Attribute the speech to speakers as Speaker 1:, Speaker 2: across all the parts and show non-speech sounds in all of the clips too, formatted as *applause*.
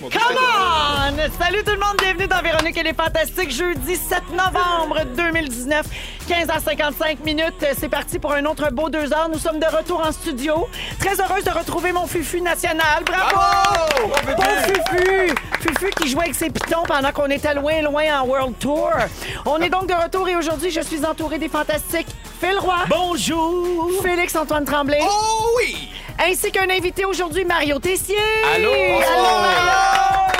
Speaker 1: mon Dieu.
Speaker 2: Come
Speaker 1: c'était-
Speaker 2: on! Salut tout le monde, bienvenue dans Véronique et les Fantastiques, jeudi 7 novembre 2019, 15h55 minutes. C'est parti pour un autre beau deux heures. Nous sommes de retour en studio. Très heureuse de retrouver mon Fufu national. Bravo!
Speaker 1: Bravo! Bon bébé!
Speaker 2: Bon Fufu! Fufu qui jouait avec ses pitons pendant qu'on était loin, loin en World Tour. On est donc de retour et aujourd'hui, je suis entourée des Fantastiques. Phil Roy. Bonjour! Félix-Antoine Tremblay.
Speaker 1: Oh oui!
Speaker 2: Ainsi qu'un invité aujourd'hui, Mario Tessier.
Speaker 1: Allô, bonsoir.
Speaker 2: Allô,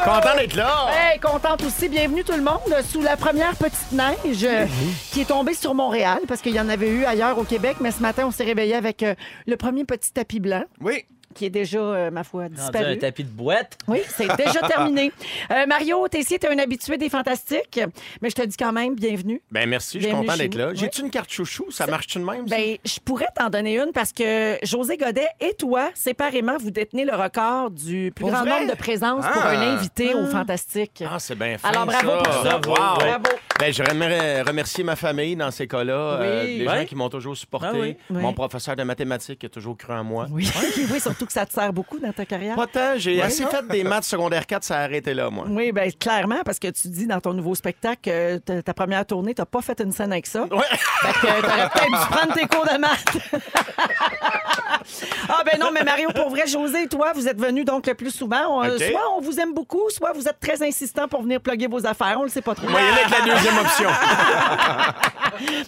Speaker 2: Mario.
Speaker 3: Content d'être là!
Speaker 2: Hey, contente aussi. Bienvenue tout le monde sous la première petite neige euh, qui est tombée sur Montréal parce qu'il y en avait eu ailleurs au Québec, mais ce matin, on s'est réveillé avec euh, le premier petit tapis blanc
Speaker 1: Oui.
Speaker 2: qui est déjà, euh, ma foi,
Speaker 3: Rendu un
Speaker 2: disparu.
Speaker 3: tapis de boîte.
Speaker 2: Oui, c'est
Speaker 3: *laughs*
Speaker 2: déjà terminé. Euh, Mario Tessier, t'es un habitué des fantastiques, mais je te dis quand même bienvenue.
Speaker 3: Ben merci, je suis
Speaker 2: Bienvenue
Speaker 3: content
Speaker 2: chez
Speaker 3: d'être
Speaker 2: nous.
Speaker 3: là. J'ai-tu une carte chouchou? Ça marche-tu de même? ça?
Speaker 2: Ben, je pourrais t'en donner une parce que José Godet et toi, séparément, vous détenez le record du plus
Speaker 3: Pour
Speaker 2: grand
Speaker 3: vrai?
Speaker 2: nombre de présences pour
Speaker 3: Ah.
Speaker 2: un invité au Fantastique.
Speaker 3: ah, c'est bien fin,
Speaker 2: Alors, bravo
Speaker 3: ça.
Speaker 2: pour
Speaker 1: Ah,
Speaker 2: ça.
Speaker 3: Bravo.
Speaker 2: Ouais.
Speaker 3: Ouais. Ben, j'aimerais remercier ma famille dans ces cas-là, euh,
Speaker 2: Oui.
Speaker 3: les gens
Speaker 4: Ouais.
Speaker 3: qui m'ont toujours supporté,
Speaker 4: Ah oui.
Speaker 2: Ouais.
Speaker 3: mon professeur de mathématiques qui a toujours cru en moi.
Speaker 2: Oui. Ah *laughs* oui, surtout que ça te sert beaucoup dans ta carrière.
Speaker 3: Pas tant, j'ai
Speaker 2: Ouais,
Speaker 3: assez
Speaker 2: non?
Speaker 3: fait des maths secondaire 4, ça a arrêté là, moi.
Speaker 2: Oui, bien clairement, parce que tu dis dans ton nouveau spectacle que ta, ta première tournée, t'as pas fait une scène avec ça.
Speaker 3: Ouais.
Speaker 2: Fait que *laughs* t'aurais peut-être dû prendre tes cours de maths. *laughs* ah ben non, mais Mario, pour vrai, José et toi, vous êtes venus donc le plus souvent. On-
Speaker 3: OK.
Speaker 2: Soit on vous aime beaucoup, soit vous êtes très insistant pour venir plugger vos affaires. On le sait pas trop.
Speaker 3: On va y aller avec la deuxième option.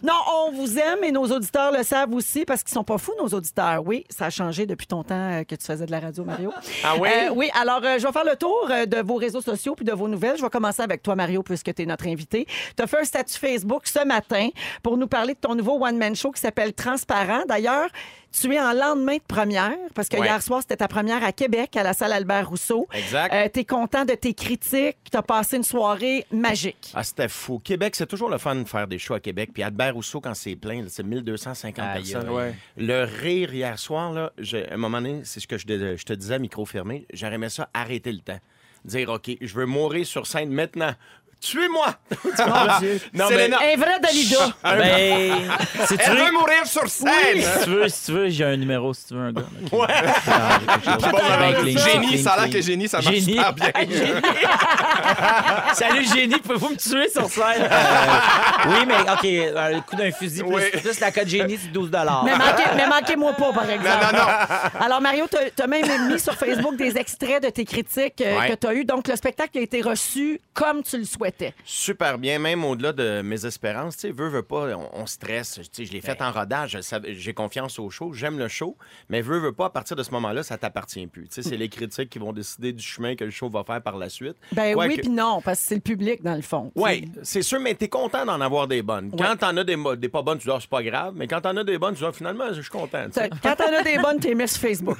Speaker 2: Non, on vous aime et nos auditeurs le savent aussi parce qu'ils sont pas fous, nos auditeurs. Oui, ça a changé depuis ton temps euh, que tu faisais de la radio, Mario.
Speaker 3: *laughs* Ah oui?
Speaker 2: Euh, oui, alors euh, je vais faire le tour euh, de vos réseaux sociaux puis de vos nouvelles. Je vais commencer avec toi, Mario, puisque tu es notre invité. Tu as fait un statut Facebook ce matin pour nous parler de ton nouveau one-man show qui s'appelle Transparent. D'ailleurs, tu es en lendemain de première parce que
Speaker 3: Ouais.
Speaker 2: hier soir, c'était ta première à Québec, à la salle Albert Rousseau.
Speaker 3: Exact.
Speaker 2: tu es content de tes critiques. Tu as passé une soirée magique.
Speaker 3: Ah, c'était fou. Québec, c'est toujours le fun de faire des shows à Québec. Puis Albert Rousseau, quand c'est plein, là, c'est 1250
Speaker 4: Aïe,
Speaker 3: personnes.
Speaker 4: aïe.
Speaker 3: Ouais. Le rire hier soir, là, j'ai- à un moment donné, c'est ce que je, dis- je te disais, micro fermé, j'aurais aimé ça arrêter le temps. Dire, OK, je veux mourir sur scène maintenant. Tuez-moi!
Speaker 1: Ah,
Speaker 3: non, mais
Speaker 2: Selena. Un vrai Dalida.
Speaker 3: Ah.
Speaker 1: *laughs*
Speaker 4: Ben, si tu
Speaker 1: Elle veut
Speaker 4: veux,
Speaker 1: mourir sur scène!
Speaker 4: si tu veux, si tu veux, j'ai un numéro si tu veux un gars. ok.
Speaker 3: Ouais.
Speaker 4: Ah, quelque chose.
Speaker 1: *laughs* Bon,
Speaker 4: Ben,
Speaker 1: ben,
Speaker 4: clean,
Speaker 1: génie,
Speaker 4: clean,
Speaker 1: ça a l'air
Speaker 4: clean.
Speaker 1: que génie, ça marche
Speaker 4: Génie.
Speaker 1: super bien. *laughs*
Speaker 4: Salut Génie, pouvez-vous me tuer sur scène? Euh, oui, mais OK, euh, le coup d'un fusil, plus,
Speaker 1: Oui.
Speaker 4: plus la cote Génie, c'est 12
Speaker 2: Mais, manquez, mais manquez-moi pas, par exemple.
Speaker 1: non,
Speaker 2: Alors, Mario, t'as- t'as même mis sur Facebook des extraits de tes critiques euh,
Speaker 3: Ouais.
Speaker 2: que t'as eues. Donc, le spectacle a été reçu comme tu le souhaitais.
Speaker 3: super bien, même au-delà de mes espérances. Tu sais, veux, veux pas, on, on stresse. Tu sais, je l'ai fait
Speaker 2: Ben.
Speaker 3: en rodage. je savais- J'ai confiance au show. J'aime le show. Mais veux, veux pas, à partir de ce moment-là, ça t'appartient plus. Tu sais, c'est les critiques qui vont décider du chemin que le show va faire par la suite.
Speaker 2: Ben oui,
Speaker 3: Quoique-
Speaker 2: puis non, parce que c'est le public, dans le fond.
Speaker 3: Oui, c'est sûr, mais t'es content d'en avoir des bonnes. Quand t'en as des, mo- des pas bonnes, tu dis, Ah, c'est pas grave. Mais quand t'en as des bonnes, tu dis, Ah, finalement, je suis content. tu
Speaker 2: T'as-
Speaker 3: sais.
Speaker 2: Quand t'en as des bonnes, t'es mis sur Facebook.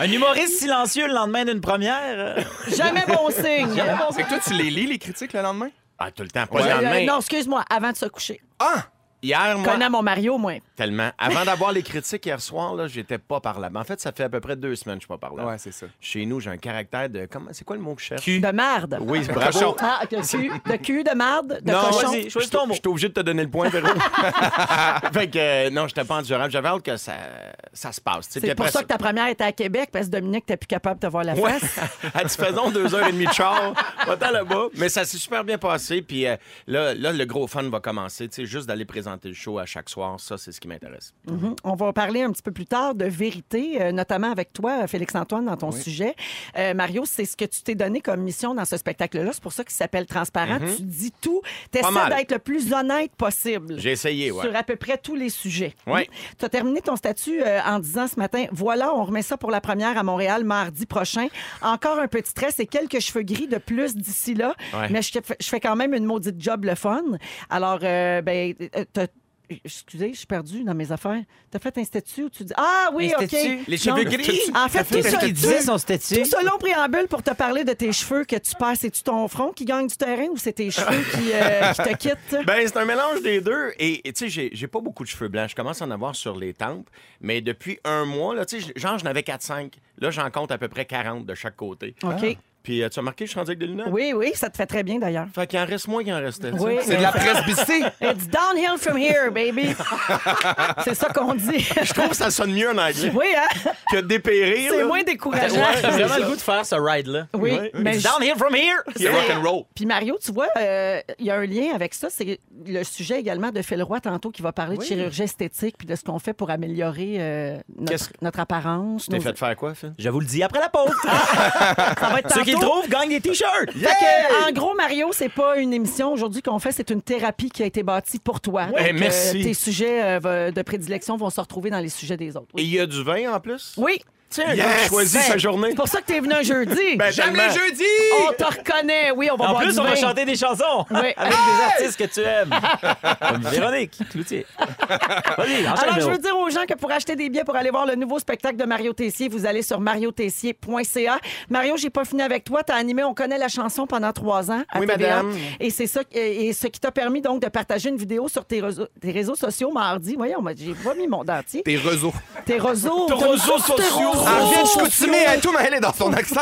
Speaker 4: Un humoriste silencieux le lendemain d'une première. euh,
Speaker 2: Jamais bon signe.
Speaker 1: C'est que toi, tu les lis, les critiques, le lendemain?
Speaker 3: Ah, tout le temps, pas
Speaker 2: Euh,
Speaker 3: le lendemain.
Speaker 2: non, excuse-moi, avant de se coucher.
Speaker 1: Ah!
Speaker 3: Hier, moi,
Speaker 2: Connais mon Mario, moi.
Speaker 3: tellement. Avant d'avoir les critiques hier soir, là, j'étais pas parlable. En fait, ça fait à peu près deux semaines que je suis pas parlable.
Speaker 1: Ouais, c'est ça.
Speaker 3: Chez nous, j'ai un caractère de. Comment... C'est quoi le mot que je cherche?
Speaker 2: De marde.
Speaker 3: Oui, bravo.
Speaker 2: Ah, de cul, de cul, de marde, de
Speaker 3: Non,
Speaker 2: cochon.
Speaker 4: Choisis, choisis ton mot.
Speaker 3: J'étais obligé de te donner le point,
Speaker 2: *laughs*
Speaker 3: Véro. fait que euh, non, j'étais pas endurable. J'avais hâte que ça, ça se passe. tu sais. Puis
Speaker 2: C'est pour
Speaker 3: après
Speaker 2: ça que ta première était à Québec, parce que Dominique, t'es plus capable de te voir la
Speaker 3: Ouais. *laughs*
Speaker 2: face.
Speaker 3: Elle dit faisons deux heures et demie de char, va-t'en là-bas. Mais ça s'est super bien passé. Puis euh, là, là, le gros fun va commencer. Tu sais, juste d'aller présenter le show à chaque soir, ça, c'est ce qui m'intéresse.
Speaker 2: Mhm. On va parler un petit peu plus tard de vérité, euh, notamment avec toi, euh, Félix-Antoine, dans ton sujet. Euh, Mario, c'est ce que tu t'es donné comme mission dans ce spectacle-là. C'est pour ça qu'il s'appelle Transparent. Tu dis tout. Tu
Speaker 3: Mhm. Pas mal.
Speaker 2: d'être le plus honnête possible.
Speaker 3: J'ai essayé, ouais.
Speaker 2: Sur à peu près tous les sujets.
Speaker 3: Ouais.
Speaker 2: Tu as terminé ton statut euh, en disant ce matin voilà, on remet ça pour la première à Montréal mardi prochain. Encore un petit stress et quelques cheveux gris de plus d'ici là.
Speaker 3: Ouais.
Speaker 2: Mais je, te- je fais quand même une maudite job le fun. Alors, euh, ben, euh, t'as- Excusez, je suis perdue dans mes affaires. T'as fait un statut où tu dis Ah oui,
Speaker 4: Un
Speaker 2: OK.
Speaker 4: statut?
Speaker 3: Les cheveux
Speaker 2: Non.
Speaker 3: gris?
Speaker 2: En fait, tout
Speaker 4: Qu'est-ce
Speaker 2: ça,
Speaker 4: qu'il disait, son statut?
Speaker 2: tout ce long préambule pour te parler de tes cheveux que tu passes. C'est-tu ton front qui gagne du terrain ou c'est tes cheveux qui, euh, qui te quittent?
Speaker 3: Ben, c'est un mélange des deux. Et et tu sais, j'ai- j'ai pas beaucoup de cheveux blancs. Je commence à en avoir sur les tempes. Mais depuis un mois, là, tu sais, genre, j'en avais 4-5. Là, j'en compte à peu près 40 de chaque côté.
Speaker 2: OK.
Speaker 3: Puis euh, tu as remarqué, je suis rendu avec des lunettes.
Speaker 2: Ah. Oui, oui, ça te fait très bien d'ailleurs.
Speaker 3: Fait qu'il en reste moins qu'il en restait. tu sais.
Speaker 2: Oui.
Speaker 1: C'est de la presbytie.
Speaker 2: It's downhill from here, baby. C'est ça qu'on dit.
Speaker 3: Je trouve que ça sonne mieux en anglais
Speaker 2: Oui, hein?
Speaker 3: que dépérir.
Speaker 2: C'est
Speaker 3: là.
Speaker 2: moins
Speaker 4: J'ai
Speaker 2: décourageant.
Speaker 4: vraiment le goût de faire ce ride-là.
Speaker 2: Oui,
Speaker 3: Ouais.
Speaker 2: mais
Speaker 4: Down here from here!
Speaker 3: C'est rock'n'roll.
Speaker 2: Puis Mario, tu vois, euh, il y a un lien avec ça. C'est le sujet également de Phil Roy tantôt qui va parler de chirurgie esthétique puis de ce qu'on fait pour améliorer euh,
Speaker 3: Qu'est-ce
Speaker 2: notre, notre apparence.
Speaker 3: T'es
Speaker 2: nos-
Speaker 3: fait faire quoi, Phil?
Speaker 4: Je vous le dis après la pause.
Speaker 2: Ça va être
Speaker 4: Ceux qui le
Speaker 2: Ah, tantôt.
Speaker 4: trouvent gagnent des t-shirts.
Speaker 2: Fait que, en gros, Mario, c'est pas une émission aujourd'hui qu'on fait, c'est une thérapie qui a été bâtie pour toi.
Speaker 3: Ouais,
Speaker 2: Donc, euh,
Speaker 3: merci.
Speaker 2: tes sujets euh, va- de prédilection vont se retrouver dans les sujets des autres.
Speaker 3: Et
Speaker 2: Oui.
Speaker 3: il y a du vin en plus?
Speaker 2: Oui.
Speaker 3: Tiens,
Speaker 1: Yes!
Speaker 3: yes! choisis sa journée.
Speaker 2: Ben, C'est pour ça que t'es venu un jeudi.
Speaker 3: Ben,
Speaker 1: J'aime le
Speaker 3: tellement. Oh,
Speaker 1: jeudi!
Speaker 2: on te reconnaît, oui, on va
Speaker 4: En
Speaker 2: boire
Speaker 4: plus,
Speaker 2: du
Speaker 4: on va
Speaker 2: vin.
Speaker 4: chanter des chansons
Speaker 2: Oui.
Speaker 4: avec des artistes que tu aimes.
Speaker 2: *laughs*
Speaker 4: Comme Véronique Cloutier. Vas-y, enchaîne,
Speaker 2: Alors, je
Speaker 4: Véro.
Speaker 2: veux dire aux gens que pour acheter des billets pour aller voir le nouveau spectacle de Mario Tessier, vous allez sur mariotessier.ca. Mario, j'ai pas fini avec toi. T'as animé On connaît la chanson pendant trois ans. à
Speaker 3: Oui,
Speaker 2: TVA.
Speaker 3: madame.
Speaker 2: Et c'est ça, et ce qui t'a permis donc de partager une vidéo sur tes réseaux, tes réseaux sociaux mardi. Voyons, moi, j'ai pas mis mon dentier.
Speaker 1: Tes réseaux.
Speaker 2: Tes réseaux.
Speaker 4: Tes réseaux sociaux.
Speaker 1: Ah,
Speaker 2: réseaux
Speaker 1: viens, je suis
Speaker 2: sociaux.
Speaker 1: coutumé à tout, mais elle est dans son accent.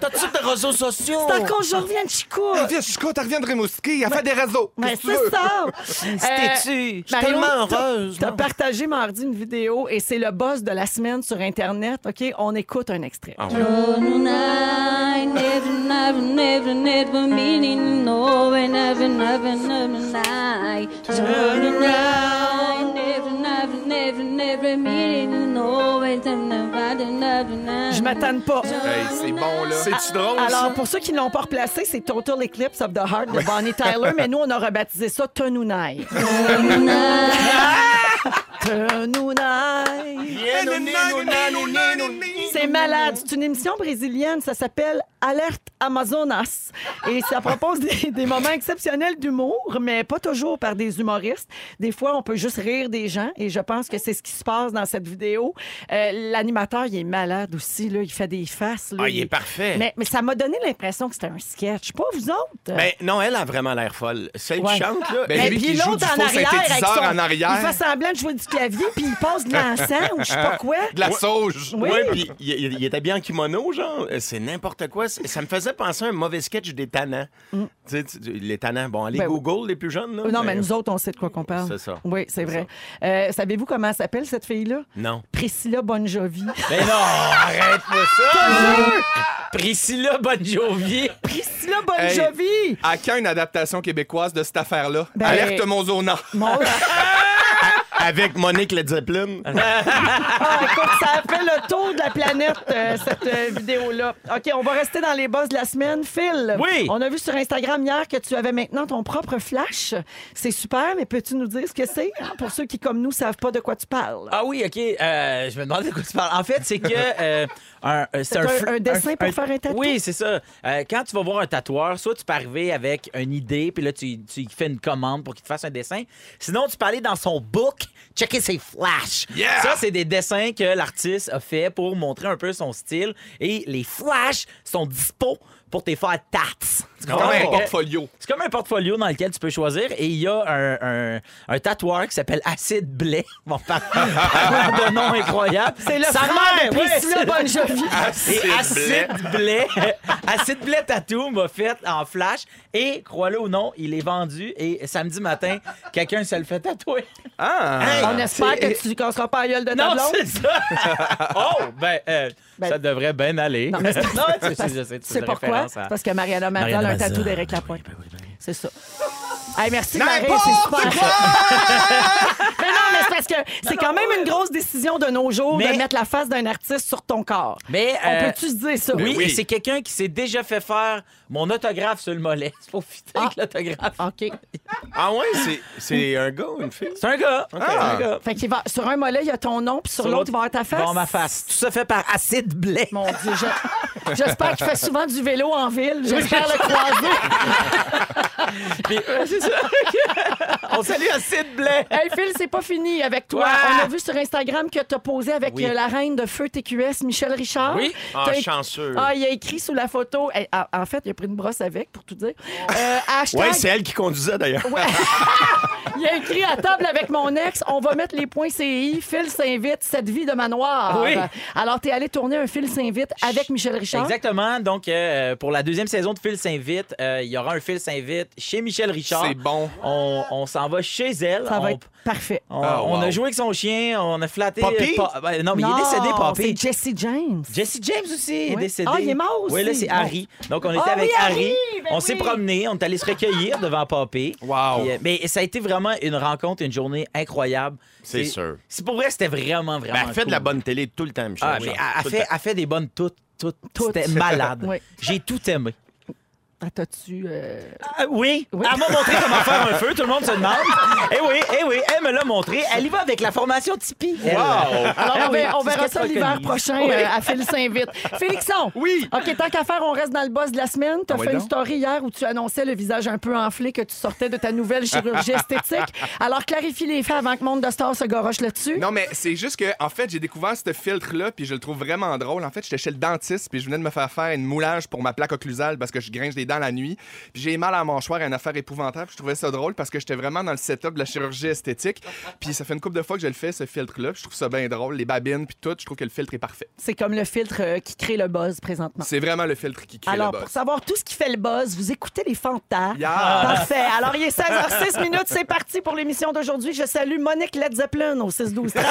Speaker 4: T'as-tu tes réseaux sociaux?
Speaker 2: Tant qu'on je reviens de Chico.
Speaker 1: Ah, viens, je suis content, reviens de Rimouski, elle fait des réseaux.
Speaker 2: Mais
Speaker 1: Qu'est-ce que tu
Speaker 2: Ben, c'est
Speaker 1: veux?
Speaker 4: *laughs*
Speaker 2: ça. Euh,
Speaker 4: têtu. Je suis tellement
Speaker 2: t'as-
Speaker 4: heureuse,
Speaker 2: T'as
Speaker 4: moi.
Speaker 2: partagé mardi une vidéo et c'est le boss de la semaine sur Internet. OK, on écoute un extrait.
Speaker 5: Don't I never, never, never, never meaning no, and never, never, never, I turn around, never, never, never, never meaning no, and never, never, never,
Speaker 2: Je m'attends pas.
Speaker 1: Hey, c'est bon, là.
Speaker 3: C'est-tu drôle, ça?
Speaker 2: Ah, Alors, pour ceux qui ne l'ont pas replacé, c'est Total Eclipse of the Heart de Bonnie Tyler, mais nous, on a rebaptisé ça Tonunai. *laughs* Tonunai.
Speaker 1: Eh,
Speaker 2: C'est malade. C'est une émission brésilienne. Ça s'appelle Alerte Amazonas. Et ça propose des, des moments exceptionnels d'humour, mais pas toujours par des humoristes. Des fois, on peut juste rire des gens. Et je pense que c'est ce qui se passe dans cette vidéo. Euh, L'animateur, il est malade aussi. Là. Il fait des faces. là.
Speaker 3: Ah, il est parfait.
Speaker 2: Mais, mais ça m'a donné l'impression que c'était un sketch. Pas vous autres.
Speaker 3: Ben, non, elle a vraiment l'air folle. Celle
Speaker 2: Ouais.
Speaker 3: qui chante, là.
Speaker 1: Ben,
Speaker 2: Mais
Speaker 1: lui
Speaker 2: puis
Speaker 1: qui joue
Speaker 2: l'autre
Speaker 1: du
Speaker 2: en
Speaker 1: faux
Speaker 2: arrière, avec
Speaker 1: synthétiseur
Speaker 2: son-
Speaker 1: en arrière.
Speaker 2: il fait semblant de jouer du clavier, puis il passe de l'encens ou je sais pas
Speaker 1: *laughs*
Speaker 2: quoi.
Speaker 1: De la sauge.
Speaker 2: Oui.
Speaker 3: Ouais, puis il, il- il était bien en kimono, genre. Euh, C'est n'importe quoi. C'est- Ça me faisait penser à un mauvais sketch des tannants. Tu sais, tu- les tannants. Bon, allez,
Speaker 2: Mm. Ben oui.
Speaker 3: Google, les plus jeunes, là. Ben,
Speaker 2: Non, mais nous autres, on sait de quoi qu'on parle.
Speaker 3: C'est ça.
Speaker 2: Oui, c'est vrai. Euh, Savez-vous comment elle s'appelle, cette fille-là?
Speaker 3: Non.
Speaker 2: Priscilla Bonjovi.
Speaker 4: Mais non, arrête-moi ça! Priscilla Bonjovi.
Speaker 2: Priscilla Bonjovi!
Speaker 1: À quand une adaptation québécoise de cette affaire-là?
Speaker 2: Ben-
Speaker 1: Alerte mon zona.
Speaker 2: Mon-
Speaker 3: Avec Monique Le Zeppelin.
Speaker 2: Ah, écoute, ça a fait le tour de la planète, euh, cette euh, vidéo-là. OK, on va rester dans les buzz de la semaine. Phil,
Speaker 4: Oui.
Speaker 2: on a vu sur Instagram hier que tu avais maintenant ton propre flash. C'est super, mais peux-tu nous dire ce que c'est? hein, Pour ceux qui, comme nous, savent pas de quoi tu parles.
Speaker 4: Ah oui, OK. euh, je me demandais de quoi tu parles. En fait, c'est que...
Speaker 2: *laughs*
Speaker 4: euh, un, euh,
Speaker 2: C'est un-
Speaker 4: fl-
Speaker 2: un dessin pour faire un tatouage.
Speaker 4: Oui, c'est ça. Euh, quand tu vas voir un tatoueur, soit tu peux arriver avec une idée, puis là, tu, tu y fais une commande pour qu'il te fasse un dessin. Sinon, tu peux aller dans son book, checker ses flashs.
Speaker 1: Yeah!
Speaker 4: Ça, c'est des dessins que l'artiste a fait pour montrer un peu son style. Et les flashs sont dispo pour tes faire tats. Tu
Speaker 1: Comme un
Speaker 4: comprends?
Speaker 1: Ah portfolio.
Speaker 4: C'est comme un portfolio dans lequel tu peux choisir et il y a un, un, un tatoueur qui s'appelle Acide Blais. *laughs* Bon, par- de nom incroyable.
Speaker 2: C'est le
Speaker 4: Sa
Speaker 2: frère de
Speaker 4: mère, ouais,
Speaker 2: Priscilla
Speaker 4: c'est-
Speaker 2: Bonjovi.
Speaker 4: et Acide Blais, *laughs* Acide Blais Tattoo m'a fait en flash et crois-le ou non, il est vendu et samedi matin, quelqu'un se le fait tatouer.
Speaker 1: Ah!
Speaker 2: On espère que tu ne casseras pas la gueule de ta
Speaker 4: Non,
Speaker 2: blonde.
Speaker 4: c'est ça. *laughs* oh, ben, euh,
Speaker 2: Ben-
Speaker 4: ça devrait bien aller.
Speaker 2: Non, mais
Speaker 4: *laughs*
Speaker 2: c'est-
Speaker 4: c'est- c'est- c'est- c'est
Speaker 2: C'est
Speaker 4: une
Speaker 2: pourquoi?
Speaker 4: référence à-
Speaker 2: C'est parce que Mariana Mazal a un
Speaker 4: Mariana
Speaker 2: tatou
Speaker 4: Mazza.
Speaker 2: d'Éric Lapointe. C'est ça. Hey, merci, Marie, c'est super.
Speaker 1: N'importe quoi!
Speaker 2: *laughs* Mais non, mais c'est parce que c'est quand même une grosse décision de nos jours de
Speaker 4: Mais-
Speaker 2: mettre la face d'un artiste sur ton corps.
Speaker 4: Mais,
Speaker 2: On
Speaker 4: euh,
Speaker 2: peut-tu se dire ça?
Speaker 4: Oui,
Speaker 1: oui.
Speaker 4: et c'est quelqu'un qui s'est déjà fait faire mon autographe sur le mollet. *laughs* C'est pour fitter
Speaker 2: Ah.
Speaker 4: avec l'autographe.
Speaker 2: OK.
Speaker 3: Ah ouais, c'est- c'est un gars ou une fille?
Speaker 4: C'est un gars.
Speaker 1: Ah.
Speaker 4: C'est un gars.
Speaker 2: Fait qu'il va, sur un mollet, il y a ton nom, puis sur, l'autre, il va avoir ta face.
Speaker 4: Bon, ma face. Tout ça fait par acide blé.
Speaker 2: Mon Dieu, je- j'espère qu'il fait souvent du vélo en ville. J'espère le croiser.
Speaker 4: Puis- On salue acide blé.
Speaker 2: Hey Phil, c'est pas fini. oui, avec toi.
Speaker 4: Ouais.
Speaker 2: On a vu sur Instagram que tu as posé avec
Speaker 4: Oui.
Speaker 2: euh, la reine de feu TQS, Michel Richard.
Speaker 4: Oui.
Speaker 3: Ah,
Speaker 2: T'as-
Speaker 3: chanceux.
Speaker 2: Ah, il a écrit sous la photo. Eh, ah, En fait, il a pris une brosse avec, pour tout dire. Euh, hashtag-
Speaker 3: Ouais, c'est elle qui conduisait d'ailleurs.
Speaker 2: Ouais. il a écrit à table avec mon ex, on va mettre les points CI, Phil s'invite, cette vie de manoir.
Speaker 4: Oui.
Speaker 2: Alors, t'es allé tourner un Phil s'invite avec Michel Richard.
Speaker 4: Exactement. Donc, euh, pour la deuxième saison de Phil s'invite, euh, il y aura un Phil s'invite chez Michel Richard.
Speaker 1: C'est bon.
Speaker 4: On, on s'en va chez elle.
Speaker 2: Ça
Speaker 4: on,
Speaker 2: va être parfait.
Speaker 4: on-
Speaker 1: Ah, wow.
Speaker 4: on a joué avec son chien, on a flatté.
Speaker 3: Poppy?
Speaker 4: Pa- ben, non, mais il est décédé, Poppy.
Speaker 2: C'est Jesse James.
Speaker 4: Jesse James aussi est
Speaker 2: Oui.
Speaker 4: décédé.
Speaker 2: Ah, il est mort aussi.
Speaker 4: Oui, là, c'est
Speaker 2: Bon.
Speaker 4: Harry. Donc, on était
Speaker 2: Ah
Speaker 4: avec
Speaker 2: oui,
Speaker 4: Harry.
Speaker 2: Harry, ben
Speaker 4: on s'est
Speaker 2: oui.
Speaker 4: promené, on est allé
Speaker 2: *laughs*
Speaker 4: se recueillir devant Papé.
Speaker 1: Wow.
Speaker 4: Puis, euh, mais ça a été vraiment une rencontre, une journée incroyable.
Speaker 3: C'est sûr.
Speaker 4: C'est pour vrai, c'était vraiment,
Speaker 3: Ben,
Speaker 4: vraiment.
Speaker 3: elle fait de
Speaker 4: cool.
Speaker 3: la bonne télé tout le temps, Michel.
Speaker 4: Ah, mais elle,
Speaker 3: Richard.
Speaker 4: elle
Speaker 3: Tout le
Speaker 4: fait,
Speaker 3: temps.
Speaker 4: elle fait des bonnes toutes, toutes.
Speaker 2: Toutes.
Speaker 4: C'était malade.
Speaker 2: *laughs* Oui.
Speaker 4: J'ai tout aimé.
Speaker 2: Ah, T'as-tu. euh,
Speaker 4: oui.
Speaker 2: Oui.
Speaker 4: Elle m'a montré comment faire un feu, tout le monde se demande. Eh oui, eh oui, elle me l'a montré. Elle y va avec la formation Tipeee. elle.
Speaker 2: Alors,
Speaker 4: Ah
Speaker 2: on,
Speaker 4: oui,
Speaker 2: ver- on
Speaker 4: c'est ce
Speaker 2: verra
Speaker 4: qu'elle
Speaker 2: ça l'hiver
Speaker 4: préconise.
Speaker 2: prochain euh, à Phil
Speaker 1: *laughs*
Speaker 2: s'invite. Félixon.
Speaker 1: Oui.
Speaker 2: OK, tant qu'à faire, on reste dans le boss de la semaine. T'as
Speaker 1: Ah oui,
Speaker 2: fait une
Speaker 1: donc.
Speaker 2: story hier où tu annonçais le visage un peu enflé que tu sortais de ta nouvelle chirurgie
Speaker 1: *laughs*
Speaker 2: esthétique. Alors, clarifie les faits avant que Monde de Star se goroche là-dessus.
Speaker 1: Non, mais c'est juste que, en fait, j'ai découvert ce filtre-là, puis je le trouve vraiment drôle. En fait, j'étais chez le dentiste, puis je venais de me faire faire une moulage pour ma plaque occlusale parce que je gringe des dents la nuit. Puis j'ai mal à la mâchoire, une affaire épouvantable. Je trouvais ça drôle parce que j'étais vraiment dans le setup de la chirurgie esthétique. Puis ça fait une couple de fois que je le fais, ce filtre-là. puis Je trouve ça bien drôle. Les babines, puis tout, je trouve que le filtre est parfait.
Speaker 2: C'est comme le filtre euh, qui crée le buzz présentement.
Speaker 1: C'est vraiment le filtre qui crée
Speaker 2: Alors,
Speaker 1: le
Speaker 2: pour
Speaker 1: buzz.
Speaker 2: savoir tout ce qui fait le buzz, vous écoutez les fantas.
Speaker 1: Yeah.
Speaker 2: Parfait. Alors, il est 16h06 minutes. C'est parti pour l'émission d'aujourd'hui. Je salue Monique Led Zeppelin au 6 12 13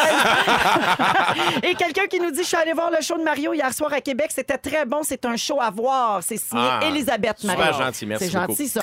Speaker 2: Et quelqu'un qui nous dit Je suis allé voir le show de Mario hier soir à Québec. C'était très bon. C'est un show à voir. C'est signé
Speaker 3: Ah,
Speaker 2: Elisabeth
Speaker 3: super
Speaker 2: Mario.
Speaker 3: gentil. Merci
Speaker 2: C'est
Speaker 3: beaucoup.
Speaker 2: gentil, ça.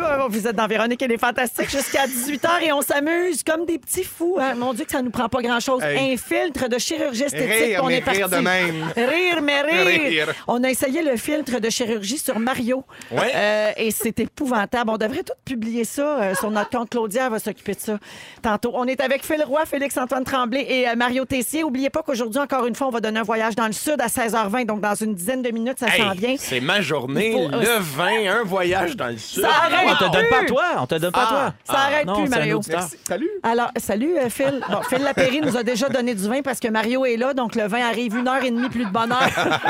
Speaker 2: Euh, Vous êtes dans Véronique et les Fantastiques jusqu'à 18h et on s'amuse comme des petits fous. hein. Mon Dieu, que ça nous prend pas grand-chose.
Speaker 1: Hey.
Speaker 2: Un filtre de chirurgie esthétique.
Speaker 1: Rire,
Speaker 2: on
Speaker 1: mais
Speaker 2: est parti.
Speaker 1: rire de même.
Speaker 2: Rire, mais rire.
Speaker 1: Rire.
Speaker 2: On a essayé le filtre de chirurgie sur Mario.
Speaker 3: Ouais.
Speaker 2: Euh, et c'est épouvantable. On devrait tout publier ça euh, sur notre compte. Claudia elle va s'occuper de ça tantôt. On est avec Phil Roy, Félix-Antoine Tremblay et euh, Mario Tessier. Oubliez pas qu'aujourd'hui, encore une fois, on va donner un voyage dans le Sud à 16h20. Donc, dans une dizaine de minutes, ça s'en vient.
Speaker 3: Hey, c'est ma journée,
Speaker 2: Il faut-
Speaker 3: le 20, un voyage dans le sud.
Speaker 2: Ça
Speaker 4: Ah,
Speaker 2: arrête
Speaker 4: on te donne
Speaker 2: plus.
Speaker 4: pas toi, on te donne
Speaker 3: Ah.
Speaker 4: pas toi. Ah.
Speaker 2: Ça arrête
Speaker 4: non,
Speaker 2: plus,
Speaker 4: c'est un
Speaker 2: Mario.
Speaker 4: auditeur.
Speaker 1: Merci. Salut.
Speaker 2: Alors, salut euh, Phil. Bon, Phil Lapéry nous a déjà donné du vin parce que Mario est là, donc le vin arrive une heure et demie plus de bonheur.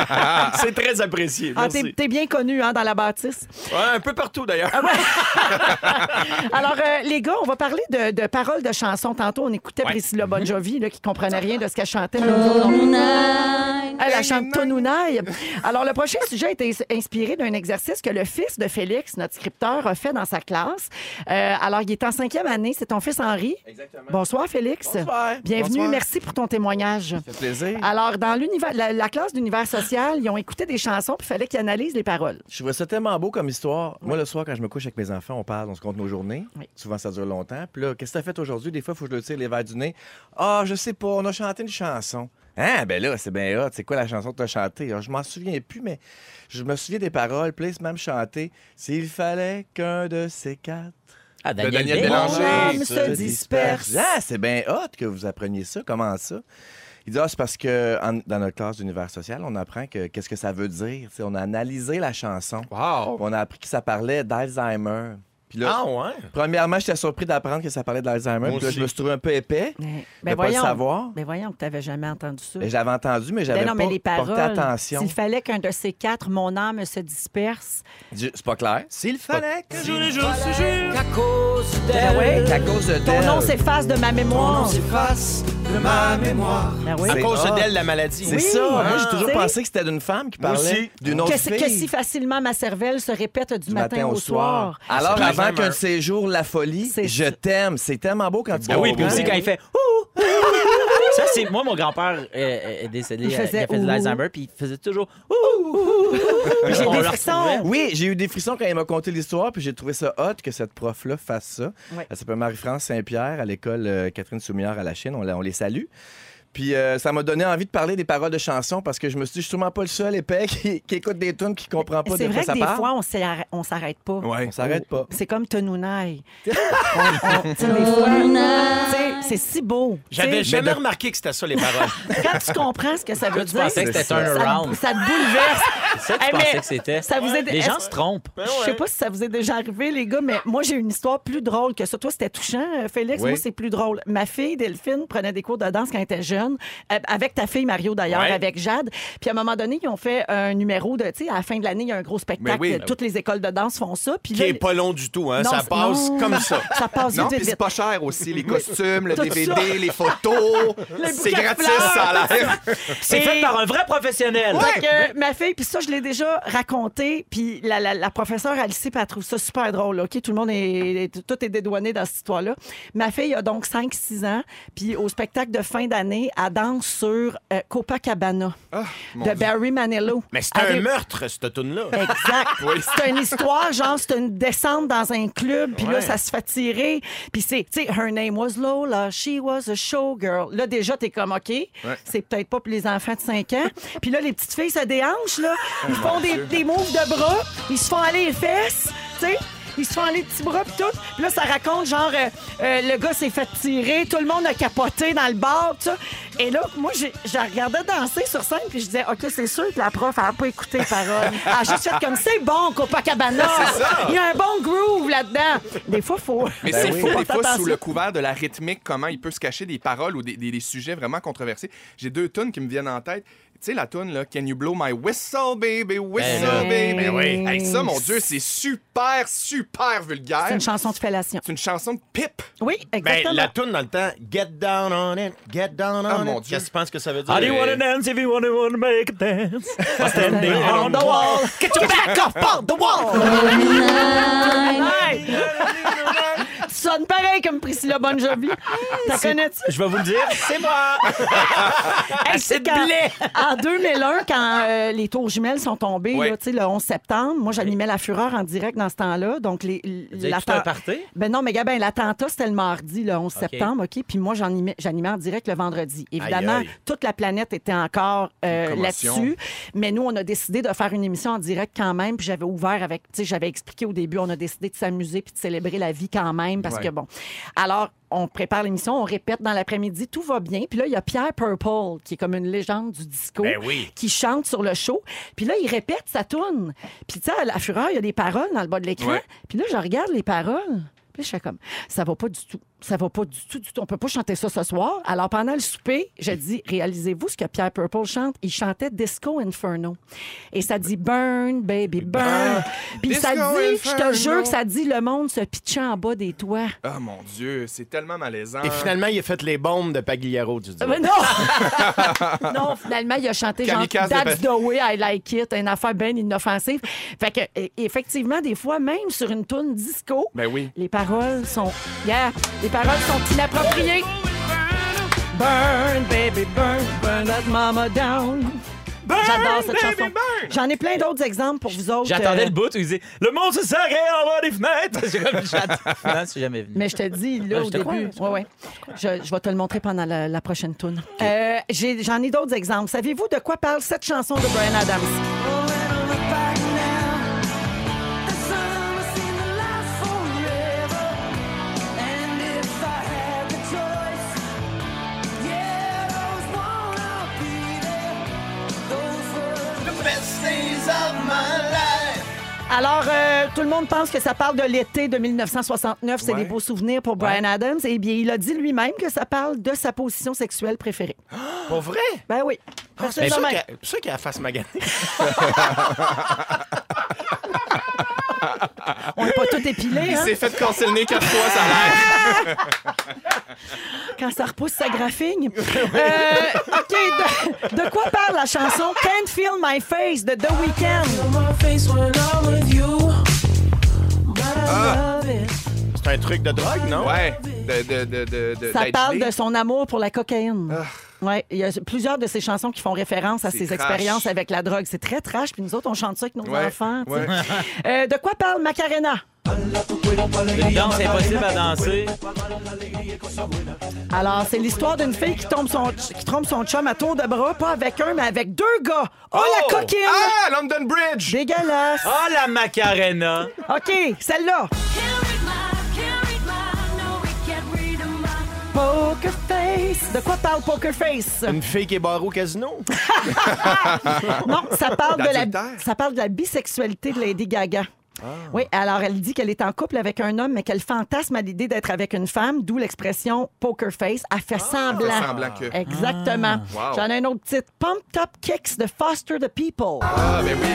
Speaker 3: *laughs* C'est très apprécié.
Speaker 2: Ah,
Speaker 3: Merci.
Speaker 2: t'es t'es bien connu hein, dans la bâtisse.
Speaker 3: Ouais, un peu partout d'ailleurs.
Speaker 2: Ah Alors, euh, les gars, on va parler de, de paroles de chansons. Tantôt, on écoutait Priscilla Bon Jovi, là, qui comprenait rien de ce qu'elle chantait. mais nous autres, on- Elle, elle chante Tonounaille. Alors, le prochain sujet a été ins- inspiré d'un exercice que le fils de Félix, notre scripteur, a fait dans sa classe. Euh, alors, il est en cinquième année. C'est ton fils Henri.
Speaker 3: Exactement.
Speaker 2: Bonsoir, Félix. Bienvenue.
Speaker 1: Bonsoir.
Speaker 2: Merci Ah. pour ton témoignage.
Speaker 1: Ça fait plaisir.
Speaker 2: Alors, dans l'univers, la, la classe d'univers social, ils ont écouté des chansons, puis il fallait qu'ils analysent les paroles.
Speaker 6: Je trouvais ça tellement beau comme histoire. Moi, le soir, quand je me couche avec mes enfants, on parle, on se compte nos journées.
Speaker 2: Oui.
Speaker 6: Souvent, ça dure longtemps. Puis là, qu'est-ce que t'as fait aujourd'hui? Des fois, il faut que je le tire les verres du nez. Ah, je sais pas, on a chanté une chanson. Hein, ben là, c'est bien hot. C'est quoi la chanson que t'as chantée? Ah, Je m'en souviens plus, mais je me souviens des paroles. Puis là, ils se même chanté S'il fallait qu'un de ces quatre
Speaker 4: Ah, Daniel,
Speaker 1: De Daniel
Speaker 4: Bélanger.
Speaker 1: Bélanger.
Speaker 2: âme
Speaker 6: se
Speaker 2: se
Speaker 6: disperse.
Speaker 2: disperse.
Speaker 6: Ah, c'est bien hot que vous appreniez ça. Comment ça? Il dit, ah, c'est parce que en- dans notre classe d'univers social, on apprend que qu'est-ce que ça veut dire. T'sais, on a analysé la chanson.
Speaker 1: Wow.
Speaker 6: On a appris que ça parlait d'Alzheimer. Puis là,
Speaker 3: Ah ouais?
Speaker 6: premièrement, j'étais surpris d'apprendre que ça parlait d'Alzheimer.
Speaker 3: Moi
Speaker 6: Puis là,
Speaker 3: aussi.
Speaker 6: je me suis trouvé un peu épais.
Speaker 2: Mais
Speaker 6: Mais pas le savoir.
Speaker 2: Mais Ben voyons que t'avais jamais entendu ça.
Speaker 6: Mais J'avais entendu, mais j'avais
Speaker 2: Ben non, mais les
Speaker 6: pas porté
Speaker 2: paroles.
Speaker 6: attention.
Speaker 2: S'il fallait qu'un de ces quatre, mon âme se disperse.
Speaker 6: Dieu, C'est pas clair. S'il fallait que je
Speaker 2: Ben ouais.
Speaker 6: À cause de
Speaker 2: Ton
Speaker 6: d'elle.
Speaker 2: nom s'efface de ma mémoire. Ben oui.
Speaker 3: À cause
Speaker 6: hot.
Speaker 3: d'elle, la maladie.
Speaker 6: C'est
Speaker 2: Oui,
Speaker 6: ça. Moi, j'ai
Speaker 2: hein.
Speaker 6: toujours
Speaker 2: Tu sais.
Speaker 6: pensé que c'était d'une femme qui
Speaker 3: Moi
Speaker 6: parlait
Speaker 3: aussi.
Speaker 6: d'une autre
Speaker 2: Que, si-
Speaker 6: fille.
Speaker 2: que si facilement ma cervelle se répète du,
Speaker 6: du
Speaker 2: matin, au soir. hein.
Speaker 6: Alors,
Speaker 3: C'est
Speaker 6: avant
Speaker 3: Alzheimer.
Speaker 6: qu'un de ces jours, la folie,
Speaker 2: C'est
Speaker 6: je
Speaker 2: ça.
Speaker 6: t'aime. C'est tellement beau quand tu
Speaker 3: Ah
Speaker 6: comprends.
Speaker 3: oui,
Speaker 4: Oui, puis aussi quand il fait Ouh! ouh, ouh, ouh. Ça, c'est moi, mon grand-père euh, euh, est décédé.
Speaker 2: Il
Speaker 4: euh,
Speaker 2: faisait
Speaker 4: il a fait
Speaker 2: ouh, ouh.
Speaker 4: de l'Alzheimer, puis il faisait toujours Ouh! ouh, ouh, ouh.
Speaker 6: Euh,
Speaker 4: Puis
Speaker 2: J'ai
Speaker 4: on
Speaker 2: des
Speaker 4: le retrouvait.
Speaker 2: frissons.
Speaker 6: Oui, j'ai eu des frissons quand il m'a conté l'histoire, puis j'ai trouvé ça hot que cette prof-là fasse ça.
Speaker 2: Ouais.
Speaker 6: Elle s'appelle Marie-France Saint-Pierre à l'école euh, Catherine Soumillard à la Chine. On, la- on les salue. Puis euh, ça m'a donné envie de parler des paroles de chansons parce que je me suis dit, je suis sûrement pas le seul épais *laughs* qui, qui écoute des tunes qui comprend pas de
Speaker 2: C'est
Speaker 6: quoi
Speaker 2: vrai que
Speaker 6: ça
Speaker 2: des
Speaker 6: parle.
Speaker 2: fois, on s'arrête- on s'arrête pas.
Speaker 1: Ouais.
Speaker 6: On s'arrête pas.
Speaker 2: C'est comme
Speaker 6: *laughs*
Speaker 2: Tenounaï. On- on- tu sais, des fois, tu sais, c'est si beau.
Speaker 3: J'avais
Speaker 2: Tu sais,
Speaker 3: jamais remarqué que c'était ça, les paroles.
Speaker 2: Quand tu comprends ce que ça veut
Speaker 4: tu
Speaker 2: dire,
Speaker 4: pensais que c'était
Speaker 2: ça-
Speaker 4: turnaround.
Speaker 2: ça, ça te bouleverse.
Speaker 4: *laughs* C'est ça que
Speaker 2: Hey,
Speaker 4: tu
Speaker 2: mais
Speaker 4: pensais que c'était.
Speaker 2: ça vous est-
Speaker 4: Les
Speaker 2: est-ce-
Speaker 4: gens se trompent.
Speaker 2: Je sais pas si ça vous est déjà arrivé, les gars, mais moi, j'ai une histoire plus drôle que ça. Toi, c'était touchant, euh, Félix.
Speaker 6: Oui.
Speaker 2: Moi, c'est plus drôle. Ma fille, Delphine, prenait des cours de danse quand elle était jeune, euh, avec ta fille, Mario, d'ailleurs,
Speaker 3: Ouais.
Speaker 2: avec Jade. Puis à un moment donné, ils ont fait un numéro de, tu sais, à la fin de l'année, il y a un gros spectacle. euh,
Speaker 1: Mais oui.
Speaker 2: Toutes les écoles de danse font ça. Puis
Speaker 3: Qui
Speaker 2: là,
Speaker 3: est pas long du tout, hein.
Speaker 2: Non,
Speaker 3: ça
Speaker 2: c'est-
Speaker 3: passe
Speaker 2: non.
Speaker 3: comme ça.
Speaker 2: ça passe
Speaker 1: Non,
Speaker 2: vite,
Speaker 1: puis
Speaker 2: vite,
Speaker 1: c'est
Speaker 2: vite.
Speaker 1: pas cher aussi, les costumes, le
Speaker 2: Tout ça.
Speaker 1: DVD, les photos. C'est
Speaker 2: bouquets de
Speaker 1: gratis,
Speaker 2: fleurs.
Speaker 1: ça a l'air.
Speaker 4: C'est fait par un vrai professionnel.
Speaker 2: Fait que, euh, ma fille, puis ça, je l'ai déjà raconté, puis la, la, la professeure, elle le sait, puis elle trouve ça super drôle. là, OK, tout le monde est... est- Tout est dédouané dans cette histoire-là. Ma fille a donc 5-6 ans, puis au spectacle de fin d'année, elle danse sur euh, Copacabana
Speaker 1: Ah, mon
Speaker 2: de
Speaker 1: Dieu.
Speaker 2: Barry Manilow.
Speaker 3: Mais c'est
Speaker 2: Avec- Ben,
Speaker 3: un meurtre, cette tune-là.
Speaker 2: Exact. C'est une histoire, genre, c'est une descente dans un club, puis là,
Speaker 3: Ouais.
Speaker 2: ça se fait tirer. Puis c'est, tu sais, her name was Lola, she was a showgirl. Là, déjà, t'es comme, OK, c'est peut-être pas pour les enfants de 5 ans. Puis là, les petites filles se déhanchent, là. Ils font des, des moves de bras, ils se font aller les fesses, tu sais. Ils se font aller les petits bras pis tout. Puis là, ça raconte genre euh, euh, le gars s'est fait tirer, tout le monde a capoté dans le bar, tout ça. Et là, moi, j'ai- je la regardais danser sur scène puis je disais, OK, c'est sûr que la prof, elle n'a pas écouté les paroles. Elle a juste fait comme, c'est bon, Copacabana. Il y a un bon groove là-dedans. Des fois, faut...
Speaker 1: Mais
Speaker 6: Ben
Speaker 1: c'est
Speaker 6: oui.
Speaker 1: fou,
Speaker 2: faut
Speaker 1: des fois,
Speaker 2: attention.
Speaker 1: sous le couvert de la rythmique, comment il peut se cacher des paroles ou des, des- des sujets vraiment controversés. J'ai deux tunes qui me viennent en tête. Tu sais, la tune, là, Can You Blow My Whistle, Baby, Whistle,
Speaker 2: Ben oui.
Speaker 1: Baby.
Speaker 2: Ben oui.
Speaker 1: Hey, ça, mon Dieu, c'est super, super vulgaire.
Speaker 2: C'est une chanson de fellation.
Speaker 1: C'est une chanson de pipe.
Speaker 2: Oui,
Speaker 3: Ben,
Speaker 2: exactement.
Speaker 3: la tune dans le temps, Get Down on It, Get Down on
Speaker 1: Ah,
Speaker 3: It.
Speaker 1: mon Dieu.
Speaker 3: Qu'est-ce que tu penses que ça veut dire?
Speaker 4: How do you wanna dance if you wanna, wanna make a dance? Standing on the wall.
Speaker 2: Get your back off on the wall! Hey! tu sonnes pareil comme Priscilla Bon Jovi. T'as connais-tu?
Speaker 4: Je vais vous le dire, c'est moi.
Speaker 2: Hey,
Speaker 4: Assez
Speaker 2: c'est
Speaker 4: de
Speaker 2: quand-
Speaker 4: blé.
Speaker 2: *laughs* En 2001, quand euh, les tours jumelles sont tombées,
Speaker 1: Ouais.
Speaker 2: là, tu sais, le 11 septembre, moi, j'animais la fureur en direct dans ce temps-là. Donc, les,
Speaker 4: avez
Speaker 2: l'atten-
Speaker 4: écouté un party?
Speaker 2: Ben non, mais gars, ben, l'attentat, c'était le mardi, le 11
Speaker 4: OK.
Speaker 2: septembre, OK? Puis moi, j'animais, j'animais en direct le vendredi. Évidemment,
Speaker 3: Aïe, aïe.
Speaker 2: toute la planète était encore euh,
Speaker 1: commotion.
Speaker 2: là-dessus. Mais nous, on a décidé de faire une émission en direct quand même. Puis j'avais ouvert avec, tu sais, j'avais expliqué au début, on a décidé de s'amuser puis de célébrer la vie quand même parce
Speaker 1: Ouais.
Speaker 2: que bon. Alors, on prépare l'émission, on répète dans l'après-midi, tout va bien. Puis là, il y a Pierre Purple, qui est comme une légende du disco,
Speaker 3: Ben oui.
Speaker 2: qui chante sur le show. Puis là, il répète, ça tourne. Puis tu sais, à la fureur, il y a des paroles dans le bas de l'écran.
Speaker 1: Ouais.
Speaker 2: Puis là, je regarde les paroles. Puis là, je fais comme, ça va pas du tout. Ça va pas du tout, du tout. On peut pas chanter ça ce soir. Alors, pendant le souper, je dis, réalisez-vous ce que Pierre Purple chante? Il chantait Disco Inferno. Et ça dit Burn, baby, burn. Puis ça
Speaker 1: Disco
Speaker 2: dit, je te
Speaker 1: Inferno.
Speaker 2: jure que ça dit le monde se pitchant en bas des toits.
Speaker 1: Ah, mon Dieu, c'est tellement malaisant.
Speaker 3: Et finalement, il a fait les bombes de Pagliaro, tu dis.
Speaker 2: Mais non! Ah, non, finalement, il a chanté genre
Speaker 1: Kamikaze de
Speaker 2: That's
Speaker 1: Pet-
Speaker 2: the way I like it, une affaire bien inoffensive. Fait que, euh, effectivement, des fois, même sur une tourne disco,
Speaker 1: Ben oui.
Speaker 2: les paroles sont. Yeah! Les paroles sont inappropriées. Burn, baby, burn, burn that mama down. J'adore cette chanson. J'en ai plein d'autres exemples pour vous autres.
Speaker 4: J'attendais
Speaker 2: euh,
Speaker 4: le bout où il disait Le monde se serrait en bas des fenêtres. J'ai comme j'attends. Non, c'est jamais venu.
Speaker 2: Mais Ben, je te dis, là,
Speaker 4: je
Speaker 2: au
Speaker 4: te
Speaker 2: début.
Speaker 4: crois, je
Speaker 2: ouais, ouais. Je, je vais te le montrer pendant la, la prochaine toune. Euh, j'ai- J'en ai, d'autres exemples. Savez-vous de quoi parle cette chanson de Brian Adams? Alors, euh, tout le monde pense que ça parle de l'été de 1969. C'est des beaux souvenirs pour Brian Adams. Eh bien, il a dit lui-même que ça parle de sa position sexuelle préférée.
Speaker 3: Pour vrai?
Speaker 2: Ben oui.
Speaker 3: Mais
Speaker 2: Personnellement.
Speaker 3: sûr qu'elle- sûr qu'elle a la face maganée.
Speaker 2: on n'est pas tout épilé,
Speaker 1: Il
Speaker 2: hein?
Speaker 1: s'est fait casser le nez quatre fois, ça a l'air.
Speaker 2: hein, quand ça repousse sa graphigne. Euh, OK, de, de quoi parle la chanson Can't Feel My Face de The Weeknd?
Speaker 3: *laughs* C'est un truc de drogue, non?
Speaker 1: Ouais. De, de, de, de, de-
Speaker 2: Ça
Speaker 1: d'être
Speaker 2: parle
Speaker 1: gelé.
Speaker 2: de son amour pour la cocaïne. Ouais, il y a plusieurs de ses chansons qui font référence à
Speaker 1: C'est
Speaker 2: ses
Speaker 1: trash.
Speaker 2: expériences avec la drogue. C'est très trash, puis nous autres, on chante ça avec nos
Speaker 1: Ouais,
Speaker 2: enfants. tu sais.
Speaker 1: ouais.
Speaker 2: Euh, de quoi parle Macarena?
Speaker 4: Une danse impossible à danser.
Speaker 2: Alors, c'est l'histoire d'une fille qui, tombe son, qui trompe son chum à tour de bras, pas avec un, mais avec deux gars. Oh,
Speaker 4: Oh!
Speaker 2: la coquine!
Speaker 1: Ah, London Bridge!
Speaker 2: Dégueulasse!
Speaker 4: Ah, la Macarena.
Speaker 1: Ah!
Speaker 2: OK, celle-là.
Speaker 5: Can't read my, can't read my, no, we can't read 'em right.
Speaker 2: Poker face. De quoi parle Poker face?
Speaker 3: Une fille qui est barre au casino.
Speaker 2: Non, ça parle, de la,
Speaker 1: L'adultère. Ah.
Speaker 2: ça parle de la bisexualité de Lady Gaga. Oui, alors elle dit qu'elle est en couple avec un homme, mais qu'elle fantasme à l'idée d'être avec une femme, d'où l'expression poker face. Elle fait semblant.
Speaker 1: Ah, Fait semblant que. Ah.
Speaker 2: Exactement.
Speaker 1: Wow.
Speaker 2: J'en ai une autre petite. Pumped Up Kicks de Foster the People.
Speaker 1: Ah, ben oui.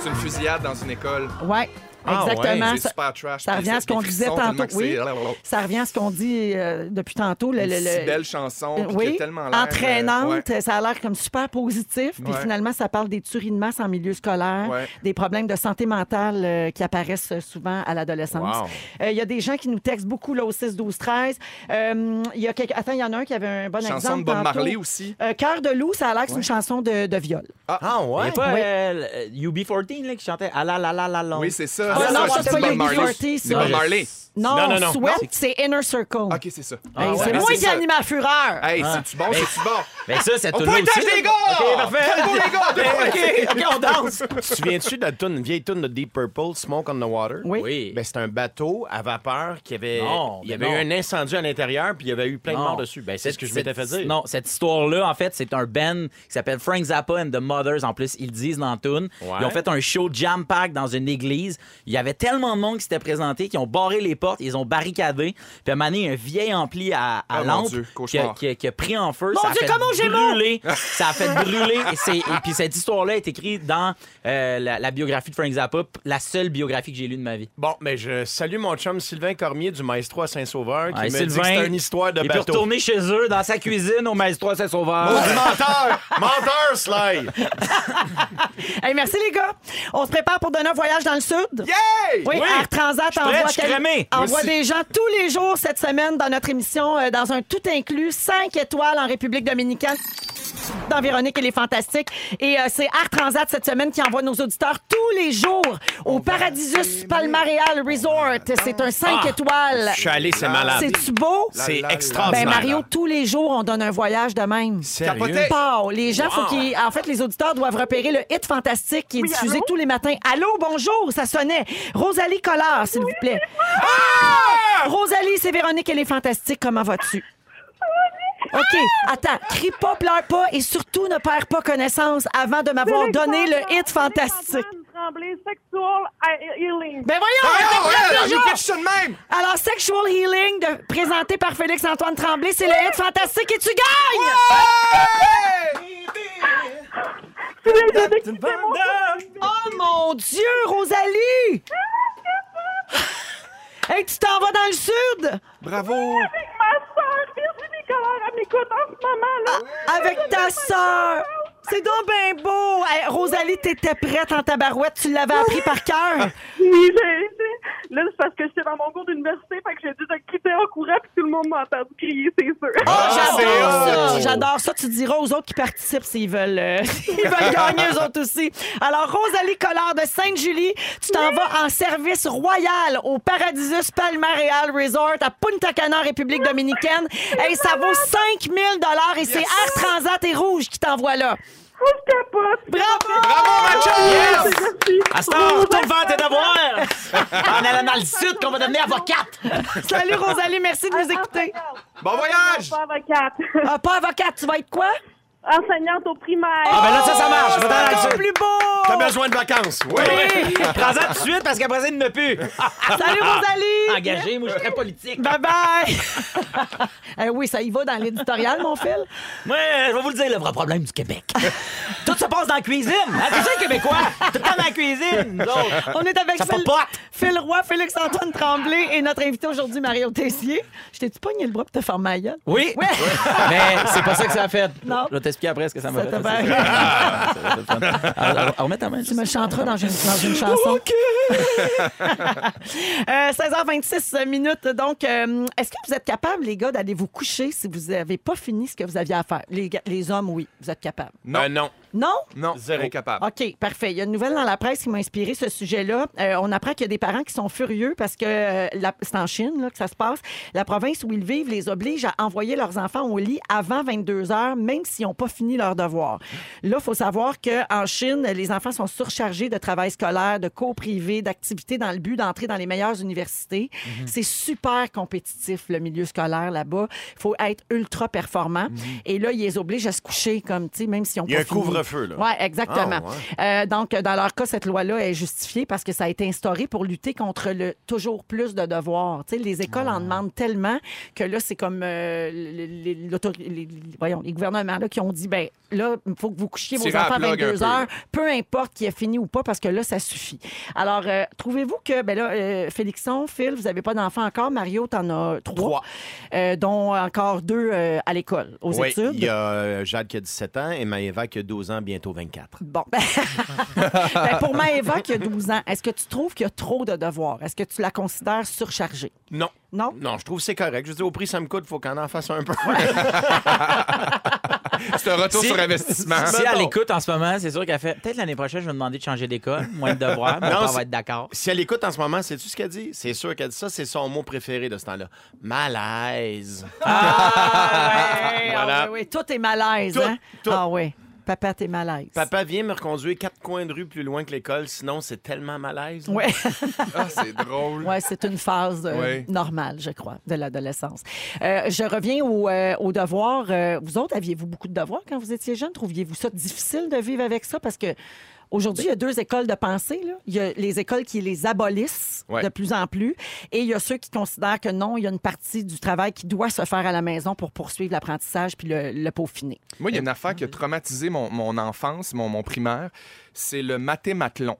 Speaker 1: C'est une fusillade dans une école. Ben,
Speaker 2: Ouais.
Speaker 3: Ah, ouais,
Speaker 2: Exactement.
Speaker 1: C'est
Speaker 2: ça,
Speaker 1: super trash.
Speaker 2: ça
Speaker 1: Puis
Speaker 2: revient à ce
Speaker 1: c'est-
Speaker 2: qu'on
Speaker 1: les
Speaker 2: disait
Speaker 1: frissons, tellement
Speaker 2: tantôt.
Speaker 1: que
Speaker 2: Oui.
Speaker 1: c'est-
Speaker 2: ça revient à ce qu'on dit euh, depuis tantôt. Le, le-
Speaker 1: Une si
Speaker 2: le-
Speaker 1: belle chanson. puis qui
Speaker 2: oui,
Speaker 1: a tellement l'air, euh, ouais.
Speaker 2: entraînante. Ça a l'air comme super positif. Puis
Speaker 1: Ouais.
Speaker 2: finalement, ça parle des tueries de masse en milieu scolaire,
Speaker 1: Ouais.
Speaker 2: des problèmes de santé mentale euh, qui apparaissent souvent à l'adolescence. Euh,
Speaker 3: Wow.
Speaker 2: Il y a des gens qui nous textent beaucoup là, au 6, 12, 13. Euh, Il y a quelqu'un- Attends, il y en a un qui avait un bon exemple.
Speaker 1: Chanson de Bob
Speaker 2: tantôt.
Speaker 1: Marley aussi.
Speaker 2: Euh, Cœur de loup, ça a l'air que c'est une chanson de, de viol.
Speaker 3: Ah
Speaker 4: Il n'y
Speaker 3: ouais?
Speaker 4: a pas
Speaker 2: Oui.
Speaker 4: euh, euh, UB14 là, qui chantait Ah la la la la la.
Speaker 1: Oui, c'est ça.
Speaker 2: Ah,
Speaker 1: C'est
Speaker 2: non,
Speaker 1: ça,
Speaker 2: ça, c'est pas
Speaker 1: Bob
Speaker 2: Lady
Speaker 1: Marley.
Speaker 2: Forty, ça.
Speaker 1: C'est Bob Marley.
Speaker 2: Non,
Speaker 3: Non, non, non.
Speaker 2: Sweat,
Speaker 3: Non.
Speaker 2: c'est Inner Circle.
Speaker 1: Ok, c'est ça.
Speaker 2: Hey, Ah, c'est
Speaker 1: ouais. Ah,
Speaker 2: moi Ah.
Speaker 1: C'est
Speaker 2: qui
Speaker 1: ça.
Speaker 2: anime à fureur.
Speaker 1: Hey, c'est-tu bon? C'est-tu bon?
Speaker 4: Mais ça, c'est
Speaker 1: Au
Speaker 4: tout
Speaker 1: pointage, les gars!
Speaker 4: OK, parfait.
Speaker 1: Calme-vous, les gars!
Speaker 2: Ben,
Speaker 1: deux
Speaker 4: *laughs*
Speaker 1: points.
Speaker 4: OK, OK, on danse.
Speaker 3: Tu te souviens-tu de la toune, une vieille toune de Deep Purple, Smoke on the Water?
Speaker 2: Oui.
Speaker 4: Oui.
Speaker 3: Ben, c'est un bateau à vapeur qui avait.
Speaker 4: Non,
Speaker 3: il y
Speaker 4: ben
Speaker 3: avait
Speaker 4: non.
Speaker 3: eu un incendie à l'intérieur, puis il y avait eu plein de
Speaker 4: Non.
Speaker 3: morts dessus. Ben, c'est ce que je
Speaker 4: Cette-
Speaker 3: m'étais fait dire.
Speaker 4: Non, cette histoire-là, en fait, c'est un band qui s'appelle Frank Zappa and the Mothers. En plus, ils le disent dans la Toon.
Speaker 3: Ouais.
Speaker 4: Ils ont fait un show jam pack dans une église. Il y avait tellement de monde qui s'était présenté, qui ont barré les portes, ils ont barricadé. Puis à un moment donné, un vieil ampli
Speaker 3: Oh
Speaker 4: à, à
Speaker 1: Ah, mon
Speaker 4: lampe
Speaker 1: Dieu,
Speaker 4: qui, a,
Speaker 1: cauchemar.
Speaker 4: qui a- qui a pris en feu.
Speaker 2: Mon
Speaker 4: ça a
Speaker 2: Dieu,
Speaker 4: fait
Speaker 2: comme au Gémeaux!
Speaker 4: *laughs* brûler. Ça a fait brûler. Et, c'est- et puis cette histoire-là est écrite dans euh, la, la biographie de Frank Zappa, p- la seule biographie que j'ai lue de ma vie.
Speaker 3: Bon, mais je salue mon chum Sylvain Cormier du Maestro à Saint-Sauveur qui
Speaker 4: Ouais,
Speaker 3: me dit
Speaker 4: Sylvain,
Speaker 3: que c'est une histoire de
Speaker 4: il peut
Speaker 3: bateau.
Speaker 4: retourner chez eux dans sa cuisine au Maestro Saint-Sauveur.
Speaker 3: Oh, menteur! menteur, Sly!
Speaker 2: Hey, merci, les gars. On se prépare pour donner un voyage dans le Sud.
Speaker 1: Yay!
Speaker 2: Oui,
Speaker 4: Oui.
Speaker 2: Air Transat
Speaker 4: suis
Speaker 2: envoie,
Speaker 4: prête, je suis cramée.
Speaker 2: envoie
Speaker 1: Moi aussi.
Speaker 2: des gens tous les jours cette semaine dans notre émission, euh, dans un tout inclus, 5 étoiles en République dominicaine. Dans Véronique et les Fantastiques. Et euh, c'est Air Transat cette semaine qui envoie nos auditeurs tous les jours au Paradisus Palmareal Resort. C'est un 5
Speaker 3: Ah,
Speaker 2: étoiles.
Speaker 3: Je suis allé, c'est malade.
Speaker 2: C'est-tu beau?
Speaker 3: C'est
Speaker 1: La, la, la.
Speaker 2: Ben
Speaker 3: extraordinaire.
Speaker 2: Mario, tous les jours, on donne un voyage de même.
Speaker 3: Sérieux?
Speaker 1: Capoté.
Speaker 2: Pow! Les gens, faut qu'ils. En fait, les auditeurs doivent repérer le hit fantastique qui est diffusé tous les matins. Allô, bonjour, ça sonnait. Rosalie Collard, s'il vous plaît. Ah! Rosalie, c'est Véronique, elle est fantastique. Comment vas-tu? OK, attends, crie pas, pleure pas et surtout ne perds pas connaissance avant de m'avoir donné le hit fantastique.
Speaker 7: Tremblay, sexual healing.
Speaker 2: Ben voyons,
Speaker 1: Ah,
Speaker 2: on
Speaker 1: ouais,
Speaker 2: est
Speaker 1: alors,
Speaker 2: déjà.
Speaker 1: il pitch ça de même!
Speaker 2: Alors, Sexual Healing, de- présenté par Félix-Antoine Tremblay, c'est le hit fantastique et tu gagnes! Oh mon Dieu, Rosalie! *laughs* Hey, tu t'en vas dans le sud
Speaker 1: Bravo!
Speaker 7: Ma soeur, Virginie Collard, elle m'écoute en ce moment,
Speaker 2: Ah
Speaker 7: là.
Speaker 2: avec ta sœur. C'est donc bien beau. Hey, Rosalie, t'étais prête en tabarouette. Tu l'avais appris par cœur.
Speaker 7: Oui, j'ai, j'ai- Là, c'est parce que j'étais dans mon cours d'université, fait que j'ai dû de quitter en courant, puis tout le monde m'a entendu crier, c'est sûr. Ah,
Speaker 2: Oh, j'adore
Speaker 1: Ah, c'est
Speaker 2: ça.
Speaker 1: hot.
Speaker 2: J'adore ça. Tu diras aux autres qui participent s'ils veulent, euh, *laughs* ils veulent
Speaker 1: *laughs*
Speaker 2: gagner eux autres aussi. Alors, Rosalie Collard de Sainte-Julie, tu t'en vas en service royal au Paradisus Palmareal Resort à Punta Cana, République dominicaine. Et ça vaut 5000 dollars et c'est Air Transat et Rouge qui t'envoie là.
Speaker 7: Je capote.
Speaker 2: Bravo!
Speaker 1: Bravo, ma chum!
Speaker 4: À ce temps, retourne faire tes devoirs! en allant dans le sud qu'on va devenir avocate!
Speaker 1: *laughs*
Speaker 2: Salut, Rosalie. Merci de nous écouter.
Speaker 1: Bon voyage!
Speaker 7: Pas avocate. *laughs*
Speaker 2: Ah, pas avocate, tu vas être quoi?
Speaker 7: Enseignante au primaire.
Speaker 4: Ah ben là, ça, ça marche! Va-t'en dans le
Speaker 2: Encore
Speaker 4: sud.
Speaker 2: plus beau!
Speaker 3: T'as besoin de vacances? Oui! Euh,
Speaker 4: Prends-en tout de suite parce qu'après ça, il ne plus!
Speaker 2: Salut, Rosalie!
Speaker 4: Ah. Engagé, moi, je suis très politique.
Speaker 2: Bye bye! Eh oui, ça y va dans l'éditorial, mon fil.
Speaker 4: Moi, euh, je vais vous le dire, le vrai problème du Québec. tout se passe dans la cuisine! Hein, c'est ça, les Québécois! Tout le temps dans la cuisine, nous autres!
Speaker 2: *laughs* On est avec
Speaker 4: Ça
Speaker 2: Phil,
Speaker 4: papote.
Speaker 2: Phil Roy, Félix-Antoine Tremblay et notre invité aujourd'hui, Mario Tessier. Je t'ai-tu pogné le bras pour te faire ma gueule?
Speaker 4: Oui!
Speaker 2: Ouais.
Speaker 4: Mais c'est pas ça que ça a fait.
Speaker 2: Non.
Speaker 4: Je vais t'expliquer après ce que ça m'a
Speaker 2: Ça
Speaker 4: fait.
Speaker 2: t'a
Speaker 4: c'est
Speaker 2: fait-
Speaker 4: ça. Ça va être le fun. Alors, on remet ta main.
Speaker 2: Tu me chanteras dans une, dans
Speaker 4: *laughs*
Speaker 2: une chanson. Euh, OK! 16h26 minutes. Donc, euh, est-ce que vous êtes capables, les gars, d'aller vous coucher si vous n'avez pas fini ce que vous aviez à faire? Les, gars- les hommes, oui, vous êtes capables.
Speaker 3: Non. non.
Speaker 2: Non?
Speaker 1: Non,
Speaker 3: Zéro.
Speaker 1: incapable.
Speaker 2: OK, parfait. Il y a une nouvelle dans la presse qui m'a inspiré ce sujet-là. Euh, on apprend qu'il y a des parents qui sont furieux parce que euh, la- c'est en Chine là, que ça se passe. La province où ils vivent les oblige à envoyer leurs enfants au lit avant 22 heures, même s'ils n'ont pas fini leurs devoirs. Là, il faut savoir qu'en Chine, les enfants sont surchargés de travail scolaire, de cours privés, d'activités dans le but d'entrer dans les meilleures universités.
Speaker 3: Mhm.
Speaker 2: C'est super compétitif, le milieu scolaire là-bas. Il faut être ultra performant. Et là, ils les obligent à se coucher, comme, tu sais, même si on
Speaker 3: Mhm. Il y a un couvre-feu, là.
Speaker 2: oui, exactement.
Speaker 3: Ah,
Speaker 2: Euh, donc, dans leur cas, cette loi-là est justifiée parce que ça a été instauré pour lutter contre le toujours plus de devoirs. Tu sais, les écoles
Speaker 3: Ah.
Speaker 2: en demandent tellement que là, c'est comme euh, les, les- l'autor- les- les- voyons, les gouvernements là, qui ont dit ben là, il faut que vous couchiez vos
Speaker 1: Tirez à
Speaker 2: enfants à
Speaker 1: la plug un
Speaker 2: 22
Speaker 1: peu.
Speaker 2: heures, peu importe qui a fini ou pas, parce que là, ça suffit. Alors, euh, trouvez-vous que, ben là, euh, Félixon, Phil, vous n'avez pas d'enfants encore, Mario, t'en as trois,
Speaker 3: Trois.
Speaker 2: euh, dont encore deux euh, à l'école, aux
Speaker 3: Oui,
Speaker 2: études.
Speaker 3: il y a euh, Jade qui a 17 ans et Maëva qui a 12 ans, bientôt 24.
Speaker 2: Bon. *laughs* Ben, ben, pour Maëva, qui a 12 ans, est-ce que tu trouves qu'il y a trop de devoirs? Est-ce que tu la considères surchargée?
Speaker 3: Non.
Speaker 2: Non?
Speaker 3: Non, je trouve que c'est correct. Je dis au prix ça me coûte, faut qu'on en fasse un peu.
Speaker 4: Ah,
Speaker 1: C'est un retour
Speaker 4: Si-
Speaker 1: sur
Speaker 4: *laughs*
Speaker 1: investissement.
Speaker 4: Si elle écoute en ce moment, c'est sûr qu'elle fait peut-être l'année prochaine, je vais demander de changer d'école, moins de devoirs, mon
Speaker 3: Non,
Speaker 4: père
Speaker 3: c'est-
Speaker 4: va être d'accord.
Speaker 3: *laughs* si elle écoute en ce moment, sais-tu ce qu'elle dit? C'est sûr qu'elle dit ça, c'est son mot préféré de ce temps-là. Malaise.
Speaker 2: Ah,
Speaker 3: *laughs*
Speaker 2: ouais,
Speaker 3: Voilà.
Speaker 2: ah ouais, ouais. Tout est malaise,
Speaker 3: Tout,
Speaker 2: hein?
Speaker 3: tout.
Speaker 2: Ah oui. Papa, t'es malaise.
Speaker 3: Papa, viens me reconduire quatre coins de rue plus loin que l'école, sinon c'est tellement malaise. là.
Speaker 2: Ouais.
Speaker 1: Ah, c'est drôle.
Speaker 2: Ouais, c'est une phase euh,
Speaker 1: Ouais.
Speaker 2: normale, je crois, de l'adolescence. Euh, je reviens au, euh, aux devoirs. Euh, vous autres, aviez-vous beaucoup de devoirs quand vous étiez jeune? Trouviez-vous ça difficile de vivre avec ça? Parce que aujourd'hui, il y a deux écoles de pensée. là. Il y a les écoles qui les abolissent
Speaker 1: Ouais.
Speaker 2: de plus en plus et il y a ceux qui considèrent que non, il y a une partie du travail qui doit se faire à la maison pour poursuivre l'apprentissage puis le, le peaufiner.
Speaker 1: Moi, il y a une affaire qui a traumatisé mon, mon enfance, mon, mon primaire, c'est le mathématelon.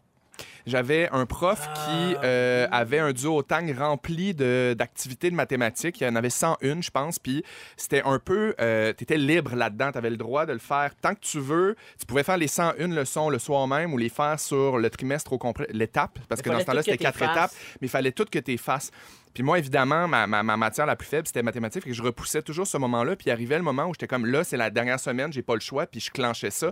Speaker 1: J'avais un prof
Speaker 4: Ah,
Speaker 1: qui euh, avait un duotang rempli de- d'activités de, mathématiques. Il y en avait 101, je pense. Puis c'était un peu. tu étais libre là-dedans. Tu avais le droit de le faire tant que tu veux. Tu pouvais faire les 101 leçons le soir même ou les faire sur le trimestre au complet, l'étape. Parce
Speaker 4: Mais
Speaker 1: que dans
Speaker 4: fallait
Speaker 1: ce temps-là,
Speaker 4: tout que
Speaker 1: c'était quatre
Speaker 4: t'y fasses.
Speaker 1: étapes. Mais il fallait tout que tu fasses. Puis moi, évidemment, ma, ma- ma matière la plus faible, c'était mathématiques. Et je repoussais toujours ce moment-là. Puis arrivait le moment où j'étais comme là, c'est la dernière semaine, j'ai pas le choix. Puis je clenchais ça.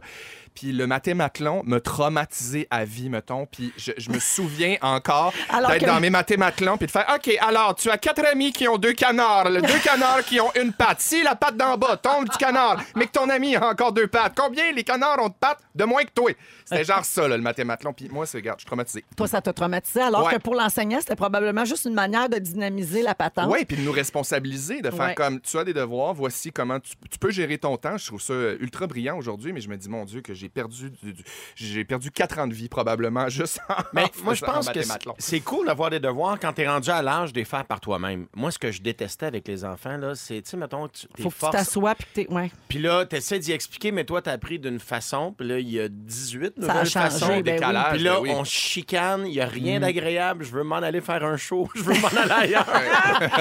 Speaker 1: Puis le mathématelon me traumatisait à vie, mettons. Puis je, je me souviens encore
Speaker 2: *laughs* Alors
Speaker 1: d'être
Speaker 2: que-
Speaker 1: dans mes mathématelons. Puis de faire OK, alors tu as quatre amis qui ont deux canards. Le deux canards qui ont une patte. Si la patte d'en bas tombe du canard, mais que ton ami a encore deux pattes, combien les canards ont de pattes de moins que toi?
Speaker 2: *laughs*
Speaker 1: C'était genre ça, là, le mathématelon. Puis moi, c'est, regarde, je suis traumatisé.
Speaker 2: Toi, ça t'a traumatisé, alors
Speaker 1: Ouais.
Speaker 2: que pour l'enseignant, c'était probablement juste une manière de dynamiser la patente.
Speaker 1: Oui, puis de nous responsabiliser, de faire
Speaker 2: Ouais.
Speaker 1: comme tu as des devoirs, voici comment tu, tu peux gérer ton temps. Je trouve ça ultra brillant aujourd'hui, mais je me dis, mon Dieu, que j'ai perdu, du- du- j'ai perdu 4 ans de vie probablement *laughs* juste en.
Speaker 3: Mais
Speaker 1: en
Speaker 3: moi, je
Speaker 1: faisant
Speaker 3: pense que Ah, c'est-
Speaker 1: mathématelon.
Speaker 3: c'est cool d'avoir des devoirs quand t'es rendu à l'âge de les faire par toi-même. Moi, ce que je détestais avec les enfants, là, c'est, tu sais, mettons, tu t'es
Speaker 2: Faut que tu
Speaker 3: force-
Speaker 2: t'assoies puis que t'es- ouais.
Speaker 3: Puis là, t'essaies d'y expliquer, mais toi, t'as appris d'une façon. Puis là, il y a 18
Speaker 2: a
Speaker 3: nouvelles
Speaker 2: changé,
Speaker 3: façons.
Speaker 2: ben oui.
Speaker 1: décalage,
Speaker 3: Puis là,
Speaker 1: ben oui.
Speaker 3: on se chicane, il n'y a rien d'agréable. Je veux m'en aller faire un show, *laughs* je veux m'en aller ailleurs.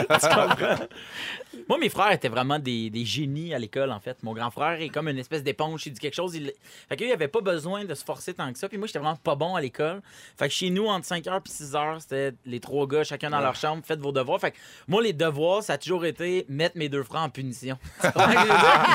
Speaker 3: tu comprends?
Speaker 4: Moi, mes frères étaient vraiment des, des génies à l'école, en fait. Mon grand frère est comme une espèce d'éponge. Il dit quelque chose. Il... Fait qu'il avait pas besoin de se forcer tant que ça. Puis moi, j'étais vraiment pas bon à l'école. Fait que chez nous, entre 5h puis 6h, c'était les trois gars, chacun dans leur chambre, faites vos devoirs. Fait que moi, les devoirs, ça a toujours été mettre mes deux frères
Speaker 3: *laughs*
Speaker 4: en punition. Tu comprends ce que je veux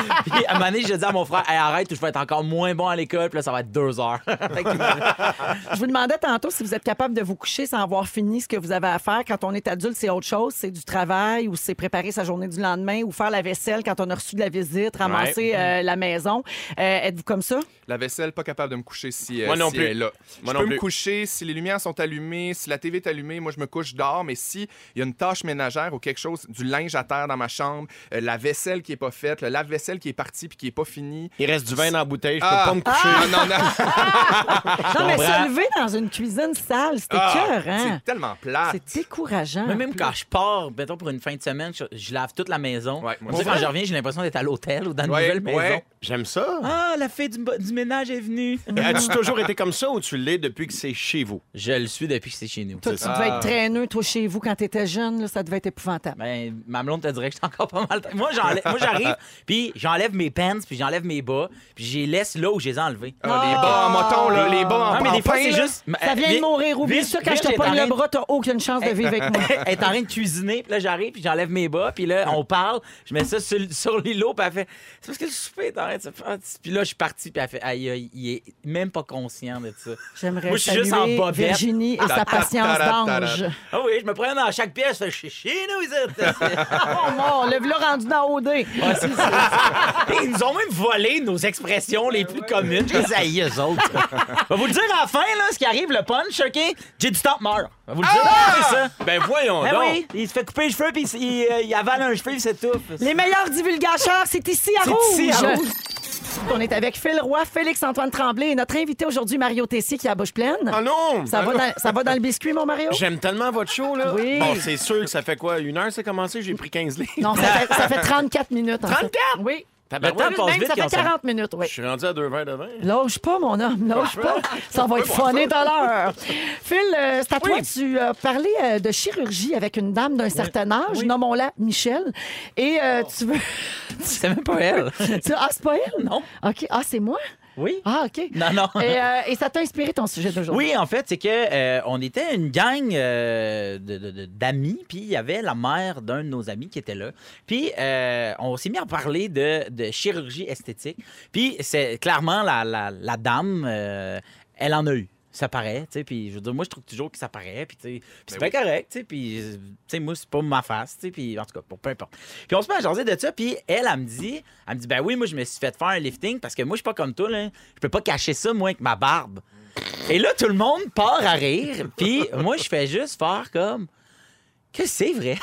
Speaker 4: dire? puis à un moment donné, je dis à mon frère, Hey, arrête, ou je vais être encore moins bon à l'école. Puis là, ça va être deux heures. Fait qu'il-
Speaker 2: Je vous demandais tantôt si vous êtes capable de vous coucher sans avoir fini ce que vous avez à faire. Quand on est adulte, c'est autre chose. C'est du travail ou c'est préparer sa journée du lendemain ou faire la vaisselle quand on a reçu de la visite, ramasser euh, la maison. Euh, Êtes-vous comme ça?
Speaker 1: La vaisselle, pas capable de me coucher si, euh,
Speaker 3: Moi non
Speaker 1: si
Speaker 3: plus.
Speaker 1: elle est là.
Speaker 3: Moi
Speaker 1: je
Speaker 3: non
Speaker 1: peux me
Speaker 3: plus.
Speaker 1: coucher si les lumières sont allumées, si la TV est allumée, moi je me couche, je dors, mais si il y a une tâche ménagère ou quelque chose, du linge à terre dans ma chambre, euh, la vaisselle qui est pas faite, le lave-vaisselle qui est parti puis qui est pas fini.
Speaker 3: Il reste du vin dans la bouteille, je
Speaker 1: Ah.
Speaker 3: peux pas me coucher.
Speaker 1: Ah, non, non.
Speaker 2: Non, mais
Speaker 4: Ah, comprends.
Speaker 2: se lever dans une cuisine sale, c'est
Speaker 1: Ah,
Speaker 2: écœurant. hein?
Speaker 1: C'est tellement plate.
Speaker 2: C'est décourageant.
Speaker 4: Mais même quand je pars, mettons pour une fin de semaine, je, je lave toute la maison.
Speaker 1: Ouais, moi
Speaker 4: Pour
Speaker 1: aussi.
Speaker 4: ça, quand je reviens, j'ai l'impression d'être à l'hôtel ou dans une
Speaker 1: Ouais,
Speaker 4: nouvelle maison.
Speaker 1: ouais.
Speaker 3: J'aime ça.
Speaker 4: Ah, la fille du, du ménage est venue.
Speaker 2: *laughs*
Speaker 3: As-tu toujours été comme ça ou tu l'es depuis que c'est chez vous.
Speaker 4: Je le suis depuis que c'est chez nous.
Speaker 2: Toi, tu devais être traîneux, toi, chez vous, quand t'étais jeune, là, ça devait être épouvantable.
Speaker 4: Ben, ma blonde te dirait que j'étais encore pas mal. Moi, j'enlève- moi,
Speaker 1: *laughs*
Speaker 4: j'arrive, puis j'enlève mes pants, puis j'enlève mes bas, puis je les laisse là où je les ai enlevés.
Speaker 1: Ah, Les bas en moton, là, les bas en
Speaker 4: Ah, mais des fois,
Speaker 1: en pain,
Speaker 4: c'est
Speaker 1: là.
Speaker 4: juste.
Speaker 2: Ça vient de mourir. Oublie ça, quand je te pogne le bras, t'as aucune chance de vivre
Speaker 4: *laughs*
Speaker 2: avec moi.
Speaker 4: Elle est en train de cuisiner, puis là, j'arrive, puis j'enlève mes bas, puis là, on parle, je mets ça sur, sur l'îlot, puis elle fait C'est parce que le souper est en train de se faire. Puis là, je suis parti, puis elle fait Aïe, aïe, il est même pas conscient de ça.
Speaker 2: J'aimerais
Speaker 4: Moi, je suis
Speaker 2: saluer
Speaker 4: juste en bobette.
Speaker 2: Virginie et sa patience d'ange.
Speaker 4: Ah oui, je me prends dans chaque pièce, je fais Chez- chez nous, *laughs* ici. Ah,
Speaker 2: Oh mon, le v'là rendu dans OD.
Speaker 4: Ils nous ont même volé nos expressions les plus communes. Je les haïs, eux autres. *laughs* On va vous le dire à la fin, là, ce qui arrive, le punch, OK? J'ai du temps meurt. On va vous le dire, c'est ça.
Speaker 3: Ben voyons
Speaker 4: Ah! Ben
Speaker 3: donc.
Speaker 4: oui, il se fait couper les cheveux, puis il, il, euh, il avale un cheveu, puis c'est tout.
Speaker 2: Les meilleurs divulgateurs, c'est ici à Rouge.
Speaker 4: C'est ici à Rouge.
Speaker 2: On est avec Phil Roy, Félix-Antoine Tremblay et notre invité aujourd'hui, Mario Tessier, qui a la bouche pleine.
Speaker 3: Ah non!
Speaker 4: ben
Speaker 2: Ça va, dans, ça va dans le biscuit, mon Mario?
Speaker 3: J'aime tellement votre show, là.
Speaker 2: Oui.
Speaker 3: Bon, c'est sûr que ça fait quoi? Une heure, c'est commencé, j'ai pris 15 livres.
Speaker 2: Non, ça fait, ça fait 34 minutes. en fait.
Speaker 3: 34?
Speaker 2: Oui.
Speaker 3: Tabarouette.
Speaker 4: Le temps passe
Speaker 2: Même,
Speaker 4: vite
Speaker 2: ça
Speaker 4: quand
Speaker 2: fait
Speaker 4: ça-
Speaker 2: 40 minutes, oui.
Speaker 3: Je suis rendu à 2 verres de vin.
Speaker 2: Lâche pas, mon homme, lâche pas. Ça va être funné tout à l'heure. Phil, euh, c'est à toi, tu as parlé euh, de chirurgie avec une dame d'un certain âge, nommons-la Michel, et euh,
Speaker 4: Oh.
Speaker 2: tu veux... *laughs*
Speaker 4: C'est même pas elle.
Speaker 2: tu- Ah, c'est pas elle?
Speaker 4: Non.
Speaker 2: OK, ah, c'est moi?
Speaker 4: Oui?
Speaker 2: Ah, OK.
Speaker 4: Non, non.
Speaker 2: Et, euh, et ça t'a inspiré ton sujet d'aujourd'hui?
Speaker 4: Oui, en fait, c'est que euh, on était une gang euh, de- de- de- d'amis, puis il y avait la mère d'un de nos amis qui était là. Puis euh, on s'est mis à parler de, de chirurgie esthétique. Puis c'est clairement la, la- la dame, euh, elle en a eu. Ça paraît, tu sais, puis je veux dire, moi, je trouve toujours que ça paraît, puis tu sais, puis c'est bien correct, tu sais, puis, euh, tu sais, moi, c'est pas ma face, tu sais, puis en tout cas, bon, peu importe. Puis on se met à jaser de ça, puis elle, elle me dit, elle me dit, ben oui, moi, je me suis fait faire un lifting parce que moi, je suis pas comme toi, là, je peux pas cacher ça, moi, avec ma barbe. Et là, tout le monde part à rire. Puis moi, je fais juste faire comme que c'est vrai.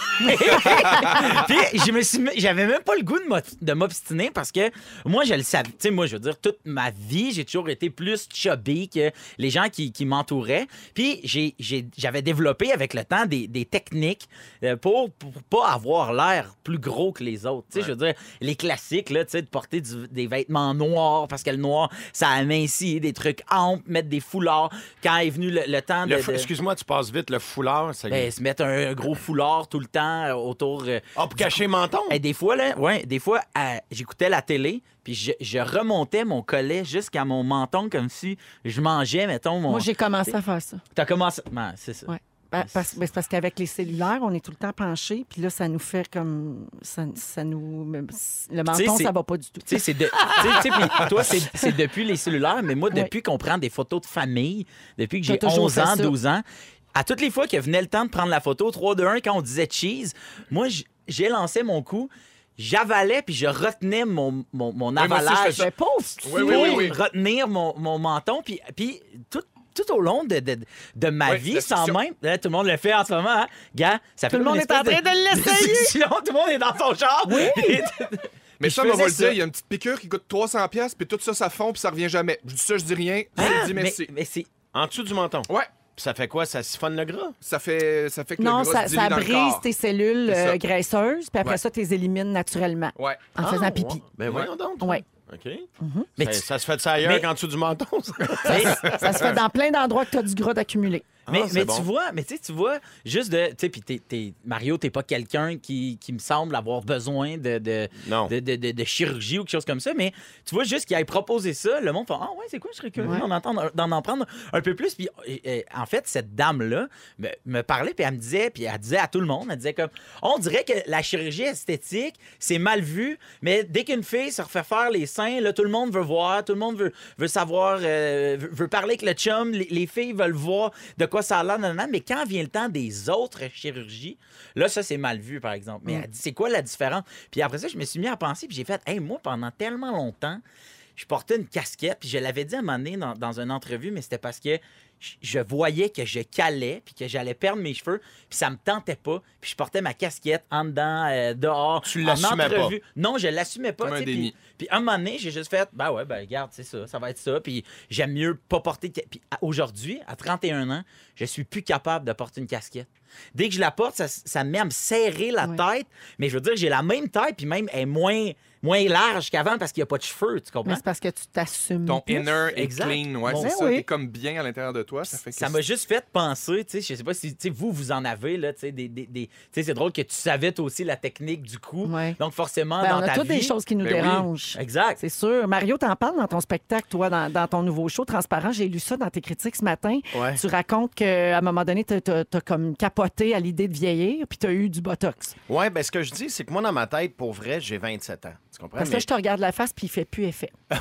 Speaker 4: puis je me suis, mis- j'avais même pas le goût de m'ob- de m'obstiner parce que moi, je le savais. Tu sais, moi, je veux dire, toute ma vie, j'ai toujours été plus chubby que les gens qui, qui m'entouraient. Puis j'ai- j'ai- j'avais développé avec le temps des, des techniques euh, pour, pour pas avoir l'air plus gros que les autres. Tu sais, je veux dire, les classiques, là, tu sais, de porter du- des vêtements noirs parce que le noir, ça amincit, des trucs amples, mettre des foulards. Quand est venu le, le temps de...
Speaker 3: Le fou-
Speaker 4: de-
Speaker 3: Excuse-moi, tu passes vite le foulard. ça-
Speaker 4: ben, se mettre un gros foulard tout le temps euh, autour. euh,
Speaker 3: Ah, pour cacher le menton.
Speaker 4: et des fois, là, ouais, des fois, euh, j'écoutais la télé, puis je, je remontais mon collet jusqu'à mon menton comme si je mangeais, mettons, mon.
Speaker 2: Moi, j'ai commencé à faire ça.
Speaker 4: T'as commencé. Ben, c'est ça.
Speaker 2: Ouais. Ben, parce, ben, c'est parce qu'avec les cellulaires, on est tout le temps penché, puis là, ça nous fait comme. Ça, ça nous. ben, Le
Speaker 4: Tu sais,
Speaker 2: menton,
Speaker 4: c'est-
Speaker 2: ça va pas du tout.
Speaker 4: Tu sais, c'est de... tu sais- tu sais, puis toi, c'est, c'est depuis les cellulaires, mais moi, depuis qu'on prend des photos de famille, depuis que
Speaker 2: T'as
Speaker 4: j'ai
Speaker 2: toujours
Speaker 4: 11
Speaker 2: fait
Speaker 4: ans,
Speaker 2: ça.
Speaker 4: 12 ans, à toutes les fois que venait le temps de prendre la photo, 3, 2, 1, quand on disait cheese, moi, j- j'ai lancé mon coup, j'avalais, puis je retenais mon, mon, mon
Speaker 3: moi aussi, je fais
Speaker 4: avalage.
Speaker 3: ça.
Speaker 2: Ben, pauvre petit.
Speaker 1: Oui, oui, oui,
Speaker 4: pour
Speaker 1: oui.
Speaker 4: retenir mon, mon menton. Puis, puis tout, tout au long de, de, de ma
Speaker 1: Oui,
Speaker 4: vie,
Speaker 1: la
Speaker 4: sans
Speaker 1: fiction.
Speaker 4: même. Là, tout le monde le fait en ce moment. Hein? Gars, ça fait
Speaker 2: Tout le
Speaker 4: comme
Speaker 2: monde
Speaker 4: une
Speaker 2: est en
Speaker 4: espèce
Speaker 2: train de l'essayer.
Speaker 4: session, tout le monde est dans son char. *laughs*
Speaker 1: Mais
Speaker 4: Puis
Speaker 1: ça,
Speaker 4: je
Speaker 1: on va le
Speaker 4: faisais
Speaker 1: dire,
Speaker 4: ça.
Speaker 1: il y a une petite piqûre qui coûte 300$, piastres, puis tout ça, ça fond, puis ça revient jamais. Je dis ça, je dis rien. Je
Speaker 4: Ah,
Speaker 1: le dis
Speaker 4: mais,
Speaker 1: merci.
Speaker 4: mais c'est
Speaker 3: En dessous du menton.
Speaker 1: Ouais,
Speaker 3: Ça fait quoi? Ça siphonne le gras?
Speaker 1: ça fait, ça fait que
Speaker 2: Non,
Speaker 1: le gras
Speaker 2: ça,
Speaker 1: se
Speaker 2: ça
Speaker 1: dilue dans le
Speaker 2: brise
Speaker 1: corps.
Speaker 2: tes cellules
Speaker 1: C'est ça.
Speaker 2: euh, graisseuses, puis après
Speaker 1: Ouais.
Speaker 2: ça, tu les élimines naturellement
Speaker 1: Ouais.
Speaker 2: en
Speaker 3: Ah,
Speaker 2: faisant
Speaker 3: ouais.
Speaker 2: pipi.
Speaker 3: Ben voyons donc.
Speaker 1: *laughs*
Speaker 2: Ouais.
Speaker 3: OK.
Speaker 4: Mais
Speaker 3: Ça,
Speaker 4: tu-
Speaker 3: ça se fait de ça ailleurs
Speaker 4: Mais-
Speaker 3: qu'en dessous du menton.
Speaker 2: *laughs*
Speaker 3: ça.
Speaker 4: *laughs*
Speaker 2: Ça se fait dans plein d'endroits que tu as du gras d'accumuler.
Speaker 4: Mais,
Speaker 3: Ah, c'est
Speaker 4: mais
Speaker 3: bon.
Speaker 4: tu vois, mais tu sais, tu vois, juste de. Tu sais, puis t'es- t'es- Mario, t'es pas quelqu'un qui, qui me semble avoir besoin de, de,
Speaker 3: Non.
Speaker 4: de, de- de- de chirurgie ou quelque chose comme ça, mais tu vois, juste qu'il aille proposer ça, le monde fait Ah ouais, c'est quoi, je serais curieux
Speaker 2: Ouais.
Speaker 4: d'en entendre- d'en en prendre un peu plus. Puis euh, euh, en fait, cette dame-là me, me parlait, puis elle me disait, puis elle disait à tout le monde, elle disait comme On dirait que la chirurgie esthétique, c'est mal vu, mais dès qu'une fille se refait faire les seins, là, tout le monde veut voir, tout le monde veut, veut savoir, euh, veut, veut parler avec le chum, les, les filles veulent voir de quoi ça a l'air, nanana. mais quand vient le temps des autres chirurgies, là, ça, c'est mal vu, par exemple. Mais elle dit, c'est quoi la différence? Puis après ça, je me suis mis à penser, puis j'ai fait, hey, moi, pendant tellement longtemps, je portais une casquette, puis je l'avais dit à un moment donné dans, dans une entrevue, mais c'était parce que je- je voyais que je calais, puis que j'allais perdre mes cheveux, puis ça me tentait pas, puis je portais ma casquette en dedans, euh, dehors,
Speaker 3: Tu
Speaker 4: en
Speaker 3: l'assumais pas.
Speaker 4: entrevue. Non, je l'assumais pas.
Speaker 1: Comme un
Speaker 4: tu sais,
Speaker 1: déni.
Speaker 4: Puis, puis à un moment donné, j'ai juste fait, ben ouais, ben regarde, c'est ça, ça va être ça, puis j'aime mieux pas porter... de ca- Puis à- aujourd'hui, à 31 ans, je suis plus capable de porter une casquette. Dès que je la porte, ça, ça me met à me serrer la
Speaker 2: Ouais.
Speaker 4: tête, mais je veux dire, j'ai la même taille, puis même elle est moins, moins large qu'avant parce qu'il n'y a pas de cheveux, tu comprends?
Speaker 2: Mais c'est parce que tu t'assumes.
Speaker 1: Ton
Speaker 2: plus.
Speaker 1: inner est
Speaker 4: Mmh, Exact.
Speaker 1: clean, ouais,
Speaker 4: Bon,
Speaker 1: c'est
Speaker 2: ben
Speaker 1: ça.
Speaker 2: oui.
Speaker 1: T'es comme bien à l'intérieur de toi? Ça fait que-
Speaker 4: Ça m'a juste fait penser, tu sais, je sais pas si tu sais, vous, vous en avez, là, tu sais, des, des, des- tu sais, c'est drôle que tu savais toi aussi la technique du coup.
Speaker 2: Ouais.
Speaker 4: Donc forcément,
Speaker 2: Ben,
Speaker 4: dans
Speaker 2: on a
Speaker 4: ta
Speaker 2: toutes
Speaker 4: vie...
Speaker 2: des choses qui nous
Speaker 1: Ben oui.
Speaker 2: dérangent.
Speaker 4: Exact.
Speaker 2: C'est sûr. Mario, t'en parles dans ton spectacle, toi, dans, dans ton nouveau show Transparent. J'ai lu ça dans tes critiques ce matin.
Speaker 3: Ouais.
Speaker 2: Tu racontes qu'à un moment donné, t'as- t'as t'as comme capoté à l'idée de vieillir, puis t'as eu du Botox.
Speaker 3: Ouais, ben ce que je dis, c'est que moi, dans ma tête, pour vrai, j'ai 27 ans. Tu comprends?
Speaker 2: Parce que
Speaker 3: Mais-
Speaker 2: là, je te regarde la face, puis il fait plus effet.
Speaker 1: Il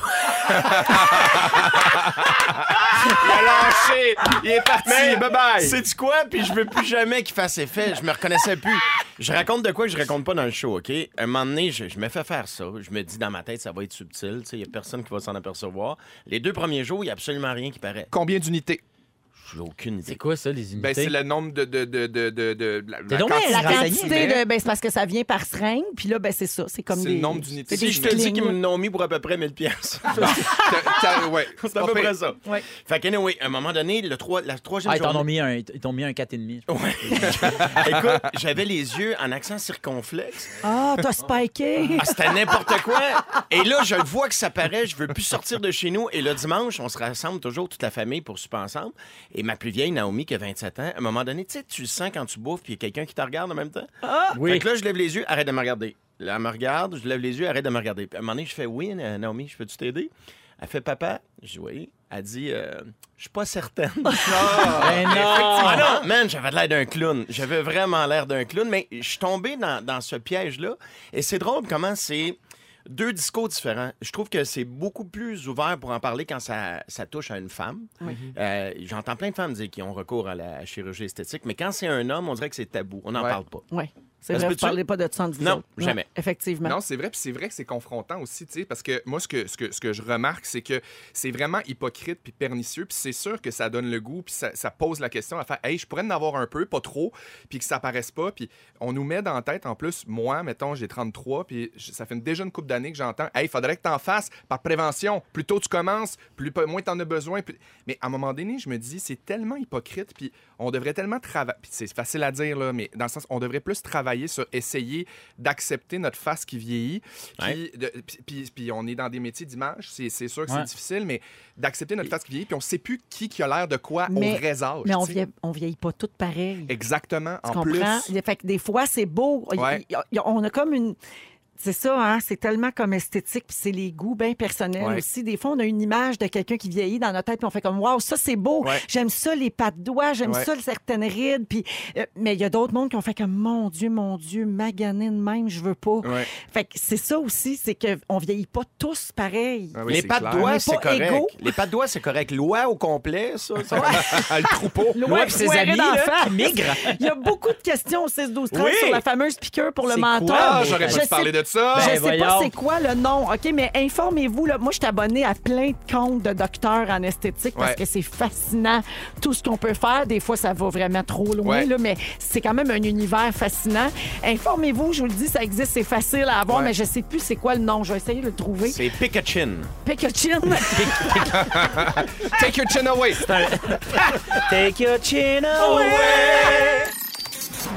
Speaker 1: a lâché! Il est parti!
Speaker 3: Mais-
Speaker 1: Bye-bye!
Speaker 3: Sais-tu quoi? Puis je veux plus jamais qu'il fasse effet. Je me reconnaissais plus. Je raconte de quoi que je raconte pas dans le show, OK? Un moment donné, je, je me fais faire ça. Je me dis dans ma tête, ça va être subtil. Il y a personne qui va s'en apercevoir. Les deux premiers jours, il n'y a absolument rien qui paraît.
Speaker 1: Combien d'unités?
Speaker 3: J'ai aucune idée.
Speaker 4: C'est quoi ça, les
Speaker 1: Ben,
Speaker 4: unités?
Speaker 1: c'est le nombre de. de, de, de, de, de- la- la
Speaker 4: donc bien
Speaker 1: quantité.
Speaker 2: La
Speaker 4: renseigné,
Speaker 2: quantité de. Ben, c'est parce que ça vient par seringue, puis là, ben, c'est ça. C'est comme
Speaker 1: C'est
Speaker 2: des-
Speaker 1: le nombre d'unités.
Speaker 2: c'est
Speaker 3: Si
Speaker 2: des
Speaker 3: je te dis
Speaker 2: clignes.
Speaker 3: qu'ils me l'ont mis pour à peu près 1000 pièces.
Speaker 1: T'as-
Speaker 4: *laughs*
Speaker 1: t'as- ouais.
Speaker 3: *laughs* C'est à peu
Speaker 1: Pas
Speaker 3: près
Speaker 1: pire.
Speaker 3: ça.
Speaker 2: Ouais.
Speaker 3: Fait que, anyway, à un moment donné, le trois- la troisième
Speaker 4: Ah, ils t'en
Speaker 3: journée-
Speaker 4: ont mis un, ils t'ont mis un 4,5.
Speaker 3: Ouais. *laughs* Écoute, j'avais les yeux en accent circonflexe.
Speaker 2: Ah, t'as spiké!
Speaker 3: Ah, c'était n'importe quoi. Et là, je le vois que ça paraît, je veux plus sortir de chez nous. Et le dimanche, on se rassemble toujours, toute la famille, pour souper ensemble. Et ma plus vieille, Naomi, qui a 27 ans, à un moment donné, tu sais, tu le sens quand tu bouffes, puis il y a quelqu'un qui te regarde en même temps.
Speaker 2: Ah.
Speaker 3: Fait que là, je lève les yeux, arrête de me regarder. Là, elle me regarde, je lève les yeux, arrête de me regarder. Puis à un moment donné, je fais Oui, Na- Naomi, je peux-tu t'aider? Elle fait Papa, je dis Oui. Elle dit Euh, Je suis pas certaine.
Speaker 4: Ben non!
Speaker 3: Ah non, man, j'avais l'air d'un clown. J'avais vraiment l'air d'un clown, mais je suis tombé dans, dans ce piège-là. Et c'est drôle comment c'est deux discours différents. Je trouve que c'est beaucoup plus ouvert pour en parler quand ça, ça touche à une femme. Euh, J'entends plein de femmes dire qu'ils ont recours à la chirurgie esthétique, mais quand c'est un homme, on dirait que c'est tabou. On n'en
Speaker 1: Ouais.
Speaker 3: parle pas.
Speaker 2: Oui. C'est
Speaker 3: Est-ce
Speaker 2: vrai,
Speaker 3: que
Speaker 2: vous
Speaker 3: tu-
Speaker 2: parlez pas de ça entre vous
Speaker 3: Non,
Speaker 2: autres.
Speaker 3: jamais.
Speaker 2: Effectivement.
Speaker 1: Non, c'est vrai, puis c'est vrai que c'est confrontant aussi, tu sais, parce que moi, ce que, ce que, ce que je remarque, c'est que c'est vraiment hypocrite puis pernicieux, puis c'est sûr que ça donne le goût, puis ça, ça pose la question à faire, hey, je pourrais en avoir un peu, pas trop, puis que ça paraisse pas, puis on nous met dans la tête, en plus, moi, mettons, j'ai 33, puis je- ça fait une- déjà une couple d'années que j'entends, hey, faudrait que t'en fasses par prévention, plus tôt tu commences, plus peu- moins t'en as besoin, plus- mais à un moment donné, je me dis, c'est tellement hypocrite, puis on devrait tellement travailler, puis c'est facile à dire, là, mais dans le sens, on devrait plus travailler sur essayer d'accepter notre face qui vieillit, puis, de- puis- puis- puis on est dans des métiers d'image, c'est c'est sûr que
Speaker 4: Ouais.
Speaker 1: c'est difficile, mais d'accepter notre face qui vieillit, puis on sait plus qui, qui a l'air de quoi
Speaker 2: Mais-
Speaker 1: au vrai âge.
Speaker 2: Mais on
Speaker 1: tu sais.
Speaker 2: vieillit, on vieillit pas toutes pareilles.
Speaker 1: Exactement,
Speaker 2: Tu
Speaker 1: en plus.
Speaker 2: comprends? Fait que des fois, c'est beau. Il-
Speaker 1: Ouais.
Speaker 2: il- il- On a comme une. C'est ça, hein? c'est tellement comme esthétique, puis c'est les goûts bien personnels
Speaker 1: Ouais.
Speaker 2: aussi. Des fois, on a une image de quelqu'un qui vieillit dans notre tête, puis on fait comme, waouh, ça c'est beau,
Speaker 1: Ouais.
Speaker 2: j'aime ça les pattes doigts, j'aime
Speaker 1: Ouais.
Speaker 2: ça certaines rides, puis euh, mais il y a d'autres mondes qui ont fait comme, mon Dieu, mon Dieu, magané de même, je veux pas.
Speaker 1: Ouais.
Speaker 2: Fait que c'est ça aussi, c'est qu'on vieillit pas tous pareil.
Speaker 1: Ah oui,
Speaker 3: Les
Speaker 1: c'est
Speaker 3: pattes
Speaker 1: clair.
Speaker 2: On
Speaker 3: d'oie,
Speaker 2: est
Speaker 3: c'est
Speaker 2: pas
Speaker 3: correct.
Speaker 2: égaux.
Speaker 3: Les pattes d'oie, c'est correct. Loi au complet, ça. ça-
Speaker 1: *laughs* le troupeau.
Speaker 4: Moi pis ses
Speaker 2: foiré
Speaker 4: amis,
Speaker 2: d'enfant.
Speaker 4: là, qui migrent.
Speaker 2: *laughs* Il y a beaucoup de questions au 6-12-13
Speaker 4: Oui.
Speaker 2: sur la fameuse piqûre pour le
Speaker 4: C'est
Speaker 2: menton.
Speaker 4: quoi?
Speaker 1: Ah, j'aurais
Speaker 2: Je
Speaker 1: pas dû
Speaker 2: sais-
Speaker 1: parler de ça.
Speaker 4: Ben,
Speaker 2: je sais pas
Speaker 4: voyons.
Speaker 2: c'est quoi le nom, OK, mais informez-vous. là. Moi, je suis abonnée à plein de comptes de docteurs en esthétique parce
Speaker 1: Ouais.
Speaker 2: que c'est fascinant tout ce qu'on peut faire. Des fois, ça va vraiment trop loin,
Speaker 1: Ouais.
Speaker 2: là, mais c'est quand même un univers fascinant. Informez-vous, je vous le dis, ça existe, c'est facile à avoir,
Speaker 1: Ouais.
Speaker 2: mais je sais plus c'est quoi le nom. Je vais essayer de le trouver.
Speaker 3: C'est Picachin.
Speaker 2: Pekachin.
Speaker 1: Take your chin away.
Speaker 4: Take your chin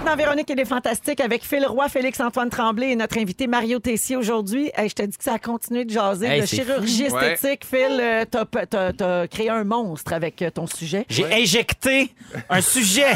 Speaker 2: dans Véronique et les Fantastiques avec Phil Roy, Félix-Antoine Tremblay et notre invité Mario Tessier aujourd'hui. Hey, je te dis que ça a continué de jaser.
Speaker 4: Hey,
Speaker 2: de
Speaker 4: c'est
Speaker 2: chirurgie
Speaker 1: fou.
Speaker 2: esthétique, Phil, euh, t'as t'as- t'as créé un monstre avec euh, ton sujet.
Speaker 4: J'ai injecté un sujet.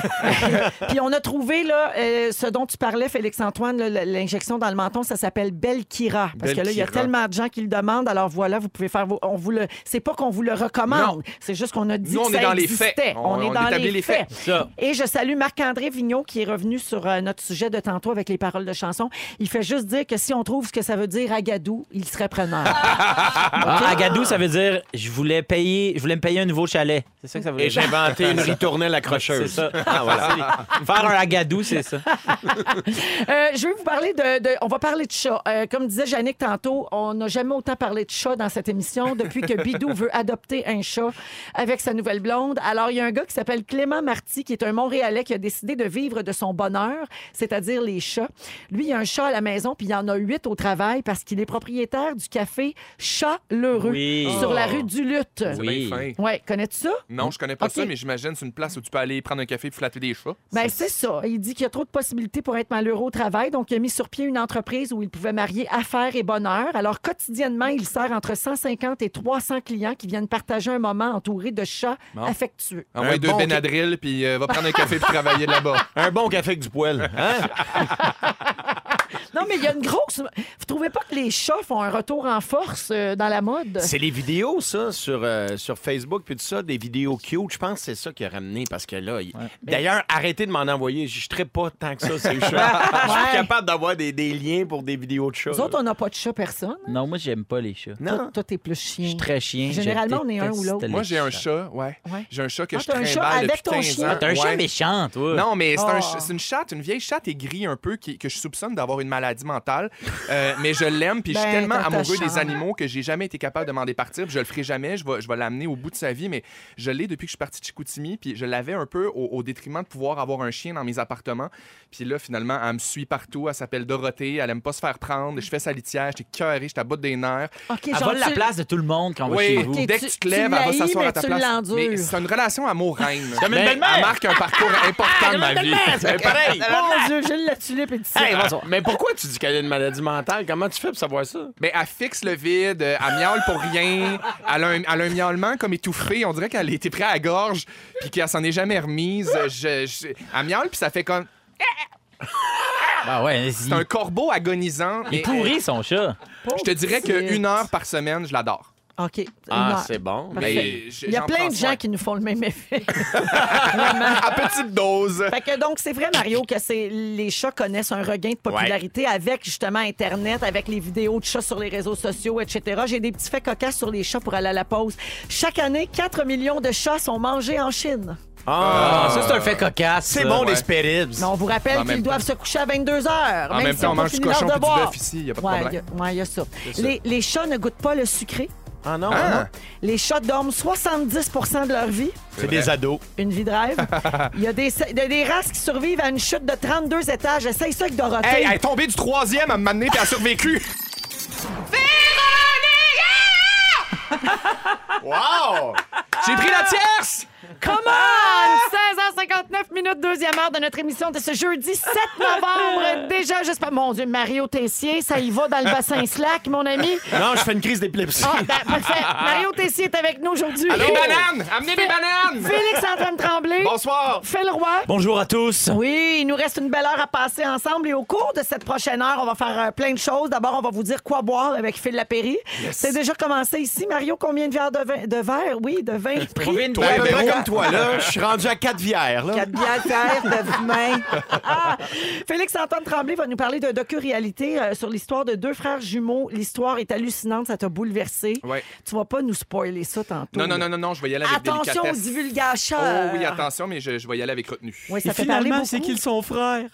Speaker 2: Puis on a trouvé là, euh, ce dont tu parlais, Félix-Antoine, là, l'injection dans le menton, ça s'appelle Belkira. Parce que là, il y a
Speaker 1: Belkira.
Speaker 2: tellement de gens qui le demandent. Alors voilà, vous pouvez faire vos. On vous le... C'est pas qu'on vous le recommande, c'est juste qu'on a dit
Speaker 1: Nous, on
Speaker 2: que
Speaker 1: est
Speaker 2: ça
Speaker 1: dans les
Speaker 2: existait.
Speaker 1: faits.
Speaker 2: On,
Speaker 1: On-
Speaker 2: est
Speaker 1: on
Speaker 2: dans
Speaker 1: établit
Speaker 2: les
Speaker 1: les
Speaker 2: faits.
Speaker 1: faits.
Speaker 4: Ça.
Speaker 2: Et je salue Marc-André Vigneault qui est revenu sur euh, notre sujet de tantôt avec les paroles de chansons. Il fait juste dire que si on trouve ce que ça veut dire Agadou, il serait preneur.
Speaker 4: Ah, Agadou, ça veut dire je voulais payer, je voulais me payer un nouveau chalet. C'est ça que ça veut
Speaker 3: Et
Speaker 4: dire.
Speaker 3: j'ai inventé
Speaker 1: *laughs*
Speaker 3: une ritournelle
Speaker 4: C'est
Speaker 3: accrocheuse.
Speaker 4: ça. *laughs* C'est- Faire un agadou, c'est ça.
Speaker 2: Euh, je vais vous parler de, de- On va parler de chat. Euh, comme disait Yannick tantôt, on n'a jamais autant parlé de chat dans cette émission depuis que Bidou veut adopter un chat avec sa nouvelle blonde. Alors, il y a un gars qui s'appelle Clément Marty, qui est un Montréalais qui a décidé de vivre de son bas bonheur, c'est-à-dire les chats. Lui, il y a un chat à la maison, puis il y en a huit au travail parce qu'il est propriétaire du café Chat L'Heureux
Speaker 4: Oui. Oh.
Speaker 2: sur la rue du Lutte.
Speaker 4: Oui.
Speaker 1: bien fin.
Speaker 2: Ouais, connais-tu ça?
Speaker 3: Hmm.
Speaker 1: Non, je connais pas
Speaker 2: Ok.
Speaker 1: ça, mais j'imagine c'est une place où tu peux aller prendre un café et flatter des chats.
Speaker 2: Ben, c'est ça. Il dit qu'il y a trop de possibilités pour être malheureux au travail. Donc, il a mis sur pied une entreprise où il pouvait marier affaires et bonheur. Alors, quotidiennement, il sert entre 150 et 300 clients qui viennent partager un moment entouré de chats affectueux.
Speaker 1: Envoie
Speaker 3: Un
Speaker 1: deux
Speaker 3: bon
Speaker 1: Benadryl, puis euh, va prendre un café pour travailler là-bas.
Speaker 3: *laughs* Un bon café avec du poêle. Hein?
Speaker 2: Non, mais il y a une grosse. Vous trouvez pas que les chats font un retour en force euh, dans la mode?
Speaker 3: C'est les vidéos, ça, sur, euh, sur Facebook, puis tout ça, des vidéos cute. Je pense que c'est ça qui a ramené, parce que là... il- D'ailleurs, arrêtez de m'en envoyer. Je ne pas tant que
Speaker 2: *laughs*
Speaker 3: ça, c'est chaud. Je suis
Speaker 2: Ouais.
Speaker 3: capable d'avoir des, des liens pour des vidéos de chats.
Speaker 2: Nous autres, on n'a pas de chat, personne. hein?
Speaker 4: Non, moi, j'aime pas les chats.
Speaker 3: Non.
Speaker 2: Toi, t'es plus
Speaker 4: Je
Speaker 2: chien.
Speaker 4: suis très chien.
Speaker 2: Généralement,
Speaker 4: Je
Speaker 2: on est un ou
Speaker 4: déteste
Speaker 2: l'autre.
Speaker 4: les
Speaker 1: Moi, j'ai un
Speaker 4: chats.
Speaker 1: chat, ouais.
Speaker 2: Ouais.
Speaker 1: J'ai un chat que
Speaker 2: Ah,
Speaker 1: je
Speaker 2: t'as un
Speaker 1: traîne
Speaker 2: chat
Speaker 1: depuis
Speaker 2: avec ton
Speaker 1: 15
Speaker 2: chien.
Speaker 1: ans.
Speaker 4: T'as un chat
Speaker 1: Ouais.
Speaker 4: méchant, toi.
Speaker 1: Non, mais c'est un
Speaker 2: Oh.
Speaker 1: ch- c'est une chatte, une vieille chatte aigrie un peu qui- que je soupçonne d'avoir une maladie mentale. Euh, mais je l'aime, puis je
Speaker 2: Ben,
Speaker 1: suis tellement
Speaker 2: t'as ta
Speaker 1: amoureux des
Speaker 2: chance.
Speaker 1: animaux que j'ai jamais été capable de m'en départir. puis Je le ferai jamais. Je vais, je vais l'amener au bout de sa vie, mais je l'ai depuis que je suis parti de Chicoutimi, puis je l'avais un peu au, au détriment de pouvoir avoir un chien dans mes appartements. Puis là, finalement, elle me suit partout. Elle s'appelle Dorothée. Elle aime pas se faire prendre. Je fais sa litière. J'étais cœuré. J'étais à bout des nerfs.
Speaker 2: OK,
Speaker 4: Elle
Speaker 2: genre,
Speaker 4: vole la
Speaker 2: tu-
Speaker 4: place de tout le monde quand on va
Speaker 1: Oui,
Speaker 4: chez vous.
Speaker 2: Ok,
Speaker 1: dès que
Speaker 2: tu-
Speaker 1: tu te lèves,
Speaker 2: tu
Speaker 1: elle va
Speaker 2: l'haïs,
Speaker 1: s'asseoir
Speaker 2: mais
Speaker 1: à ta
Speaker 2: tu
Speaker 1: place.
Speaker 2: l'endures.
Speaker 1: Mais c'est une relation amoureuse.
Speaker 4: comme une
Speaker 1: Ben,
Speaker 4: belle-mère.
Speaker 1: Elle marque un parcours important de ma vie.
Speaker 3: C'est pareil.
Speaker 2: Mon Dieu, Gilles la tulipe est ici.
Speaker 3: mais pourquoi tu dis qu'elle a une maladie mentale? Comment tu fais pour savoir ça?
Speaker 1: Mais elle fixe le vide, euh, elle miaule pour rien, elle a un, elle a un miaulement comme étouffé, on dirait qu'elle était prise à la gorge, puis qu'elle s'en est jamais remise. Euh, Je, je- elle miaule, puis ça fait comme...
Speaker 4: Ah ouais, il,
Speaker 1: C'est un corbeau agonisant.
Speaker 4: il
Speaker 1: mais,
Speaker 4: pourrit son chat.
Speaker 1: euh, Je te dirais
Speaker 2: Pauvre
Speaker 1: qu'une heure par semaine, je l'adore.
Speaker 2: OK. une
Speaker 3: Ah,
Speaker 2: heure.
Speaker 3: c'est bon.
Speaker 2: Parfait.
Speaker 1: Mais je-
Speaker 2: Il y a
Speaker 1: j'en
Speaker 2: plein
Speaker 1: prends
Speaker 2: de
Speaker 1: soin.
Speaker 2: gens qui nous font le même effet.
Speaker 1: À petite dose.
Speaker 2: Fait que donc, c'est vrai, Mario, que c'est les chats connaissent un regain de popularité avec justement Internet, avec les vidéos de chats sur les réseaux sociaux, etc. J'ai des petits faits cocasses sur les chats pour aller à la pause. Chaque année, 4 millions de chats sont mangés en Chine. Euh,
Speaker 4: Ah, ça, c'est un fait cocasse.
Speaker 3: C'est
Speaker 4: ça.
Speaker 3: bon,
Speaker 1: ouais.
Speaker 3: les Spéribs.
Speaker 2: Mais on vous
Speaker 1: En
Speaker 2: rappelle
Speaker 1: même
Speaker 2: qu'ils
Speaker 1: temps.
Speaker 2: doivent se coucher à 22 heures.
Speaker 1: En même
Speaker 2: s'ils
Speaker 1: temps, on
Speaker 2: n'ont pas
Speaker 1: mange du
Speaker 2: fini leur
Speaker 1: cochon puis du
Speaker 2: devoir.
Speaker 1: bœuf ici, il a pas de
Speaker 2: Ouais,
Speaker 1: problème.
Speaker 2: y a- ouais, il y a ça. Les, les chats ne goûtent pas le sucré.
Speaker 3: Ah non?
Speaker 1: Ah,
Speaker 2: Les chats dorment 70 de leur vie.
Speaker 3: C'est des ados.
Speaker 2: Une vie de rêve.
Speaker 1: *laughs*
Speaker 2: Il y a des, il y a des races qui survivent à une chute de 32 étages. Essaye ça avec Dorothée.
Speaker 1: Hey, elle est tombée du troisième à me m'amener, puis elle a survécu.
Speaker 3: Wow!
Speaker 1: J'ai pris la tierce!
Speaker 2: Come on! 16h59 minutes, deuxième heure de notre émission de ce jeudi 7 novembre. Déjà, j'espère. Mon Dieu, Mario Tessier, ça y va dans le bassin slack, mon ami.
Speaker 3: Non, je fais une crise d'épilepsie.
Speaker 2: Ah, ben, parfait. Mario Tessier est avec nous aujourd'hui.
Speaker 1: Des bananes! Amenez des bananes!
Speaker 2: Félix-Antoine Tremblay.
Speaker 1: Bonsoir!
Speaker 2: Phil Roy.
Speaker 4: Bonjour à tous.
Speaker 2: Oui, il nous reste une belle heure à passer ensemble et au cours de cette prochaine heure, on va faire euh, plein de choses. D'abord, on va vous dire quoi boire avec Phil Lapéry. C'est déjà commencé ici. Mario, combien de verres de vin? De verre? Oui, de vin pris.
Speaker 4: Trouver une
Speaker 1: Toi,
Speaker 4: bonne-
Speaker 3: À peu près
Speaker 1: Véro.
Speaker 3: comme toi, là. Je suis rendu à quatre bières, là.
Speaker 2: Quatre bières, terre, *laughs* de vin. Ah! Félix-Antoine Tremblay va nous parler de docu-réalité euh, sur l'histoire de deux frères jumeaux. L'histoire est hallucinante, ça t'a bouleversé.
Speaker 1: Ouais.
Speaker 2: Tu vas pas nous spoiler ça tantôt.
Speaker 1: Non, non, non, non, non, je vais y aller avec
Speaker 2: Attention aux
Speaker 1: délicatesse.
Speaker 2: divulgateurs.
Speaker 1: Oh oui, attention, mais je, je vais y aller avec retenue.
Speaker 2: Euh. Oui, ça fait parler beaucoup.
Speaker 4: sont frères.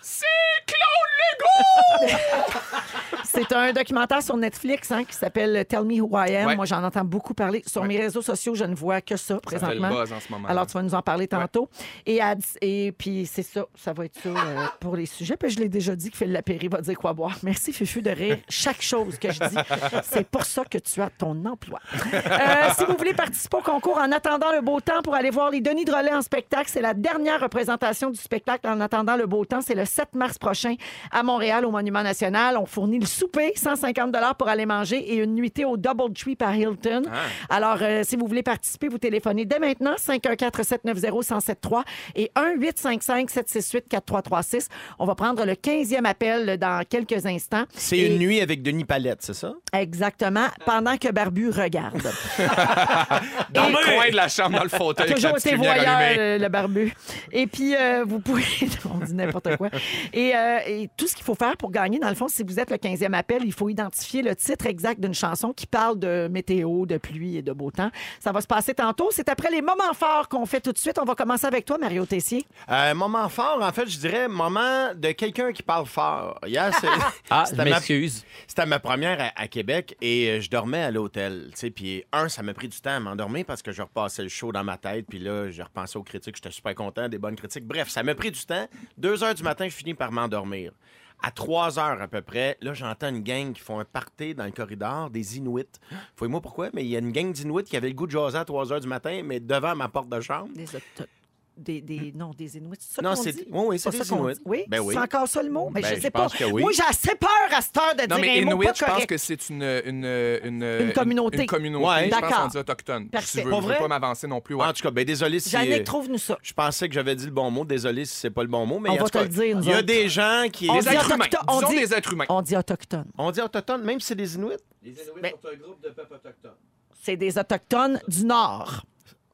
Speaker 2: C'est un documentaire sur Netflix hein, qui s'appelle Tell Me Who I Am.
Speaker 1: Ouais.
Speaker 2: Moi, j'en entends beaucoup parler. Sur mes réseaux sociaux, je ne vois que ça
Speaker 1: Ça fait le
Speaker 2: présentement.
Speaker 1: buzz en ce moment.
Speaker 2: Alors, tu vas nous en parler tantôt. Et, à- et puis, c'est ça. Ça va être ça euh, pour les sujets. Puis, je l'ai déjà dit que Phil Lapéry va dire quoi boire. Merci, Fufu, de rire. Chaque chose que je dis, c'est pour ça que tu as ton emploi. Euh, si vous voulez participer au concours en attendant le beau temps pour aller voir les Denis Drolet en spectacle, c'est la dernière représentation du spectacle en attendant le beau temps. C'est le 7 mars prochain à Montréal, au Monument National. On fournit le souper, 150 pour aller manger et une nuitée au Double Tree par Hilton.
Speaker 3: Ah.
Speaker 2: Alors, euh, si vous voulez participer, vous téléphonez dès maintenant 514-790-1073 et 1-855-768-4336. On va prendre le 15e appel dans quelques instants.
Speaker 3: C'est
Speaker 2: Et-
Speaker 3: une nuit avec Denis Palette, c'est ça?
Speaker 2: Exactement, pendant que Barbu regarde.
Speaker 1: dans le coin de la chambre, dans le fauteuil, avec
Speaker 2: Toujours euh,
Speaker 1: la petite
Speaker 2: été
Speaker 1: lumière
Speaker 2: voyeur,
Speaker 1: allumée.
Speaker 2: le, le barbu. Et puis, *laughs* euh, vous pouvez... On dit n'importe quoi. Et, euh, et tout ce qu'il faut faire pour gagner, dans le fond, si vous êtes le 15e m'appelle, il faut identifier le titre exact d'une chanson qui parle de météo, de pluie et de beau temps. Ça va se passer tantôt. C'est après les moments forts qu'on fait tout de suite. On va commencer avec toi, Mario Tessier.
Speaker 3: Euh, moment fort, en fait, je dirais moment de quelqu'un qui parle fort. Hier, c'est-
Speaker 4: Ah, je
Speaker 3: c'était ma-
Speaker 4: m'excuse.
Speaker 3: c'était ma première à, à Québec et euh, je dormais à l'hôtel. tu sais, Puis, un, ça m'a pris du temps à m'endormir parce que je repassais le show dans ma tête. Puis là, je repensais aux critiques. J'étais super content, des bonnes critiques. Bref, ça m'a pris du temps. Deux heures du matin, je finis par m'endormir. À trois heures à peu près, là, j'entends une gang qui font un party dans le corridor, des Inuits. *gasps* Fouille-moi pourquoi, mais il y a une gang d'Inuits qui avait le goût de jaser à trois heures du matin, mais devant ma porte de chambre.
Speaker 2: Des, auto- des, des- non, des Inuits. C'est ça
Speaker 3: Non,
Speaker 2: qu'on
Speaker 3: c'est-
Speaker 2: dit?
Speaker 3: oui, oui, c'est
Speaker 2: pas
Speaker 3: des
Speaker 2: ça qu'on
Speaker 3: Inuits.
Speaker 2: dit. Oui,
Speaker 3: Ben oui.
Speaker 2: c'est encore ça le mot. Mais
Speaker 3: Ben,
Speaker 2: je sais
Speaker 3: je
Speaker 2: pas.
Speaker 3: pense que oui.
Speaker 2: Moi, j'ai assez peur à cette heure de
Speaker 1: Non,
Speaker 2: dire
Speaker 1: mais
Speaker 2: un mot
Speaker 1: Inuit,
Speaker 2: pas
Speaker 1: je pense
Speaker 2: correct.
Speaker 1: que c'est une, une, une, une-
Speaker 2: communauté.
Speaker 1: Une communauté,
Speaker 3: Ouais.
Speaker 1: je pense qu'on
Speaker 2: D'accord.
Speaker 1: dit autochtone.
Speaker 2: Parfait.
Speaker 1: Si tu veux,
Speaker 3: Pas
Speaker 1: je
Speaker 3: vrai?
Speaker 1: veux pas m'avancer non plus. ouais.
Speaker 3: En tout cas, ben désolé si.
Speaker 2: Yannick, trouve-nous ça.
Speaker 3: Je pensais que j'avais dit le bon mot. Désolé si c'est pas le bon mot, mais
Speaker 2: On
Speaker 3: en
Speaker 2: va
Speaker 3: tout
Speaker 2: te
Speaker 3: cas,
Speaker 2: le dire, nous
Speaker 3: Il y a
Speaker 2: autres.
Speaker 3: des gens qui.
Speaker 2: On
Speaker 1: Des
Speaker 2: dit
Speaker 1: êtres humains.
Speaker 2: autochtone- on
Speaker 1: Disons
Speaker 2: dit-
Speaker 1: des êtres humains.
Speaker 2: On dit autochtone.
Speaker 3: On dit autochtones, même si c'est des Inuits.
Speaker 6: Les
Speaker 2: Mais-
Speaker 6: Inuits sont un groupe de peuples autochtones.
Speaker 2: C'est des autochtones du Nord.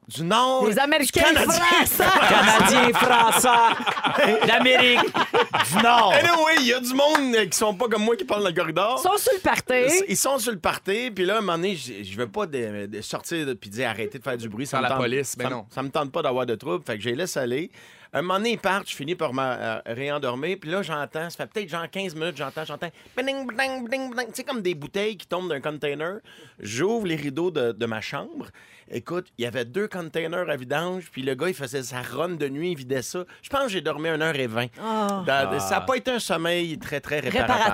Speaker 3: Du
Speaker 1: Oh,
Speaker 3: Nord.
Speaker 2: Les Américains
Speaker 1: *laughs*
Speaker 2: français.
Speaker 4: Canadien, français, d'Amérique, du Nord.
Speaker 3: Anyway, il y a du monde euh, qui sont pas comme moi qui parlent dans le corridor.
Speaker 2: Ils sont sur le party.
Speaker 3: Ils sont sur le party, puis là, à un moment donné, je je veux pas de- de sortir de- puis dire arrêtez de faire du bruit. Ça
Speaker 1: Par
Speaker 3: me
Speaker 1: la
Speaker 3: tente-
Speaker 1: police, ben
Speaker 3: ça me-
Speaker 1: non.
Speaker 3: Ça me tente pas d'avoir de trouble, fait que je les laisse aller. Un moment donné, ils partent, je finis par me euh, réendormir, puis là, j'entends, ça fait peut-être genre 15 minutes, j'entends, j'entends, bling, bling, bling, bling, tu sais, comme des bouteilles qui tombent d'un container. J'ouvre les rideaux de, de ma chambre. Écoute, il y avait deux containers à vidange, puis le gars, il faisait sa run de nuit, il vidait ça. Je pense que j'ai dormi 1h20.
Speaker 2: Ah.
Speaker 3: Ça n'a pas été un sommeil très, très réparateur.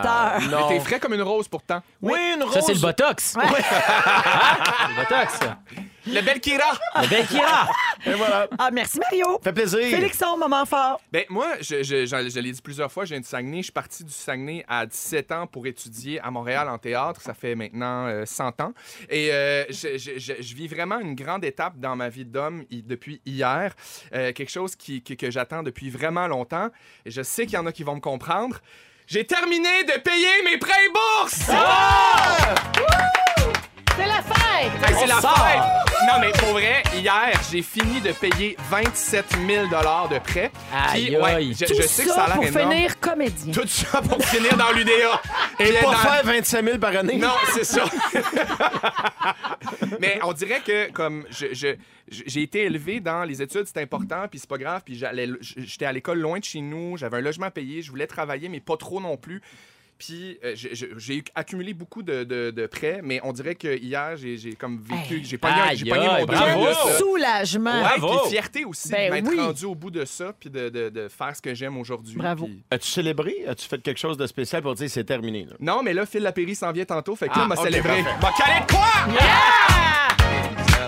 Speaker 2: Réparateur.
Speaker 3: Non.
Speaker 1: T'es frais comme une rose pourtant.
Speaker 3: Oui, une rose.
Speaker 4: Ça, c'est le Botox. Hein? Le Botox, ça.
Speaker 1: Le bel Kira!
Speaker 2: *laughs*
Speaker 4: Le Belkira.
Speaker 3: Et voilà.
Speaker 2: Ah, merci Mario.
Speaker 3: Fait plaisir.
Speaker 2: Félixon, moment fort.
Speaker 1: Ben, moi, je, je, je- je l'ai dit plusieurs fois, je viens de Saguenay. Je suis parti du Saguenay à 17 ans pour étudier à Montréal en théâtre. Ça fait maintenant euh, 100 ans. Et euh, je, je- je- je vis vraiment une grande étape dans ma vie d'homme hi- depuis hier. Euh, quelque chose qui, qui- que j'attends depuis vraiment longtemps. Et je sais qu'il y en a qui vont me comprendre. J'ai terminé de payer mes prêts et bourses!
Speaker 2: C'est la fête.
Speaker 1: Fait que C'est
Speaker 4: On
Speaker 1: la
Speaker 4: sort.
Speaker 1: fête! Non, mais pour vrai, hier, j'ai fini de payer 27 000 de prêts.
Speaker 4: Aïe,
Speaker 1: Puis,
Speaker 4: aïe.
Speaker 1: je,
Speaker 2: Tout
Speaker 1: je sais que ça
Speaker 2: ça
Speaker 1: a l'air
Speaker 2: pour
Speaker 1: énorme.
Speaker 2: finir comédien.
Speaker 1: Tout ça pour finir dans l'UDA.
Speaker 3: Et
Speaker 1: Puis
Speaker 3: pas
Speaker 1: dans-
Speaker 3: faire 25 000 par année.
Speaker 1: Non, c'est ça. *laughs* Mais on dirait que comme je- je- je- j'ai été élevé dans les études, c'est important, puis c'est pas grave, puis j'allais, j- j'étais à l'école loin de chez nous, j'avais un logement à payer, je voulais travailler, mais pas trop non plus. Puis euh, je- je- j'ai accumulé beaucoup de, de- de prêts, mais on dirait que hier j'ai j'ai comme vécu,
Speaker 2: Hey.
Speaker 1: j'ai pogné, un- j'ai
Speaker 4: Aïe,
Speaker 1: pogné mon
Speaker 4: aïe,
Speaker 1: deuil.
Speaker 4: bravo.
Speaker 1: là,
Speaker 2: Quel
Speaker 1: ça.
Speaker 2: soulagement.
Speaker 1: Ouais,
Speaker 4: Bravo.
Speaker 1: puis fierté aussi
Speaker 2: Ben
Speaker 1: de m'être
Speaker 2: oui.
Speaker 1: rendu au bout de ça, puis de, de- de faire ce que j'aime aujourd'hui.
Speaker 2: Bravo.
Speaker 1: puis-
Speaker 3: As-tu célébré? As-tu fait quelque chose de spécial pour dire c'est terminé? Là?
Speaker 1: Non, mais là, Phil Lapéry s'en vient tantôt, fait que là,
Speaker 3: Ah,
Speaker 1: on m'a
Speaker 3: ok,
Speaker 1: célébré.
Speaker 3: parfait.
Speaker 1: M'a calé de quoi?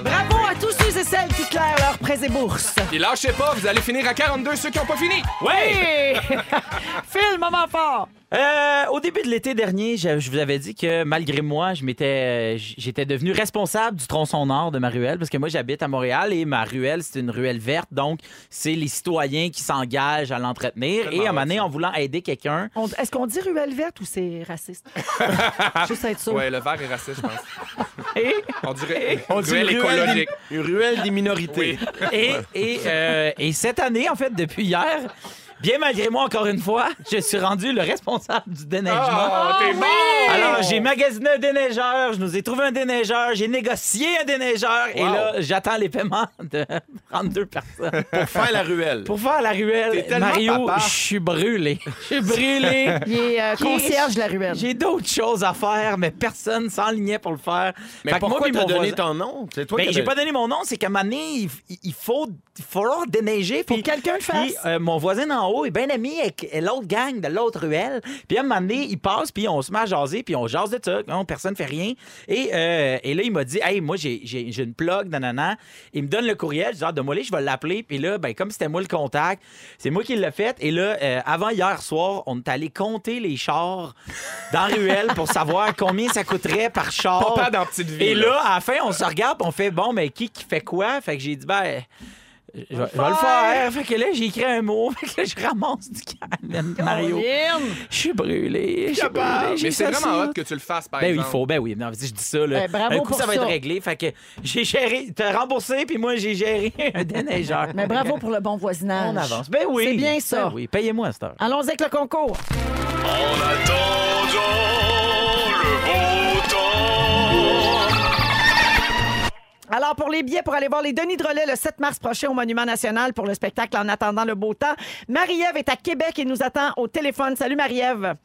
Speaker 2: Bravo à tous ceux et celles qui clairent leurs prêts et bourses.
Speaker 1: Et lâchez pas, vous allez finir à 42 ceux qui n'ont pas fini.
Speaker 4: Ouais!
Speaker 2: Hey! *laughs* Phil, moment fort.
Speaker 4: Euh, au début de l'été dernier, je, je vous avais dit que malgré moi, je m'étais, euh, j- j'étais devenu responsable du tronçon nord de ma ruelle parce que moi j'habite à Montréal et ma ruelle c'est une ruelle verte, donc c'est les citoyens qui s'engagent à l'entretenir. Et à un moment donné, en voulant aider quelqu'un,
Speaker 2: On- Est-ce qu'on dit ruelle verte ou c'est
Speaker 1: *laughs*
Speaker 2: raciste? Juste être sûr.
Speaker 1: Ouais, le verre est raciste, je pense.
Speaker 4: *laughs* et,
Speaker 1: On dirait
Speaker 3: On dit
Speaker 1: ruelle
Speaker 3: une ruelle
Speaker 1: écologique.
Speaker 3: des- Une ruelle des minorités.
Speaker 1: Oui.
Speaker 4: *laughs* et, et, euh, et cette année, en fait, depuis hier, bien malgré moi encore une fois, je suis rendu le responsable du déneigement.
Speaker 3: Ah!
Speaker 1: Oh, t'es bon!
Speaker 4: Alors, j'ai magasiné un déneigeur, je nous ai trouvé un déneigeur, j'ai négocié un déneigeur et
Speaker 1: Wow.
Speaker 4: là, j'attends les paiements de *laughs* 32 personnes.
Speaker 3: Pour faire la ruelle.
Speaker 4: Pour faire la ruelle,
Speaker 1: T'es tellement
Speaker 4: Mario,
Speaker 1: papa.
Speaker 4: je
Speaker 3: *laughs*
Speaker 4: suis brûlé. Je suis brûlé.
Speaker 2: Il est euh,
Speaker 4: Qui-
Speaker 2: concierge de la ruelle.
Speaker 4: J'ai d'autres choses à faire, mais personne s'enlignait pour le faire.
Speaker 3: Mais
Speaker 4: Fait que moi
Speaker 3: pourquoi
Speaker 4: puis
Speaker 3: t'as
Speaker 4: mon
Speaker 3: donné
Speaker 4: voisin-
Speaker 3: ton nom? C'est toi
Speaker 4: Ben,
Speaker 3: qui
Speaker 4: j'ai
Speaker 3: avais-
Speaker 4: pas donné mon nom, c'est qu'à un moment donné, il, il- il faut, il faut falloir déneiger.
Speaker 2: Faut
Speaker 4: puis-
Speaker 2: que quelqu'un le fasse.
Speaker 4: puis, euh, mon voisin en haut est bien ami avec l'autre gang de l'autre ruelle. Puis à un moment donné, il passe, puis on se met à jaser, puis on jase de ça. Non, personne fait rien. Et, euh, et là, il m'a dit Hey, moi, j'ai, j'ai- j'ai une plug, nanana. Il me donne le courriel. Je dis Ah, de moi, je vais l'appeler. Puis là, ben, comme c'était moi le contact, c'est moi qui l'ai fait. Et là, euh, avant hier soir, on est allé compter les chars dans la ruelle pour savoir combien ça coûterait par char.
Speaker 1: Papa dans Petite Ville.
Speaker 4: Oh. Et là, à la fin, on se regarde, puis on fait bon, mais qui qui fait quoi? Fait que j'ai dit, ben. Je je vais le faire. Fait que là, j'ai écrit un mot. *laughs* Fait que là, je ramasse du canne, Mario. Je suis brûlé. Je suis brûlé.
Speaker 1: Mais
Speaker 4: j'ai
Speaker 1: c'est
Speaker 4: fait
Speaker 1: vraiment
Speaker 4: ça.
Speaker 1: hot que tu le fasses, par
Speaker 4: Ben oui, il
Speaker 1: exemple.
Speaker 4: faut. Ben oui. Non, je dis ça, là.
Speaker 2: Eh, bravo
Speaker 4: un coup,
Speaker 2: pour
Speaker 4: ça va
Speaker 2: ça.
Speaker 4: être réglé. Fait que j'ai géré. T'as remboursé, puis moi, j'ai géré *laughs* un déneigeur.
Speaker 2: Mais bravo pour le bon voisinage.
Speaker 4: On avance. Ben oui.
Speaker 2: C'est bien ça. Ah.
Speaker 4: Ben oui. Payez-moi à cette heure.
Speaker 2: Allons-y avec le concours.
Speaker 8: En attendant
Speaker 2: Alors, pour les billets pour aller voir les Denis Drolet le 7 mars prochain au Monument National pour le spectacle En attendant le beau temps, Marie-Ève est à Québec et nous attend au téléphone. Salut, Marie-Ève.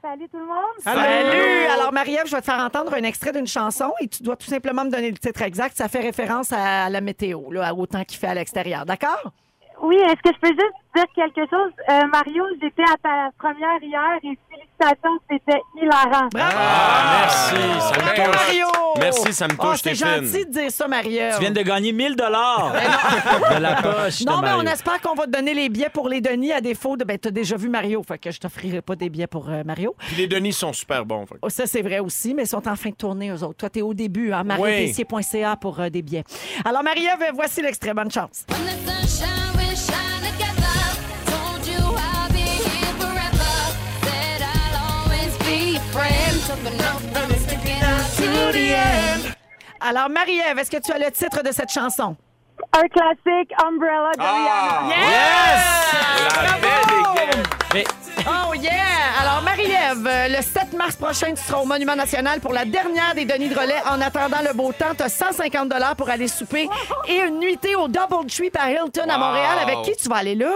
Speaker 7: Salut tout le monde. Euh,
Speaker 2: Salut! Alors, Marie-Ève, je vais te faire entendre un extrait d'une chanson et tu dois tout simplement me donner le titre exact. Ça fait référence à la météo, là, au temps qu'il fait à l'extérieur. D'accord?
Speaker 7: Oui, est-ce que je peux juste dire quelque chose? Euh, Mario, j'étais à ta première hier et félicitations, c'était hilarant.
Speaker 2: Bravo!
Speaker 3: Ah, merci, ça me
Speaker 2: Bravo,
Speaker 3: touche.
Speaker 2: Mario!
Speaker 3: Merci, ça me touche,
Speaker 2: Ah, C'est
Speaker 3: Stéphane.
Speaker 2: gentil de dire ça, Marie-Ève.
Speaker 4: Tu viens de gagner 1000 dollars de la poche. de
Speaker 2: Ben Non, mais
Speaker 4: Mario.
Speaker 2: on espère qu'on va te donner les billets pour les Denis à défaut de. Ben, t'as déjà vu Mario, fait que je t'offrirai pas des billets pour euh, Mario.
Speaker 3: Puis les Denis sont super bons. fait que-
Speaker 2: Oh, ça, c'est vrai aussi, mais ils sont en fin de tournée, eux autres. Toi, t'es au début, hein, mariepessier.ca pour euh, des billets. Alors, Marie-Ève, voici l'extrait. Bonne chance.
Speaker 5: When the sunshine will shine together. Told you I'll be here forever. Said I'll always be your friend. Jumping off from a sticking out to the end.
Speaker 2: Alors, Marie-Ève, est-ce que tu as le titre de cette chanson?
Speaker 7: Un classique, Umbrella de Rihanna.
Speaker 3: Ah! La belle équipe.
Speaker 4: Mais
Speaker 2: Oh yeah! Alors, Marie-Ève, euh, le 7 mars prochain, tu seras au Monument national pour la dernière des Denis de relais. En attendant le beau temps, tu as 150 pour aller souper et une nuitée au Double Tree par Hilton à Montréal. Avec qui tu vas aller là?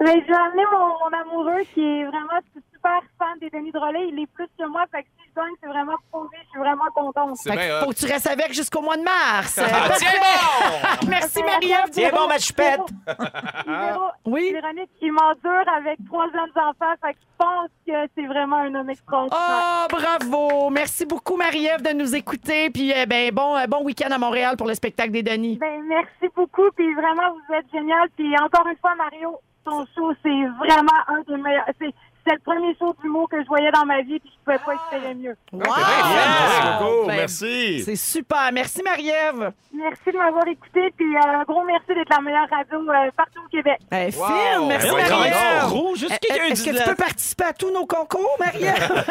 Speaker 7: Mais j'ai amené mon, mon amoureux qui est vraiment super fan des Denis Drolet. Il est plus que moi. Fait que si je gagne, c'est vraiment fondé. Je suis vraiment contente.
Speaker 1: C'est
Speaker 2: Fait que
Speaker 1: bien
Speaker 2: faut
Speaker 1: hot.
Speaker 2: que tu restes avec jusqu'au mois de mars.
Speaker 1: Ah, tiens bon!
Speaker 2: *laughs* Merci, Marie-Ève.
Speaker 4: c'est bon, ma chupette.
Speaker 7: Véro-
Speaker 2: *laughs* Oui.
Speaker 7: Véronique, il m'endure avec trois jeunes enfants. Fait que je pense que c'est vraiment un homme extraordinaire.
Speaker 2: Oh, bravo! Merci beaucoup, Marie-Ève, de nous écouter. Puis, eh ben, bon, euh, bon week-end à Montréal pour le spectacle des Denis.
Speaker 7: Ben, merci beaucoup. Puis vraiment, vous êtes génial. Puis encore une fois, Mario, ton show, c'est vraiment un des meilleurs. C'est c'est le premier show d'humour que je voyais dans ma vie. Puis je pouvais pas espérer mieux.
Speaker 3: Merci beaucoup,
Speaker 2: Ben,
Speaker 3: merci.
Speaker 2: C'est super. Merci, Marie-Ève.
Speaker 7: Merci de m'avoir écouté. Puis euh, un gros merci d'être la meilleure radio euh, partout au Québec.
Speaker 2: Eh, Phil,
Speaker 1: Wow.
Speaker 2: merci,
Speaker 1: Ben oui,
Speaker 2: Marie-Ève.
Speaker 1: donc.
Speaker 4: Gros, juste
Speaker 2: Est-
Speaker 4: quelqu'un
Speaker 2: Est-ce que
Speaker 4: dit
Speaker 2: tu
Speaker 4: la-
Speaker 2: peux participer à tous nos concours,
Speaker 1: *laughs*
Speaker 2: Marie-Ève?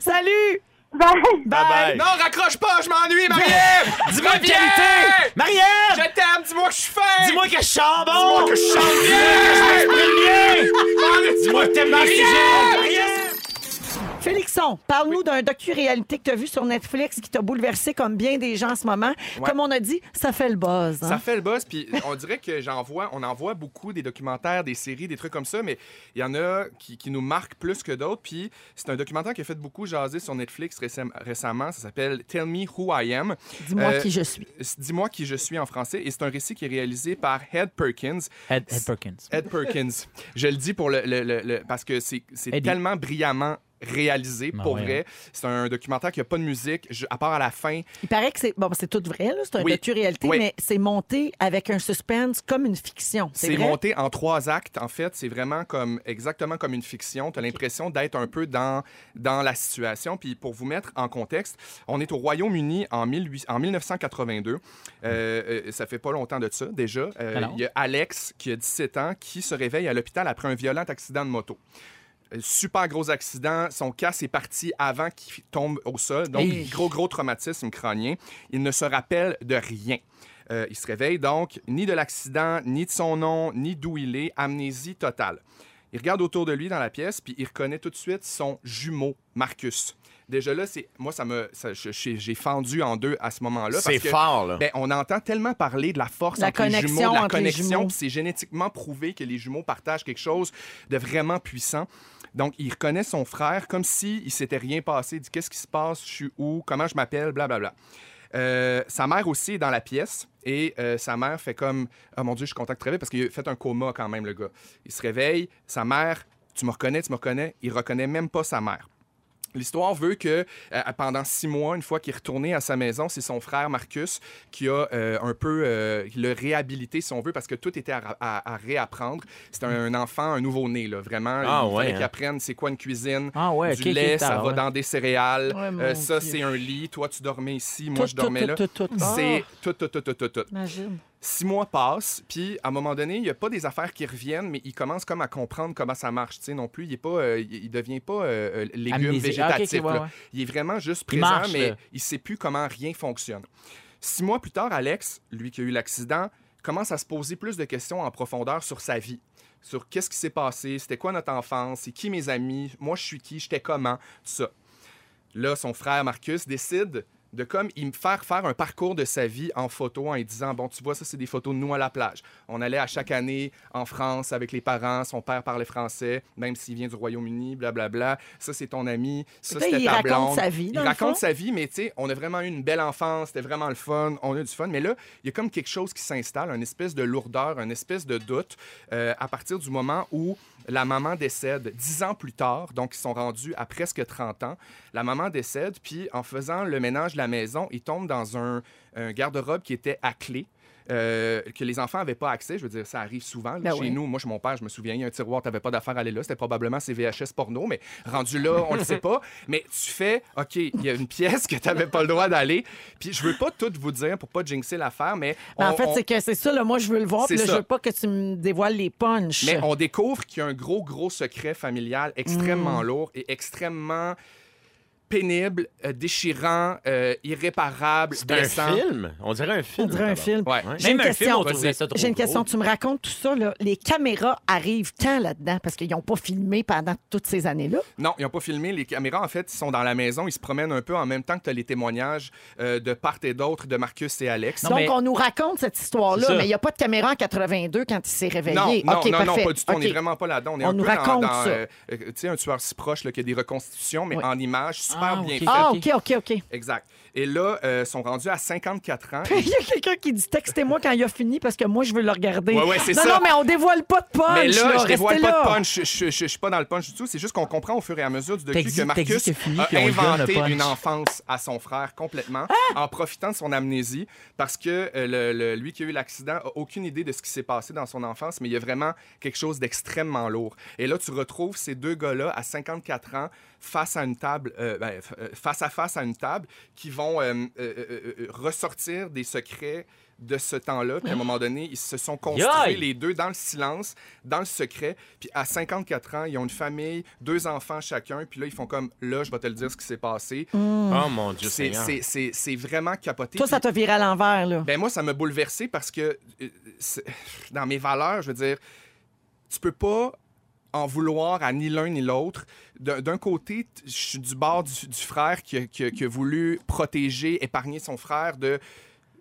Speaker 2: Salut!
Speaker 7: Bye.
Speaker 2: Bye!
Speaker 1: Non, raccroche pas, je m'ennuie, Marie-Ève!
Speaker 4: Dis-moi une
Speaker 1: Reviens!
Speaker 4: qualité!
Speaker 1: Je
Speaker 4: Marie-Ève!
Speaker 1: t'aime, dis-moi que je suis fin!
Speaker 4: Dis-moi que je chante bon!
Speaker 1: que je chante bien!
Speaker 4: Dis-moi que t'aimes ma
Speaker 2: Félixon, parle-nous d'un docu-réalité que tu as vu sur Netflix qui t'a bouleversé comme bien des gens en ce moment.
Speaker 1: Ouais.
Speaker 2: Comme on a dit, ça fait le buzz. hein?
Speaker 1: Ça fait le buzz, puis on dirait que j'en vois, on en voit beaucoup des documentaires, des séries, des trucs comme ça, mais il y en a qui, qui nous marquent plus que d'autres. Puis c'est un documentaire qui a fait beaucoup jaser sur Netflix récem- récemment. Ça s'appelle Tell Me Who I Am.
Speaker 2: Dis-moi
Speaker 1: Euh,
Speaker 2: qui je suis.
Speaker 1: Dis-moi qui je suis en français. Et c'est un récit qui est réalisé par Ed Perkins.
Speaker 4: Ed, Perkins.
Speaker 1: Ed Perkins. Je le dis pour le, le- le- le- parce que c'est c'est
Speaker 4: Eddie.
Speaker 1: tellement brillamment réalisé
Speaker 4: Ben
Speaker 1: pour
Speaker 4: ouais,
Speaker 1: vrai. C'est un documentaire qui a pas de musique, je- à part à la fin.
Speaker 2: Il paraît que c'est bon, c'est tout vrai, là, c'est un
Speaker 1: Oui.
Speaker 2: docu-réalité,
Speaker 1: Oui.
Speaker 2: mais c'est monté avec un suspense comme une fiction. C'est
Speaker 1: C'est
Speaker 2: vrai?
Speaker 1: monté en trois actes. En fait, c'est vraiment comme exactement comme une fiction. Tu as l'impression d'être un peu dans, dans la situation. Puis pour vous mettre en contexte, on est au Royaume-Uni en, 18 en 1982. Euh, euh, ça fait pas longtemps de ça déjà. Euh,
Speaker 4: Alors?
Speaker 1: Il y a Alex qui a 17 ans qui se réveille à l'hôpital après un violent accident de moto. Euh, Super gros accident, son casse est parti avant qu'il tombe au sol, donc
Speaker 4: Hey.
Speaker 1: gros gros traumatisme crânien. Il ne se rappelle de rien. Euh, il se réveille donc, ni de l'accident, ni de son nom, ni d'où il est, amnésie totale. Il regarde autour de lui dans la pièce, puis il reconnaît tout de suite son jumeau, Marcus. Déjà là, c'est moi, ça me, ça- je- je- j'ai fendu en deux à ce moment-là.
Speaker 3: C'est
Speaker 1: parce que-
Speaker 3: fort, là.
Speaker 1: ben, on entend tellement parler de la force
Speaker 2: La
Speaker 1: entre les
Speaker 2: connexion
Speaker 1: jumeaux, de la
Speaker 2: entre les jumeaux.
Speaker 1: connexion, puis c'est génétiquement prouvé que les jumeaux partagent quelque chose de vraiment puissant. Donc, il reconnaît son frère comme s'il ne s'était rien passé. Il dit Qu'est-ce qui se passe Je suis où Comment je m'appelle Blablabla. Euh, sa mère aussi est dans la pièce et euh, sa mère fait comme Oh mon Dieu, je contacte très vite parce qu'il a fait un coma quand même, le gars. Il se réveille, sa mère Tu me reconnais, tu me reconnais. Il reconnaît même pas sa mère. L'histoire veut que euh, pendant six mois, une fois qu'il est retourné à sa maison, c'est son frère Marcus qui a euh, un peu euh, le réhabilité, si on veut, parce que tout était à, ra- à- à réapprendre. C'est un, enfant, un nouveau-né, là, vraiment.
Speaker 3: Ah
Speaker 1: il fallait
Speaker 3: ouais,
Speaker 1: qu'il
Speaker 3: hein.
Speaker 1: apprenne c'est quoi une cuisine,
Speaker 4: Ah ouais,
Speaker 1: du
Speaker 4: ok, ok,
Speaker 1: lait, ça
Speaker 4: t'as-
Speaker 1: va
Speaker 4: ouais.
Speaker 1: dans des céréales,
Speaker 2: Ouais, mon
Speaker 1: euh, ça
Speaker 2: Dieu.
Speaker 1: c'est un lit, toi tu dormais ici,
Speaker 4: Tout,
Speaker 1: moi je dormais
Speaker 4: tout,
Speaker 1: là.
Speaker 4: tout, tout, tout.
Speaker 1: C'est
Speaker 2: Ah.
Speaker 1: tout, tout, tout, tout, tout, tout
Speaker 2: Imagine.
Speaker 1: six mois passent, puis à un moment donné, il n'y a pas des affaires qui reviennent, mais il commence comme à comprendre comment ça marche, tu sais, non plus. Il est pas, euh, il il devient pas euh, euh, légume
Speaker 4: Amnésie. Ah, ok, ok,
Speaker 1: végétatif.
Speaker 4: ouais,
Speaker 1: là.
Speaker 4: ouais.
Speaker 1: Il est vraiment juste
Speaker 4: Il
Speaker 1: présent,
Speaker 4: marche,
Speaker 1: mais
Speaker 4: là.
Speaker 1: il sait plus comment rien fonctionne. Six mois plus tard, Alex, lui qui a eu l'accident, commence à se poser plus de questions en profondeur sur sa vie. Sur qu'est-ce qui s'est passé, c'était quoi notre enfance, c'est qui mes amis, moi je suis qui, j'étais comment, tout ça. Là, son frère Marcus décide de comme il me faire faire un parcours de sa vie en photo en lui disant bon tu vois ça c'est des photos de nous à la plage on allait à chaque année en France avec les parents son père parlait français même s'il vient du Royaume-Uni blablabla ça c'est ton ami ça
Speaker 2: Là,
Speaker 1: c'était
Speaker 2: il
Speaker 1: ta
Speaker 2: raconte
Speaker 1: blonde
Speaker 2: sa vie, dans
Speaker 1: il
Speaker 2: le
Speaker 1: raconte
Speaker 2: fond.
Speaker 1: sa vie mais tu sais on a vraiment eu une belle enfance c'était vraiment le fun on a eu du fun mais là il y a comme quelque chose qui s'installe une espèce de lourdeur une espèce de doute euh, à partir du moment où la maman décède dix ans plus tard, donc ils sont rendus à presque 30 ans. La maman décède, puis en faisant le ménage de la maison, ils tombent dans un, un garde-robe qui était à clé. euh, que les enfants n'avaient pas accès. Je veux dire, ça arrive souvent. là.
Speaker 2: Ben
Speaker 1: Chez
Speaker 2: oui.
Speaker 1: nous, moi, je, mon père, je me souviens, il y a un tiroir, tu n'avais pas d'affaire à aller là. C'était probablement ses VHS porno, mais rendu là, on ne le
Speaker 2: *laughs*
Speaker 1: sait pas. Mais tu fais, OK, il y a une pièce que tu n'avais pas le droit d'aller. Puis je veux pas tout vous dire pour pas jinxer l'affaire, mais.
Speaker 2: Mais Ben, en
Speaker 1: on-
Speaker 2: fait,
Speaker 1: on-
Speaker 2: c'est que c'est ça, là, moi, je veux le voir, puis
Speaker 1: C'est
Speaker 2: là, je
Speaker 1: ça.
Speaker 2: veux pas que tu me dévoiles les punchs.
Speaker 1: Mais on découvre qu'il y a un gros, gros secret familial
Speaker 2: Mm.
Speaker 1: extrêmement lourd et extrêmement pénible, euh, déchirant, euh, irréparable,
Speaker 3: C'est un
Speaker 1: blessant.
Speaker 3: film. On dirait un
Speaker 2: On
Speaker 3: film.
Speaker 2: dirait un
Speaker 3: tabarnak.
Speaker 2: film.
Speaker 1: Ouais.
Speaker 2: J'ai une
Speaker 4: Même un film,
Speaker 2: question.
Speaker 4: on trouvait ça trop
Speaker 2: J'ai une
Speaker 4: gros.
Speaker 2: question. Tu me racontes tout ça, là. Les caméras arrivent quand là-dedans? Parce qu'ils n'ont pas filmé pendant toutes ces années-là.
Speaker 1: Non, ils n'ont pas filmé. Les caméras, en fait, ils sont dans la maison. Ils se promènent un peu en même temps que tu as les témoignages euh, de part et d'autre de Marcus et Alex.
Speaker 4: Non,
Speaker 2: Donc,
Speaker 4: mais-
Speaker 2: on nous raconte cette
Speaker 4: C'est
Speaker 2: histoire-là,
Speaker 4: ça.
Speaker 2: mais il n'y a pas de caméra en 82 quand il s'est réveillé.
Speaker 1: Non, non,
Speaker 2: OK,
Speaker 1: non, non,
Speaker 2: parfait.
Speaker 1: pas du tout. On
Speaker 2: OK.
Speaker 1: n'est vraiment pas là-dedans. On est
Speaker 2: On
Speaker 1: un
Speaker 2: nous
Speaker 1: peu dans-
Speaker 2: raconte
Speaker 1: dans,
Speaker 2: ça.
Speaker 1: euh, euh, tu sais, un tueur si proche là, qui a des reconstitutions, mais
Speaker 2: Oui.
Speaker 1: en images super
Speaker 4: Ah,
Speaker 1: bien
Speaker 4: ok.
Speaker 1: faites.
Speaker 2: Ah, OK, OK, OK.
Speaker 1: Exact. Et là, euh, sont rendus à 54 ans.
Speaker 2: *laughs* Il y a quelqu'un qui dit textez-moi quand il a fini parce que moi, je veux le regarder.
Speaker 1: Ouais, ouais, c'est
Speaker 2: non,
Speaker 1: ça.
Speaker 2: non, mais on dévoile pas de punch.
Speaker 1: Mais là, je
Speaker 2: restez
Speaker 1: dévoile pas
Speaker 2: là.
Speaker 1: de punch. Je- Je je- je suis pas dans le punch du tout. C'est juste qu'on comprend au fur et à mesure du
Speaker 4: T'as
Speaker 1: docu
Speaker 4: dit-
Speaker 1: que
Speaker 4: t'as dit
Speaker 1: Marcus
Speaker 4: c'est fini,
Speaker 1: a
Speaker 4: puis on lui donne le
Speaker 1: inventé
Speaker 4: punch.
Speaker 1: une enfance à son frère complètement en profitant de son amnésie parce que euh, le- le- lui qui a eu l'accident a aucune idée de ce qui s'est passé dans son enfance, mais il y a vraiment quelque chose d'extrêmement lourd. Et là, tu retrouves ces deux gars-là à 54 ans face à une table, euh, ben, f- euh, face à face à une table, qui vont euh, euh, euh, euh, ressortir des secrets de ce temps-là. Puis à un moment donné, ils se sont construits
Speaker 4: Yoï!
Speaker 1: les les deux dans le silence, dans le secret. Puis à 54 ans, ils ont une famille, deux enfants chacun. Puis là, ils font comme là, je vais te le dire ce qui s'est passé.
Speaker 3: Oh mon Dieu,
Speaker 1: C'est-
Speaker 3: Seigneur.
Speaker 1: C'est c'est- c'est vraiment capoté.
Speaker 2: Toi, ça
Speaker 1: Puis-
Speaker 2: t'a viré à l'envers, là.
Speaker 1: ben moi, ça m'a bouleversé parce que euh, c'est- dans mes valeurs, je veux dire, tu peux pas en vouloir à ni l'un ni l'autre. D'un d'un côté, t- je suis du bord du, du frère qui a, qui a- qui a voulu protéger, épargner son frère de...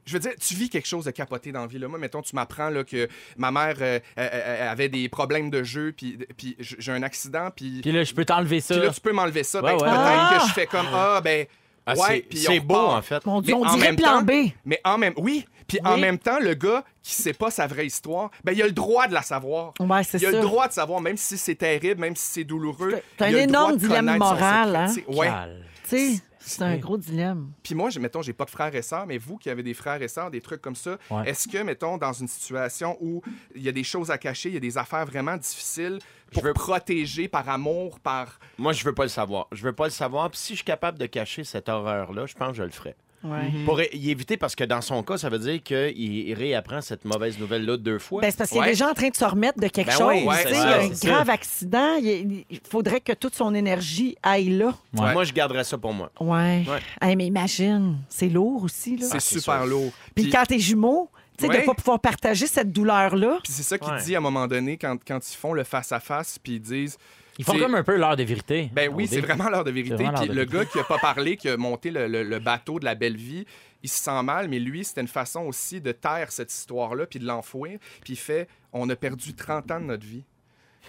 Speaker 1: Je veux dire, tu vis quelque chose de capoté dans la vie. Là. Moi, mettons, tu m'apprends là, que ma mère euh, euh, euh, avait des problèmes de jeu, puis, puis j- j'ai un accident, puis,
Speaker 4: Puis là, je peux t'enlever ça.
Speaker 1: puis là, tu peux m'enlever ça.
Speaker 4: Ouais,
Speaker 1: Ben,
Speaker 4: ouais.
Speaker 1: Peut-être
Speaker 2: Ah!
Speaker 1: que je fais comme, ah, ben,
Speaker 3: Ah, c'est-
Speaker 1: ouais, puis
Speaker 3: c'est
Speaker 1: on
Speaker 3: beau, hein,
Speaker 1: repart.
Speaker 3: en fait.
Speaker 2: Mon Dieu,
Speaker 1: Mais
Speaker 2: on
Speaker 1: en
Speaker 2: dirait
Speaker 1: même
Speaker 2: plan
Speaker 1: temps-
Speaker 2: B.
Speaker 1: Mais en même oui, puis en
Speaker 2: Oui.
Speaker 1: même temps le gars qui sait pas sa vraie histoire, ben il a le droit de la savoir.
Speaker 2: Ouais, c'est
Speaker 1: Il a
Speaker 2: ça.
Speaker 1: le droit de savoir même si c'est terrible, même si c'est douloureux.
Speaker 2: C'est un
Speaker 1: il a le
Speaker 2: énorme
Speaker 1: droit de
Speaker 2: dilemme
Speaker 1: connaître son
Speaker 2: moral,
Speaker 1: secret,
Speaker 2: hein?
Speaker 1: tu sais. Ouais.
Speaker 4: Cal.
Speaker 2: Tu sais, c'est un gros dilemme.
Speaker 1: Puis moi, je- mettons, j'ai pas de frères et sœurs, mais vous qui avez des frères et sœurs, des trucs comme ça,
Speaker 4: Ouais.
Speaker 1: est-ce que mettons dans une situation où il y a des choses à cacher, il y a des affaires vraiment difficiles pour
Speaker 3: veux- Ah,
Speaker 1: protéger par amour, par
Speaker 3: Moi, je veux pas le savoir. Je veux pas le savoir. Puis si je suis capable de cacher cette horreur-là, je pense que je le ferai.
Speaker 2: Ouais.
Speaker 3: Pour é- y éviter, parce que dans son cas, ça veut dire qu'il il réapprend cette mauvaise nouvelle-là deux fois.
Speaker 2: Ben, c'est parce qu'il
Speaker 3: Ouais.
Speaker 2: est déjà en train de se remettre de quelque
Speaker 3: Ben
Speaker 2: chose.
Speaker 3: oui,
Speaker 1: ouais,
Speaker 2: tu sais,
Speaker 1: c'est
Speaker 2: il y a
Speaker 1: ça,
Speaker 2: un
Speaker 4: c'est
Speaker 2: grave accident. Il, il faudrait que toute son énergie aille là.
Speaker 4: Ouais.
Speaker 3: Moi, je garderais ça pour moi.
Speaker 2: Ouais.
Speaker 3: Ouais.
Speaker 2: Hey, mais imagine, c'est lourd aussi. Là.
Speaker 1: c'est
Speaker 3: c'est
Speaker 1: super
Speaker 3: sûr.
Speaker 1: lourd.
Speaker 2: Puis
Speaker 1: Puis-
Speaker 2: quand t'es jumeau, tu sais, de
Speaker 1: Ouais.
Speaker 2: pas pouvoir partager cette douleur-là.
Speaker 1: puis c'est ça qu'il
Speaker 3: Ouais.
Speaker 1: dit à un moment donné quand, quand ils font le face à face puis ils disent
Speaker 4: Ils font
Speaker 1: C'est-
Speaker 4: comme un peu l'heure de vérité.
Speaker 1: Ben
Speaker 4: On
Speaker 1: oui, c'est
Speaker 4: dit.
Speaker 1: vraiment l'heure de
Speaker 4: C'est
Speaker 1: vérité.
Speaker 4: vraiment
Speaker 1: Puis
Speaker 4: l'heure de
Speaker 1: le
Speaker 4: vérité.
Speaker 1: gars qui a pas parlé, qui a monté le, le- le bateau de la belle vie, il se sent mal, mais lui, c'était une façon aussi de taire cette histoire-là, puis de l'enfouir. Puis il fait on a perdu 30 ans de notre vie.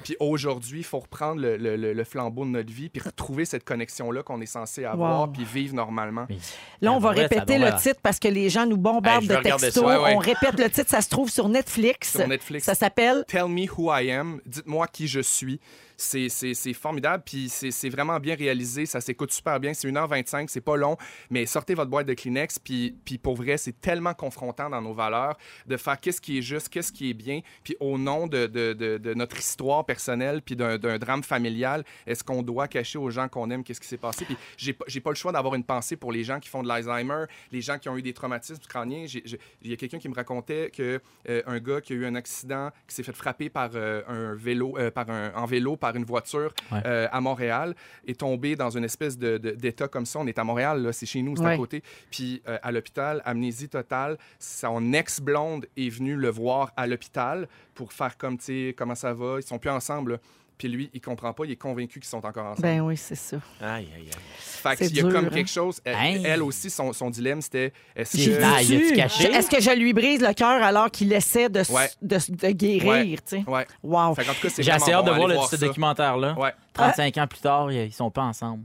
Speaker 1: Puis aujourd'hui, il faut reprendre le, le- le- le flambeau de notre vie, puis retrouver cette connexion-là qu'on est censé avoir,
Speaker 2: Wow.
Speaker 1: puis vivre normalement.
Speaker 4: Mais-
Speaker 2: Là, on
Speaker 4: Ah,
Speaker 2: va
Speaker 4: ouais, ça
Speaker 2: répéter
Speaker 4: doit
Speaker 2: le
Speaker 4: être-
Speaker 2: titre parce que les gens nous
Speaker 3: Hey,
Speaker 2: bombardent
Speaker 3: je
Speaker 2: de
Speaker 3: vais regarder
Speaker 2: textos.
Speaker 3: ça,
Speaker 1: ouais.
Speaker 2: On répète le titre, ça se trouve sur Netflix.
Speaker 1: Sur Netflix.
Speaker 2: Ça s'appelle
Speaker 1: Tell me who I am, dites-moi qui je suis. C'est- C'est c'est formidable, puis c'est c'est vraiment bien réalisé, ça s'écoute super bien. C'est 1h25, c'est pas long, mais sortez votre boîte de Kleenex, puis, puis pour vrai, c'est tellement confrontant dans nos valeurs de faire qu'est-ce qui est juste, qu'est-ce qui est bien, puis au nom de, de- de- de notre histoire personnelle, puis d'un d'un drame familial, est-ce qu'on doit cacher aux gens qu'on aime qu'est-ce qui s'est passé? Puis j'ai pas- j'ai pas le choix d'avoir une pensée pour les gens qui font de l'Alzheimer, les gens qui ont eu des traumatismes crâniens. J'ai- j'ai- Il y a quelqu'un qui me racontait que euh, un gars qui a eu un accident, qui s'est fait frapper par euh, un vélo, euh, par un, en vélo, par une voiture
Speaker 4: Ouais.
Speaker 1: euh, à Montréal, est tombé dans une espèce de- de- d'état comme ça. On est à Montréal, là, c'est chez nous, c'est
Speaker 2: Ouais.
Speaker 1: à côté. Puis euh, à l'hôpital, amnésie totale. Son ex-blonde est venue le voir à l'hôpital pour faire comme, tu sais, comment ça va. Ils sont plus ensemble. là. Puis lui, il comprend pas, il est convaincu qu'ils sont encore ensemble.
Speaker 2: Ben oui, c'est ça.
Speaker 3: Aïe, aïe, aïe.
Speaker 1: fait
Speaker 2: c'est
Speaker 1: qu'il y a
Speaker 2: dur,
Speaker 1: comme
Speaker 2: hein.
Speaker 1: quelque chose. Elle,
Speaker 4: Hey.
Speaker 1: elle aussi, son, son dilemme, c'était est-ce
Speaker 4: Il
Speaker 1: que.
Speaker 4: Ah, il a-tu
Speaker 2: Je-
Speaker 4: caché?
Speaker 2: Est-ce que je lui brise le cœur alors qu'il essaie de, s-
Speaker 1: Ouais.
Speaker 2: de, s- de guérir,
Speaker 1: Ouais.
Speaker 2: tu sais?
Speaker 1: Ouais.
Speaker 2: Wow.
Speaker 1: Fait qu'en tout cas, c'est
Speaker 4: J'ai assez
Speaker 1: vraiment
Speaker 4: hâte de
Speaker 1: bon,
Speaker 4: voir
Speaker 1: allez
Speaker 4: le,
Speaker 1: voir
Speaker 4: ce
Speaker 1: ça.
Speaker 4: documentaire-là.
Speaker 1: Ouais.
Speaker 4: 35 ans plus tard, ils ils sont pas
Speaker 1: *laughs*
Speaker 4: ensemble.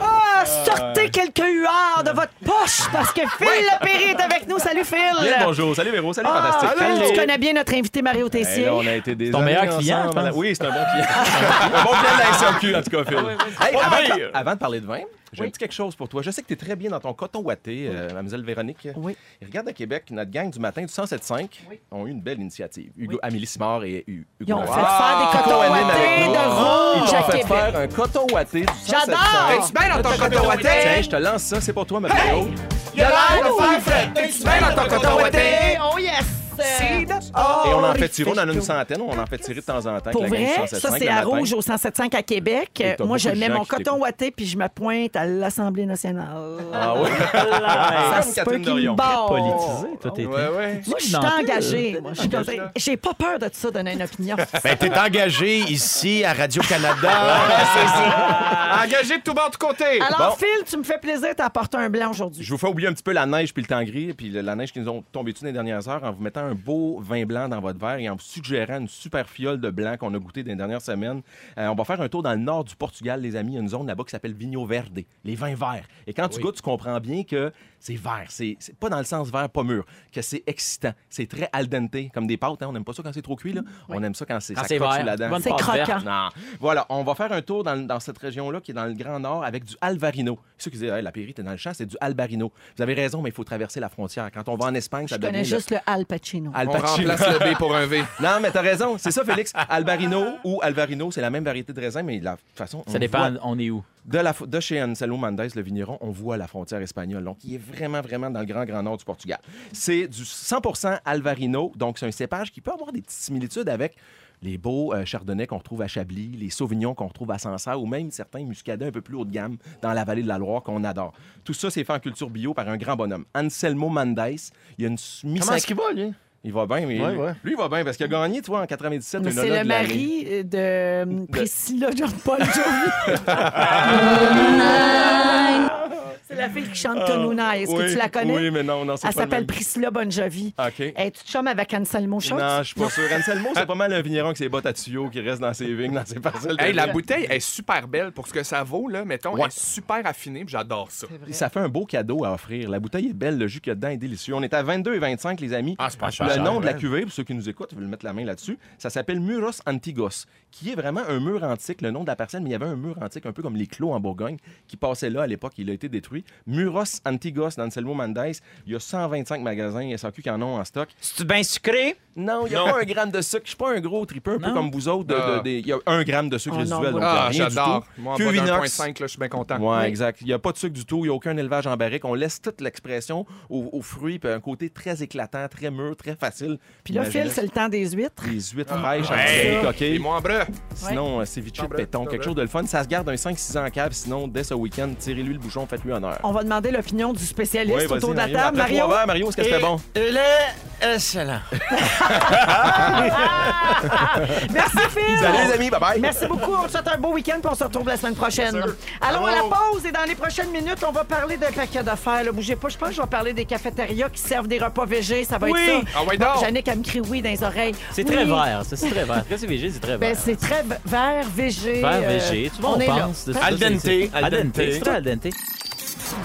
Speaker 2: Ah, sortez quelques huards de votre poche parce que Phil Lepéry est avec nous. Salut Phil!
Speaker 3: bonjour. Salut, Véro. Salut,
Speaker 2: Ah,
Speaker 3: fantastique.
Speaker 2: Phil,
Speaker 1: Salut.
Speaker 2: tu connais bien notre invité Mario
Speaker 6: Hey,
Speaker 2: Tessier.
Speaker 6: Ben là, on a été des
Speaker 4: Ton
Speaker 6: années
Speaker 4: meilleur client,
Speaker 6: ensemble.
Speaker 4: je pense.
Speaker 6: Oui, c'est un bon *laughs* client. un bon client de la SAQ, en tout cas, Phil. Hey, avant, de par- avant de parler de vin, j'ai un petit quelque chose pour toi. Je sais que tu es très bien dans ton coton ouaté, euh, mademoiselle Véronique.
Speaker 2: Oui.
Speaker 6: Et regarde à Québec, notre gang du matin du 107.5 ont eu une belle initiative. Hugo, Amélie Simard et Hu- Hugo.
Speaker 2: Ils ont
Speaker 6: Lavoie.
Speaker 2: fait faire des
Speaker 6: Coton
Speaker 2: cotons
Speaker 6: anime avec
Speaker 2: ouatés
Speaker 6: nous.
Speaker 2: de rouge
Speaker 6: Ils
Speaker 2: à
Speaker 6: ont fait
Speaker 2: Québec.
Speaker 6: faire un coton ouaté du 107.5.
Speaker 2: J'adore!
Speaker 1: T'es-tu bien dans ton coton ouaté?
Speaker 6: Tiens, je te lance ça, c'est pour toi, ma vidéo.
Speaker 1: Il a l'air de faire fret. T'es-tu bien dans ton coton ouaté?
Speaker 2: Oh yes!
Speaker 6: Et on en fait tirer, on en a une centaine, on en fait tirer de temps en temps.
Speaker 2: Oh, Pour
Speaker 6: avec la gang du
Speaker 2: vrai,
Speaker 6: 107.5
Speaker 2: ça,
Speaker 6: le
Speaker 2: c'est à
Speaker 6: matin.
Speaker 2: Rouge au 107.5 à Québec.
Speaker 6: Et t'as
Speaker 2: Moi, je
Speaker 6: beaucoup de
Speaker 2: mets
Speaker 6: gens
Speaker 2: mon
Speaker 6: qui
Speaker 2: coton
Speaker 6: t'écoutent.
Speaker 2: ouaté puis je me pointe à l'Assemblée nationale.
Speaker 6: Ah oui?
Speaker 2: Ça
Speaker 6: Comme
Speaker 2: se peut
Speaker 6: Catherine
Speaker 2: qu'il me
Speaker 6: Dorion.
Speaker 2: barre.
Speaker 4: Politisé, toi, t'es.
Speaker 1: Ouais, ouais.
Speaker 2: Moi, je suis
Speaker 4: Nantais.
Speaker 2: engagée. Moi, je suis engagée. J'ai pas peur de ça, donner une
Speaker 6: *laughs*
Speaker 2: opinion.
Speaker 3: Ben, t'es engagé ici à *laughs* Radio-Canada.
Speaker 1: Engagé de tout bord, de côté.
Speaker 2: Alors,
Speaker 6: Bon.
Speaker 2: Phil, tu me fais plaisir, t'as apporté un blanc aujourd'hui.
Speaker 6: Je vous fais oublier un petit peu la neige puis le temps gris, puis le- la neige qui nous ont tombé dessus dans les dernières heures en vous mettant un beau vin blanc dans votre verre et en vous suggérant une super fiole de blanc qu'on a goûté dans les dernières semaines. Euh, on va faire un tour dans le nord du Portugal, les amis. Il y a une zone là-bas qui s'appelle Vinho Verde, les vins verts. Et quand tu goûtes, tu comprends bien que c'est vert. C'est c'est pas dans le sens vert, pas mûr, que c'est excitant. C'est très al dente, comme des pâtes. hein. On n'aime pas ça quand c'est trop cuit. Là. On aime ça quand c'est
Speaker 4: Quand
Speaker 6: ça
Speaker 4: Ah, c'est
Speaker 6: colle
Speaker 4: vert.
Speaker 6: sous la dent.
Speaker 4: Bonne
Speaker 2: C'est
Speaker 4: pâte verte.
Speaker 2: croquant.
Speaker 6: Non. Voilà, on va faire un tour dans, dans cette région-là qui est dans le Grand Nord avec du Alvarino. Ceux qui disent, hey, la Pairie, t'es dans le champ, c'est du Albarino. Vous avez raison, mais il faut traverser la frontière. Quand on va en Espagne, ça
Speaker 2: Je connais
Speaker 6: devient
Speaker 2: juste le Al Pacino.
Speaker 6: le Al
Speaker 1: On
Speaker 6: Pacino.
Speaker 1: remplace le B pour un V.
Speaker 6: Non, mais t'as raison, c'est ça, Félix. Albarino ou Alvarino, c'est la même variété de raisin, mais de la façon.
Speaker 4: Ça
Speaker 6: on
Speaker 4: dépend,
Speaker 6: voit-
Speaker 4: on est où?
Speaker 6: De, la, de chez Anselmo Mendes, le vigneron, on voit la frontière espagnole. Donc, il est vraiment, vraiment dans le grand, grand nord du Portugal. C'est du 100 Alvarino, donc c'est un cépage qui peut avoir des petites similitudes avec les beaux euh, chardonnays qu'on retrouve à Chablis, les sauvignons qu'on retrouve à Sancerre ou même certains muscadins un peu plus haut de gamme dans la vallée de la Loire qu'on adore. Tout ça, c'est fait en culture bio par un grand bonhomme. Anselmo Mendes, il y a une mi
Speaker 3: qu'il va, lui?
Speaker 6: Il va bien, mais
Speaker 3: Ouais,
Speaker 6: lui,
Speaker 3: ouais.
Speaker 6: lui, il va bien parce qu'il a gagné, tu vois, en 97.
Speaker 2: Mais
Speaker 6: une
Speaker 2: C'est
Speaker 6: honneur
Speaker 2: le
Speaker 6: de l'année.
Speaker 2: mari euh, de euh, Priscilla Jean-Paul Joly. C'est la fille qui chante Tonouna. Est-ce que
Speaker 6: Ah, Oui,
Speaker 2: tu la connais?
Speaker 6: Oui, mais non, non, c'est
Speaker 2: Elle
Speaker 6: pas le
Speaker 2: s'appelle
Speaker 6: même.
Speaker 2: Priscilla Bonjovi.
Speaker 6: OK.
Speaker 2: Es-tu chum avec Anselmo Schultz?
Speaker 6: Non, je suis pas sûr. Anselmo, c'est pas mal un vigneron avec ses bottes à tuyaux qui reste dans ses vignes, dans ses parcelles.
Speaker 1: Hey, la bouteille est super belle pour ce que ça vaut, là. Mettons, elle est super affinée, puis j'adore ça.
Speaker 6: Ça fait un beau cadeau à offrir. La bouteille est belle, le jus qu'il y a dedans est délicieux. On est à 22 et 25, les amis.
Speaker 3: Ah, c'est pas cher.
Speaker 6: le nom de la
Speaker 3: Ouais.
Speaker 6: cuvée, pour ceux qui nous écoutent, veulent mettre la main là-dessus, ça s'appelle Muros Antigos, qui est vraiment un mur antique, le nom de la parcelle, mais il y avait un mur antique, un peu comme les clos en Bourgogne, qui passait là à l'époque, il a été détruit. Muros Antigos d'Anselmo Mendes, il y a 125 magasins SAQ qui en ont en stock.
Speaker 4: C'est-tu bien sucré?
Speaker 6: Non, il n'y a pas un gramme de sucre. Je suis pas un gros tripeux, un peu
Speaker 4: Non.
Speaker 6: comme vous autres. de-
Speaker 1: Ah.
Speaker 6: de- des- Il y a un gramme de sucre
Speaker 2: Oh non,
Speaker 6: résiduel.
Speaker 2: moi
Speaker 6: donc
Speaker 1: Ah,
Speaker 6: il y a rien du
Speaker 1: j'adore.
Speaker 6: tout.
Speaker 1: Moi, en bas
Speaker 6: Cuve
Speaker 1: d'un
Speaker 6: inox.
Speaker 1: 1.5, là, je suis bien content.
Speaker 6: Ouais, exact. Il n'y a pas de sucre du tout, il n'y a aucun élevage en barrique. On laisse toute l'expression aux, aux fruits, puis un côté très éclatant, très mûr, très facile.
Speaker 2: Puis là,
Speaker 6: Imaginez
Speaker 2: Phil, c'est le temps des huîtres.
Speaker 6: Des huîtres fraîches, en
Speaker 1: Ah. Hey!
Speaker 6: petite coquille.
Speaker 1: Et moi en bras.
Speaker 6: Sinon, euh, c'est ceviche de
Speaker 1: Tambre,
Speaker 6: péton, quelque
Speaker 1: tambre.
Speaker 6: chose de le fun. Ça se garde un 5-6 ans en cave. Sinon, dès ce week-end, tirez-lui le bouchon, faites-lui honneur.
Speaker 2: On va demander l'opinion du spécialiste
Speaker 6: Ouais, vas-y,
Speaker 2: autour de la
Speaker 6: Mario.
Speaker 2: table.
Speaker 6: Après
Speaker 2: Mario,
Speaker 6: trois verres, Mario, est-ce que c'était bon?
Speaker 3: Il est excellent.
Speaker 2: Ah! *laughs* merci Phil!
Speaker 6: Salut les amis, bye-bye!
Speaker 2: Merci beaucoup. On te souhaite un beau week-end puis on se retrouve la semaine prochaine. Allons à la pause et dans les prochaines minutes, on va parler d'un paquet d'affaires. là. Bougez pas. Je pense que je vais parler des cafétérias qui servent des repas végés. Ça va être ça.
Speaker 1: Ah ouais, donc.
Speaker 2: Jannick, elle me crie oui dans les oreilles.
Speaker 4: Oh. C'est
Speaker 2: Oui.
Speaker 4: très vert, ça, c'est très vert. Très VG, c'est très
Speaker 2: Ben,
Speaker 4: vert.
Speaker 2: c'est très v- vert, végé.
Speaker 4: Vert
Speaker 2: euh,
Speaker 4: VG, tu vois,
Speaker 2: on
Speaker 4: on,
Speaker 2: est là.
Speaker 4: pense. de ça,
Speaker 3: Al
Speaker 4: c'est-
Speaker 3: dente,
Speaker 4: c'est-
Speaker 3: al
Speaker 4: Al dente,
Speaker 3: dente.
Speaker 4: c'est très al dente.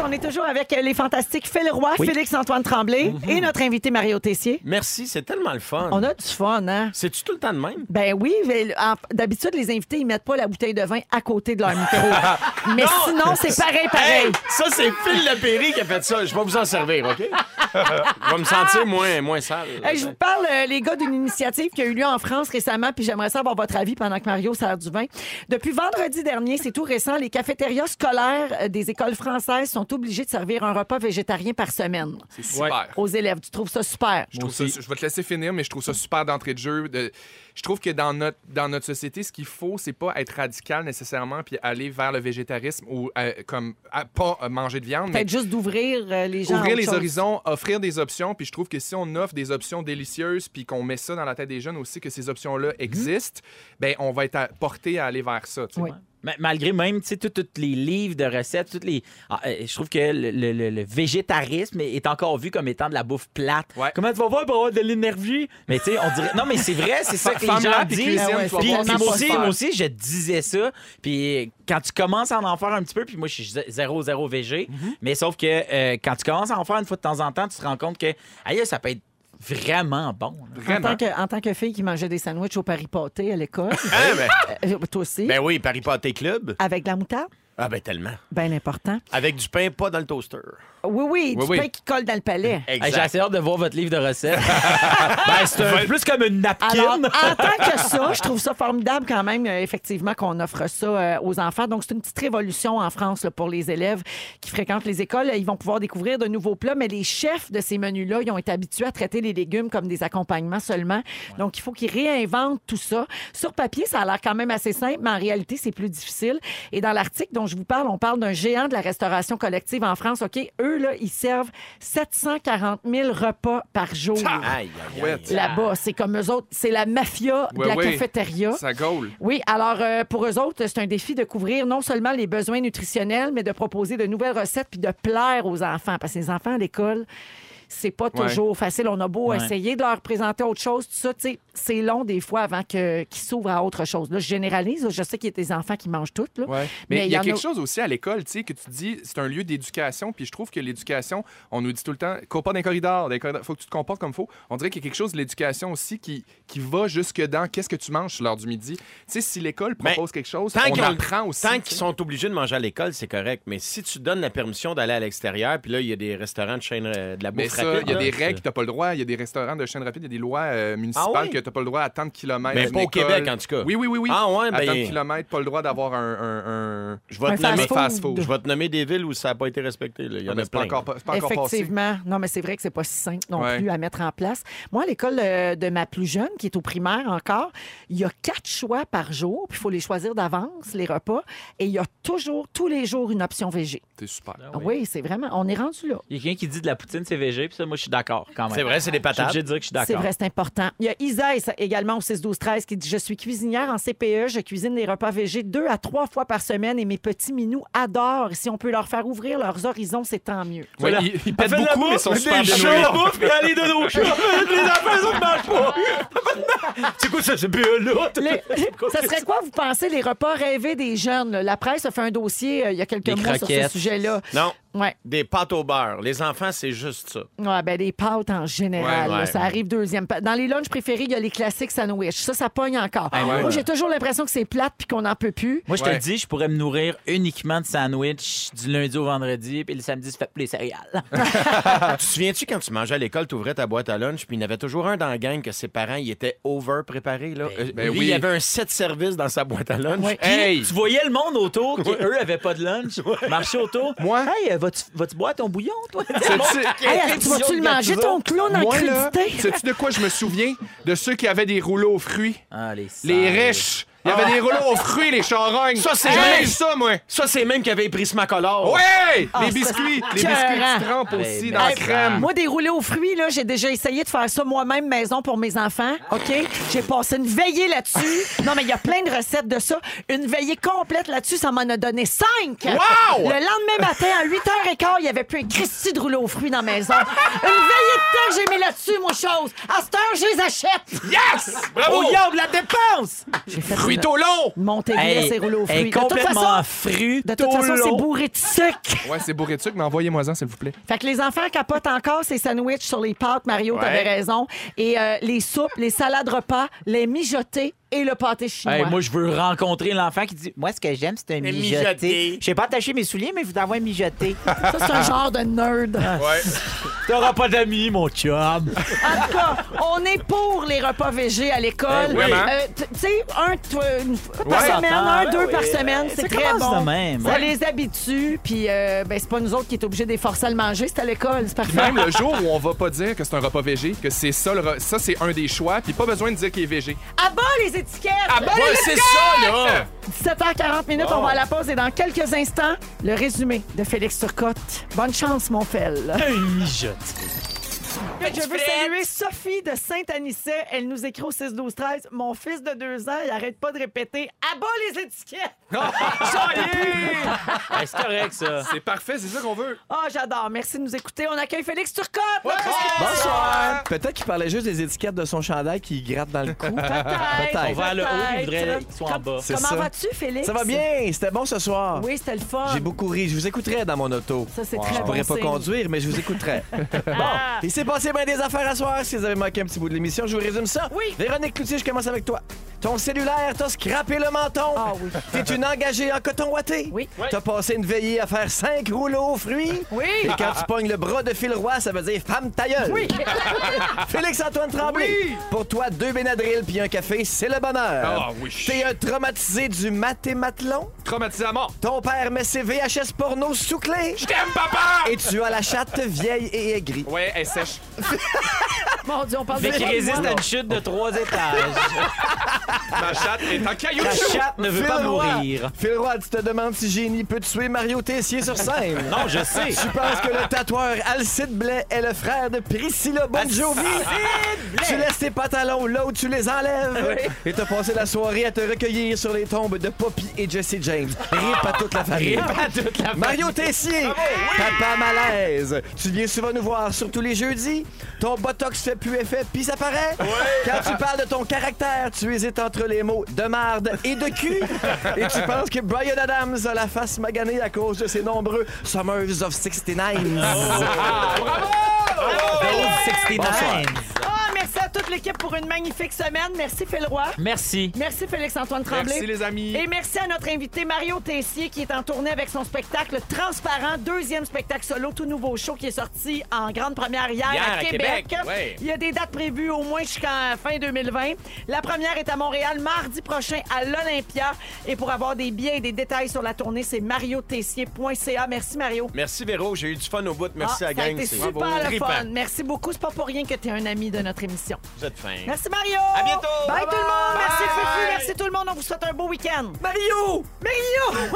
Speaker 2: On est toujours avec euh, les fantastiques Phil Roy, Félix-Antoine Tremblay
Speaker 4: Mm-hmm.
Speaker 2: et notre invité Mario Tessier.
Speaker 3: Merci, c'est tellement le fun.
Speaker 2: On a du fun, hein?
Speaker 3: C'est-tu tout le temps de même?
Speaker 2: Ben oui, mais en- d'habitude, les invités, ils mettent pas la bouteille de vin à côté de leur
Speaker 4: *laughs*
Speaker 2: micro. mais sinon, c'est pareil, pareil.
Speaker 3: Hey, ça, c'est Phil Lapéry qui a fait ça. Je vais vous en servir, OK? je vais me sentir moins, moins sale.
Speaker 2: Hey, je vous parle, euh, les gars, d'une initiative qui a eu lieu en France récemment, puis j'aimerais savoir votre avis pendant que Mario sert du vin. Depuis vendredi dernier, c'est tout récent, les cafétérias scolaires euh, des écoles françaises sont obligées de servir un repas végétarien par semaine
Speaker 1: C'est super.
Speaker 2: aux élèves. Tu trouves ça super?
Speaker 1: Je, trouve ça- je vais te laisser finir, mais je trouve ça super d'entrée de jeu. de- je trouve que dans notre, dans notre société, ce qu'il faut, c'est pas être radical nécessairement puis aller vers le végétarisme ou euh, comme à pas euh, manger de viande, mais
Speaker 2: Peut-être juste d'ouvrir euh, les gens. à
Speaker 1: ouvrir
Speaker 2: autre
Speaker 1: les
Speaker 2: chose.
Speaker 1: horizons, offrir des options. Puis je trouve que si on offre des options délicieuses, puis qu'on met ça dans la tête des jeunes aussi, que ces
Speaker 2: Mhm.
Speaker 1: options-là existent, ben on va être à- porté à aller vers ça. tu sais.
Speaker 2: Oui.
Speaker 4: Ma- Malgré même, tu sais, tous tous les livres de recettes, toutes les. Ah, euh, je trouve que le, le- le- le végétarisme est encore vu comme étant de la bouffe plate.
Speaker 1: Ouais.
Speaker 4: Comment tu vas voir pour avoir de l'énergie? Mais tu sais, on dirait. Non, mais c'est vrai, c'est
Speaker 1: *laughs*
Speaker 4: ça que les
Speaker 1: Femme
Speaker 4: gens
Speaker 1: là, puis
Speaker 4: disent.
Speaker 1: cuisine,
Speaker 2: Ah ouais,
Speaker 1: tu vas
Speaker 4: Puis,
Speaker 1: voir
Speaker 4: puis
Speaker 1: ça
Speaker 4: moi,
Speaker 1: se
Speaker 4: aussi,
Speaker 1: faire.
Speaker 4: moi aussi, je disais ça. Puis quand tu commences à en faire un petit peu, puis moi, je suis zé- zéro, zéro VG.
Speaker 1: Mhm.
Speaker 4: Mais sauf que euh, quand tu commences à en faire une fois de temps en temps, tu te rends compte que, aïe, ça peut être vraiment bon. là.
Speaker 2: En
Speaker 1: Vraiment.
Speaker 2: tant, que, en tant que fille qui mangeait des sandwichs au Paris Pâté à
Speaker 1: *laughs*
Speaker 2: l'école,
Speaker 3: Hein, ben,
Speaker 2: euh, toi aussi,
Speaker 3: ben oui, Paris Pâté Club.
Speaker 2: avec de la moutarde,
Speaker 3: Ah, ben tellement.
Speaker 2: bien important.
Speaker 3: Avec du pain pas dans le toaster.
Speaker 2: Oui, oui, du
Speaker 1: Oui, oui.
Speaker 2: pain qui colle dans le palais.
Speaker 4: Hey, J'ai assez hâte de voir votre livre de
Speaker 1: *laughs*
Speaker 4: recettes. Ben, c'est un- plus comme une napkin.
Speaker 2: Alors, en tant que ça, je trouve ça formidable quand même, euh, effectivement, qu'on offre ça euh, aux enfants. Donc, c'est une petite révolution en France là, pour les élèves qui fréquentent les écoles. Ils vont pouvoir découvrir de nouveaux plats, mais les chefs de ces menus-là, ils ont été habitués à traiter les légumes comme des accompagnements seulement. Donc, il faut qu'ils réinventent tout ça. Sur papier, ça a l'air quand même assez simple, mais en réalité, c'est plus difficile. Et dans l'article dont je vous parle, on parle d'un géant de la restauration collective en France. OK, eux, là, ils servent 740 000 repas par jour
Speaker 3: Aïe, aïe, aïe.
Speaker 1: Ouais.
Speaker 2: là-bas. C'est comme eux autres, c'est la mafia de
Speaker 1: Ouais,
Speaker 2: la
Speaker 1: ouais.
Speaker 2: cafétéria.
Speaker 1: Ça gaule.
Speaker 2: Oui, alors euh, pour eux autres, c'est un défi de couvrir non seulement les besoins nutritionnels, mais de proposer de nouvelles recettes puis de plaire aux enfants. Parce que les enfants à l'école, c'est pas
Speaker 1: Ouais.
Speaker 2: toujours facile. On a beau
Speaker 4: Ouais.
Speaker 2: essayer de leur présenter autre chose, tout ça, tu sais, c'est long des fois avant que- qu'ils s'ouvrent à autre chose. Là, je généralise, là, je sais qu'il y a des enfants qui mangent tout. Là,
Speaker 1: Ouais. Mais il y, a
Speaker 2: en
Speaker 1: quelque chose aussi à l'école, tu sais, que tu dis, c'est un lieu d'éducation, puis je trouve que l'éducation, on nous dit tout le temps, cours pas dans les corridors, dans les corridors, faut que tu te comportes comme faut. On dirait qu'il y a quelque chose de l'éducation aussi qui, qui va jusque dans qu'est-ce que tu manges sur l'heure du midi. Tu sais, si l'école
Speaker 3: Ben,
Speaker 1: propose quelque chose,
Speaker 3: Tant
Speaker 1: on
Speaker 3: qu'ils ont-
Speaker 1: apprend aussi.
Speaker 3: tant
Speaker 1: tu
Speaker 3: qu'ils
Speaker 1: sais.
Speaker 3: sont obligés de manger à l'école, c'est correct. Mais si tu donnes la permission d'aller à l'extérieur, puis là, il y a des restaurants de chaîne euh, de la bouffe
Speaker 1: Mais ça,
Speaker 3: rapide,
Speaker 1: il y a
Speaker 3: là,
Speaker 1: des
Speaker 3: c'est-
Speaker 1: règles que t'as pas le droit, il y a des restaurants de chaîne rapide, il y a des lois euh, municipales
Speaker 3: Ah ouais?
Speaker 1: que t'as pas le droit à tant de kilomètres.
Speaker 3: Mais
Speaker 1: d'une
Speaker 3: pas au
Speaker 1: école.
Speaker 3: Québec, en tout cas.
Speaker 1: Oui, oui, oui. oui.
Speaker 3: Ah ouais,
Speaker 1: à
Speaker 3: ben-
Speaker 1: tant de kilomètres, pas le droit d'avoir un, un- un-
Speaker 3: Je vais,
Speaker 2: Un
Speaker 3: te nommer,
Speaker 1: un fast-food.
Speaker 3: je vais te nommer des villes où ça n'a pas été respecté. là. Il y
Speaker 1: Ah,
Speaker 3: en
Speaker 1: ben,
Speaker 3: a
Speaker 1: c'est pas
Speaker 3: plein.
Speaker 1: encore, pas- c'est pas encore passé.
Speaker 2: Effectivement. Non, mais c'est vrai que c'est pas si simple non
Speaker 1: Ouais.
Speaker 2: plus à mettre en place. Moi, à l'école euh, de ma plus jeune, qui est au primaire encore, il y a quatre choix par jour, puis il faut les choisir d'avance, les repas, et il y a toujours, tous les jours, une option végé.
Speaker 1: T'es super.
Speaker 2: Oui, c'est vraiment, on est rendu là.
Speaker 4: Il y a quelqu'un qui dit de la poutine, c'est végé, puis ça, moi, je suis d'accord quand même.
Speaker 3: C'est vrai, c'est des
Speaker 4: Je suis
Speaker 3: patates.
Speaker 4: obligé de dire que je suis
Speaker 2: C'est
Speaker 4: d'accord.
Speaker 2: vrai, c'est important. Il y a Isaïe ça, également au 6-12-13 qui dit Je suis cuisinière en CPE, je cuisine des repas végés deux à trois fois par semaine et mes petits minous adorent. Si on peut leur faire ouvrir leurs horizons, c'est tant mieux.
Speaker 1: Ouais,
Speaker 4: Voilà.
Speaker 1: ils, ils
Speaker 4: Elle
Speaker 1: pètent
Speaker 4: fait de la
Speaker 1: beaucoup, mais ils
Speaker 4: bouffe,
Speaker 1: sont
Speaker 4: mais
Speaker 1: super
Speaker 4: des
Speaker 1: bien
Speaker 4: chats,
Speaker 1: nourris.
Speaker 4: la bouffe, puis elle les donne aux chats. Les enfants, les autres mangent pas.
Speaker 1: *laughs*
Speaker 4: C'est quoi ça, c'est plus là?
Speaker 2: Les- ça serait quoi, vous pensez, les repas rêvés des jeunes? là? La presse a fait un dossier euh, il y a quelques
Speaker 4: Des
Speaker 2: mois sur ce
Speaker 4: croquettes.
Speaker 2: sujet-là.
Speaker 3: Non,
Speaker 2: Ouais.
Speaker 3: des pâtes au beurre. Les enfants, c'est juste ça.
Speaker 2: Ouais, ben les pâtes en général,
Speaker 3: Ouais,
Speaker 2: là,
Speaker 3: ouais.
Speaker 2: ça arrive deuxième. pa- Dans les lunchs préférés, il y a les classiques sandwich. Ça, ça pogne encore.
Speaker 1: Ah, ouais.
Speaker 2: Moi, j'ai toujours l'impression que c'est plate puis qu'on n'en peut plus.
Speaker 4: Moi, je te
Speaker 1: Ouais.
Speaker 4: le dis, je pourrais me nourrir uniquement de sandwich du lundi au vendredi, puis le samedi, se fait plus les céréales.
Speaker 3: Tu te souviens-tu quand tu mangeais à l'école, tu ouvrais ta boîte à lunch, puis il y en avait toujours un dans la gang que ses parents, ils étaient over préparés. Là. Euh,
Speaker 1: ben
Speaker 3: lui,
Speaker 1: oui.
Speaker 3: il avait un set service dans sa boîte à lunch.
Speaker 2: Ouais.
Speaker 1: Hey!
Speaker 4: Tu voyais le monde autour qui, eux, avaient pas de lunch, marchaient autour.
Speaker 1: Moi?
Speaker 4: Hey, euh, vas-tu vas-tu boire ton bouillon, toi?
Speaker 1: Sais-tu-
Speaker 2: Hey, est-ce que tu vas-tu le manger, ton clown en
Speaker 1: Moi, là,
Speaker 2: crudité?
Speaker 1: *laughs* sais-tu de quoi je me souviens? De ceux qui avaient des rouleaux aux fruits.
Speaker 4: Ah, les
Speaker 1: Les
Speaker 4: sales.
Speaker 1: riches. Il y avait des rouleaux aux fruits, les charognes.
Speaker 3: Ça, c'est
Speaker 1: Hey,
Speaker 3: vrai.
Speaker 1: Ah. ça, moi.
Speaker 3: Ça, c'est même qui avait pris ce macolore.
Speaker 1: Ouais!
Speaker 2: Ah,
Speaker 1: les
Speaker 2: ça,
Speaker 1: biscuits.
Speaker 2: c'est
Speaker 1: Les biscuits,
Speaker 2: écœurant.
Speaker 1: tu trempes
Speaker 4: Ouais,
Speaker 1: aussi
Speaker 4: mais
Speaker 1: dans la
Speaker 4: ça-
Speaker 1: crème.
Speaker 2: Moi, des roulés aux fruits, là, j'ai déjà essayé de faire ça moi-même maison pour mes enfants. OK? J'ai passé une veillée
Speaker 1: *laughs*
Speaker 2: là-dessus. Non, mais il y a plein de recettes de ça. Une veillée complète là-dessus, ça m'en a donné cinq.
Speaker 1: Wow!
Speaker 2: Le lendemain matin, à 8h15, il n'y avait plus un Christy de roulés aux fruits dans la maison. Une veillée de temps, j'ai mis là-dessus, moi, chose. À cette heure, je les achète.
Speaker 1: Yes!
Speaker 4: Oh,
Speaker 1: Bravo!
Speaker 4: yo, de la dépense!
Speaker 2: J'ai fait
Speaker 1: Fruits au long!
Speaker 2: monter
Speaker 4: Hey,
Speaker 2: ces roulés aux fruits. de
Speaker 4: hey,
Speaker 2: toute
Speaker 4: complètement
Speaker 2: façon,
Speaker 4: fru.
Speaker 2: de toute façon, c'est
Speaker 4: tolo.
Speaker 2: bourré de sucre.
Speaker 1: Ouais, c'est bourré de sucre, mais envoyez-moi-en, s'il vous plaît.
Speaker 2: Fait que les enfants capotent encore ces sandwichs sur les pâtes, Mario, t'avais raison. Et euh, les soupes, les salades repas, les mijotés et le pâté chinois.
Speaker 4: Hey, moi, je veux rencontrer l'enfant qui dit Moi, ce que j'aime, c'est un mijoté.
Speaker 3: mijoté.
Speaker 4: Je sais pas attacher mes souliers, mais je voudrais avoir un mijoté. *laughs*
Speaker 2: Ça, c'est un genre de nerd.
Speaker 4: Ah. T'auras pas d'amis, mon *laughs* chum.
Speaker 2: En tout cas, on est pour les repas végés à l'école.
Speaker 1: Eh oui. Vraiment.
Speaker 2: Euh, t- tu sais, un t- euh, une fois par
Speaker 1: Ouais.
Speaker 2: semaine, un,
Speaker 4: Ah, Ouais,
Speaker 2: deux
Speaker 4: ouais,
Speaker 2: par
Speaker 4: ouais.
Speaker 2: semaine, c'est
Speaker 4: Ça
Speaker 2: très
Speaker 4: commence
Speaker 2: bon.
Speaker 4: de même.
Speaker 2: Ça
Speaker 4: Ouais.
Speaker 2: les habitue, puis euh, ben, c'est pas nous autres qui est obligés de les forcer à le manger, c'est à l'école, c'est parfait.
Speaker 1: *laughs* Même le jour où on va pas dire que c'est un repas végé, que c'est ça, le re- ça c'est un des choix, puis pas besoin de dire qu'il est végé.
Speaker 2: À bas les étiquettes.
Speaker 1: Ah, ben,
Speaker 3: Ouais, c'est ça, là!
Speaker 2: 17h40 minutes, on va à la pause et dans quelques instants, le résumé de Félix Turcotte. Bonne chance, mon fel. Je veux saluer Sophie de Saint-Anicet. Elle nous écrit au 6 12 13 Mon fils de 2 ans, il arrête pas de répéter Abat les étiquettes.
Speaker 4: Ah, c'est correct, ça.
Speaker 1: C'est parfait, c'est ça qu'on veut.
Speaker 2: Ah, j'adore. Merci de nous écouter. On accueille Félix Turcotte.
Speaker 6: Bonsoir! Peut-être qu'il parlait juste des étiquettes de son chandail qui gratte dans le cou.
Speaker 2: Peut-être,
Speaker 6: Peut-être.
Speaker 4: On va à le haut, il
Speaker 2: peut-être.
Speaker 4: voudrait qu'il soit en bas.
Speaker 6: C'est
Speaker 2: Comment
Speaker 6: ça.
Speaker 2: vas-tu, Félix?
Speaker 6: Ça va bien, c'était bon ce soir.
Speaker 2: Oui, c'était le fun.
Speaker 6: J'ai beaucoup ri, je vous écouterai dans mon auto.
Speaker 2: Ça, c'est très
Speaker 6: Je
Speaker 2: bon
Speaker 6: pourrais pas
Speaker 2: signe.
Speaker 6: conduire, mais je vous écouterai.
Speaker 2: *laughs* Ah.
Speaker 6: bon, il s'est passé bien des affaires à soir. Si vous avez manqué un petit bout de l'émission, je vous résume ça.
Speaker 2: Oui.
Speaker 6: Véronique Cloutier, je commence avec toi. Ton cellulaire t'a scrappé le menton.
Speaker 2: Ah oui.
Speaker 6: T'es une engagée en coton ouaté.
Speaker 2: Oui.
Speaker 6: T'as passé une veillée à faire cinq rouleaux aux fruits.
Speaker 2: Oui.
Speaker 6: *laughs* Et quand tu pognes le bras de fil roi, ça veut dire femme tailleuse.
Speaker 2: Oui.
Speaker 6: *laughs* Félix-Antoine Tremblay. Pour toi, deux Benadryl puis un café, c'est le bonheur.
Speaker 1: Ah oui.
Speaker 6: T'es un traumatisé du mathématelon.
Speaker 1: Traumatisé à mort.
Speaker 6: Ton père met ses VHS porno sous clé.
Speaker 1: Je t'aime, papa!
Speaker 6: Et tu as la chatte vieille et aigrie.
Speaker 1: Ouais,
Speaker 4: *laughs*
Speaker 1: elle sèche.
Speaker 2: Mon Dieu, on parle
Speaker 4: Mais
Speaker 2: de
Speaker 4: qui
Speaker 2: moi.
Speaker 4: résiste à une chute de trois étages.
Speaker 1: Ma chatte est en
Speaker 4: La
Speaker 1: caillouchou.
Speaker 4: chatte ne veut
Speaker 6: Phil
Speaker 4: pas
Speaker 6: Roy.
Speaker 4: mourir.
Speaker 6: Phil Roy, tu te demandes si Génie peut tuer Mario Tessier sur scène.
Speaker 4: Non, je sais.
Speaker 6: Tu penses que le tatoueur Alcide Blais est le frère de Priscilla Bonjovi?
Speaker 4: Ah,
Speaker 6: Tu laisses tes pantalons là où tu les enlèves. Et t'as passé la soirée à te recueillir sur les tombes de Poppy et Jesse James. Rip à toute la famille.
Speaker 4: Pas toute la
Speaker 6: Mario Tessier, papa malaise. Tu viens souvent nous voir, surtout les jeudis. Ton botox fait plus effet, puis ça paraît. Quand tu parles de ton caractère, tu hésites entre les mots de marde et de cul. et tu penses que Brian Adams a la face maganée à cause de ses nombreux Summers of 69. Bonsoir.
Speaker 2: Ah, merci à toute l'équipe pour une magnifique semaine. Merci, Phil Roy.
Speaker 4: Merci.
Speaker 2: Merci, Félix-Antoine Tremblay.
Speaker 1: Merci, les amis.
Speaker 2: Et merci à notre invité Mario Tessier qui est en tournée avec son spectacle Transparent, deuxième spectacle solo, tout nouveau show qui est sorti en grande première hier,
Speaker 3: Hier,
Speaker 2: à
Speaker 3: à
Speaker 2: Québec.
Speaker 3: Québec, ouais.
Speaker 2: Il y a des dates prévues au moins jusqu'en fin 2020. La première est à Montréal mardi prochain à l'Olympia. Et pour avoir des biens et des détails sur la tournée, c'est mariotessier.ca. Merci Mario.
Speaker 3: Merci, Véro. J'ai eu du fun au bout. Merci
Speaker 2: Ah,
Speaker 3: à la
Speaker 2: ça a
Speaker 3: gang.
Speaker 2: été
Speaker 3: c'est
Speaker 2: super
Speaker 3: bravo.
Speaker 2: le fun.
Speaker 3: Trippant.
Speaker 2: Merci beaucoup. C'est pas pour rien que tu es un ami de notre émission.
Speaker 3: Vous êtes fin.
Speaker 2: Merci Mario.
Speaker 3: À bientôt.
Speaker 2: Bye,
Speaker 3: Bye
Speaker 2: tout le monde. Merci
Speaker 3: bye.
Speaker 2: *laughs* Fufu. Merci tout le monde. On vous souhaite un beau week-end. Mario. Mario.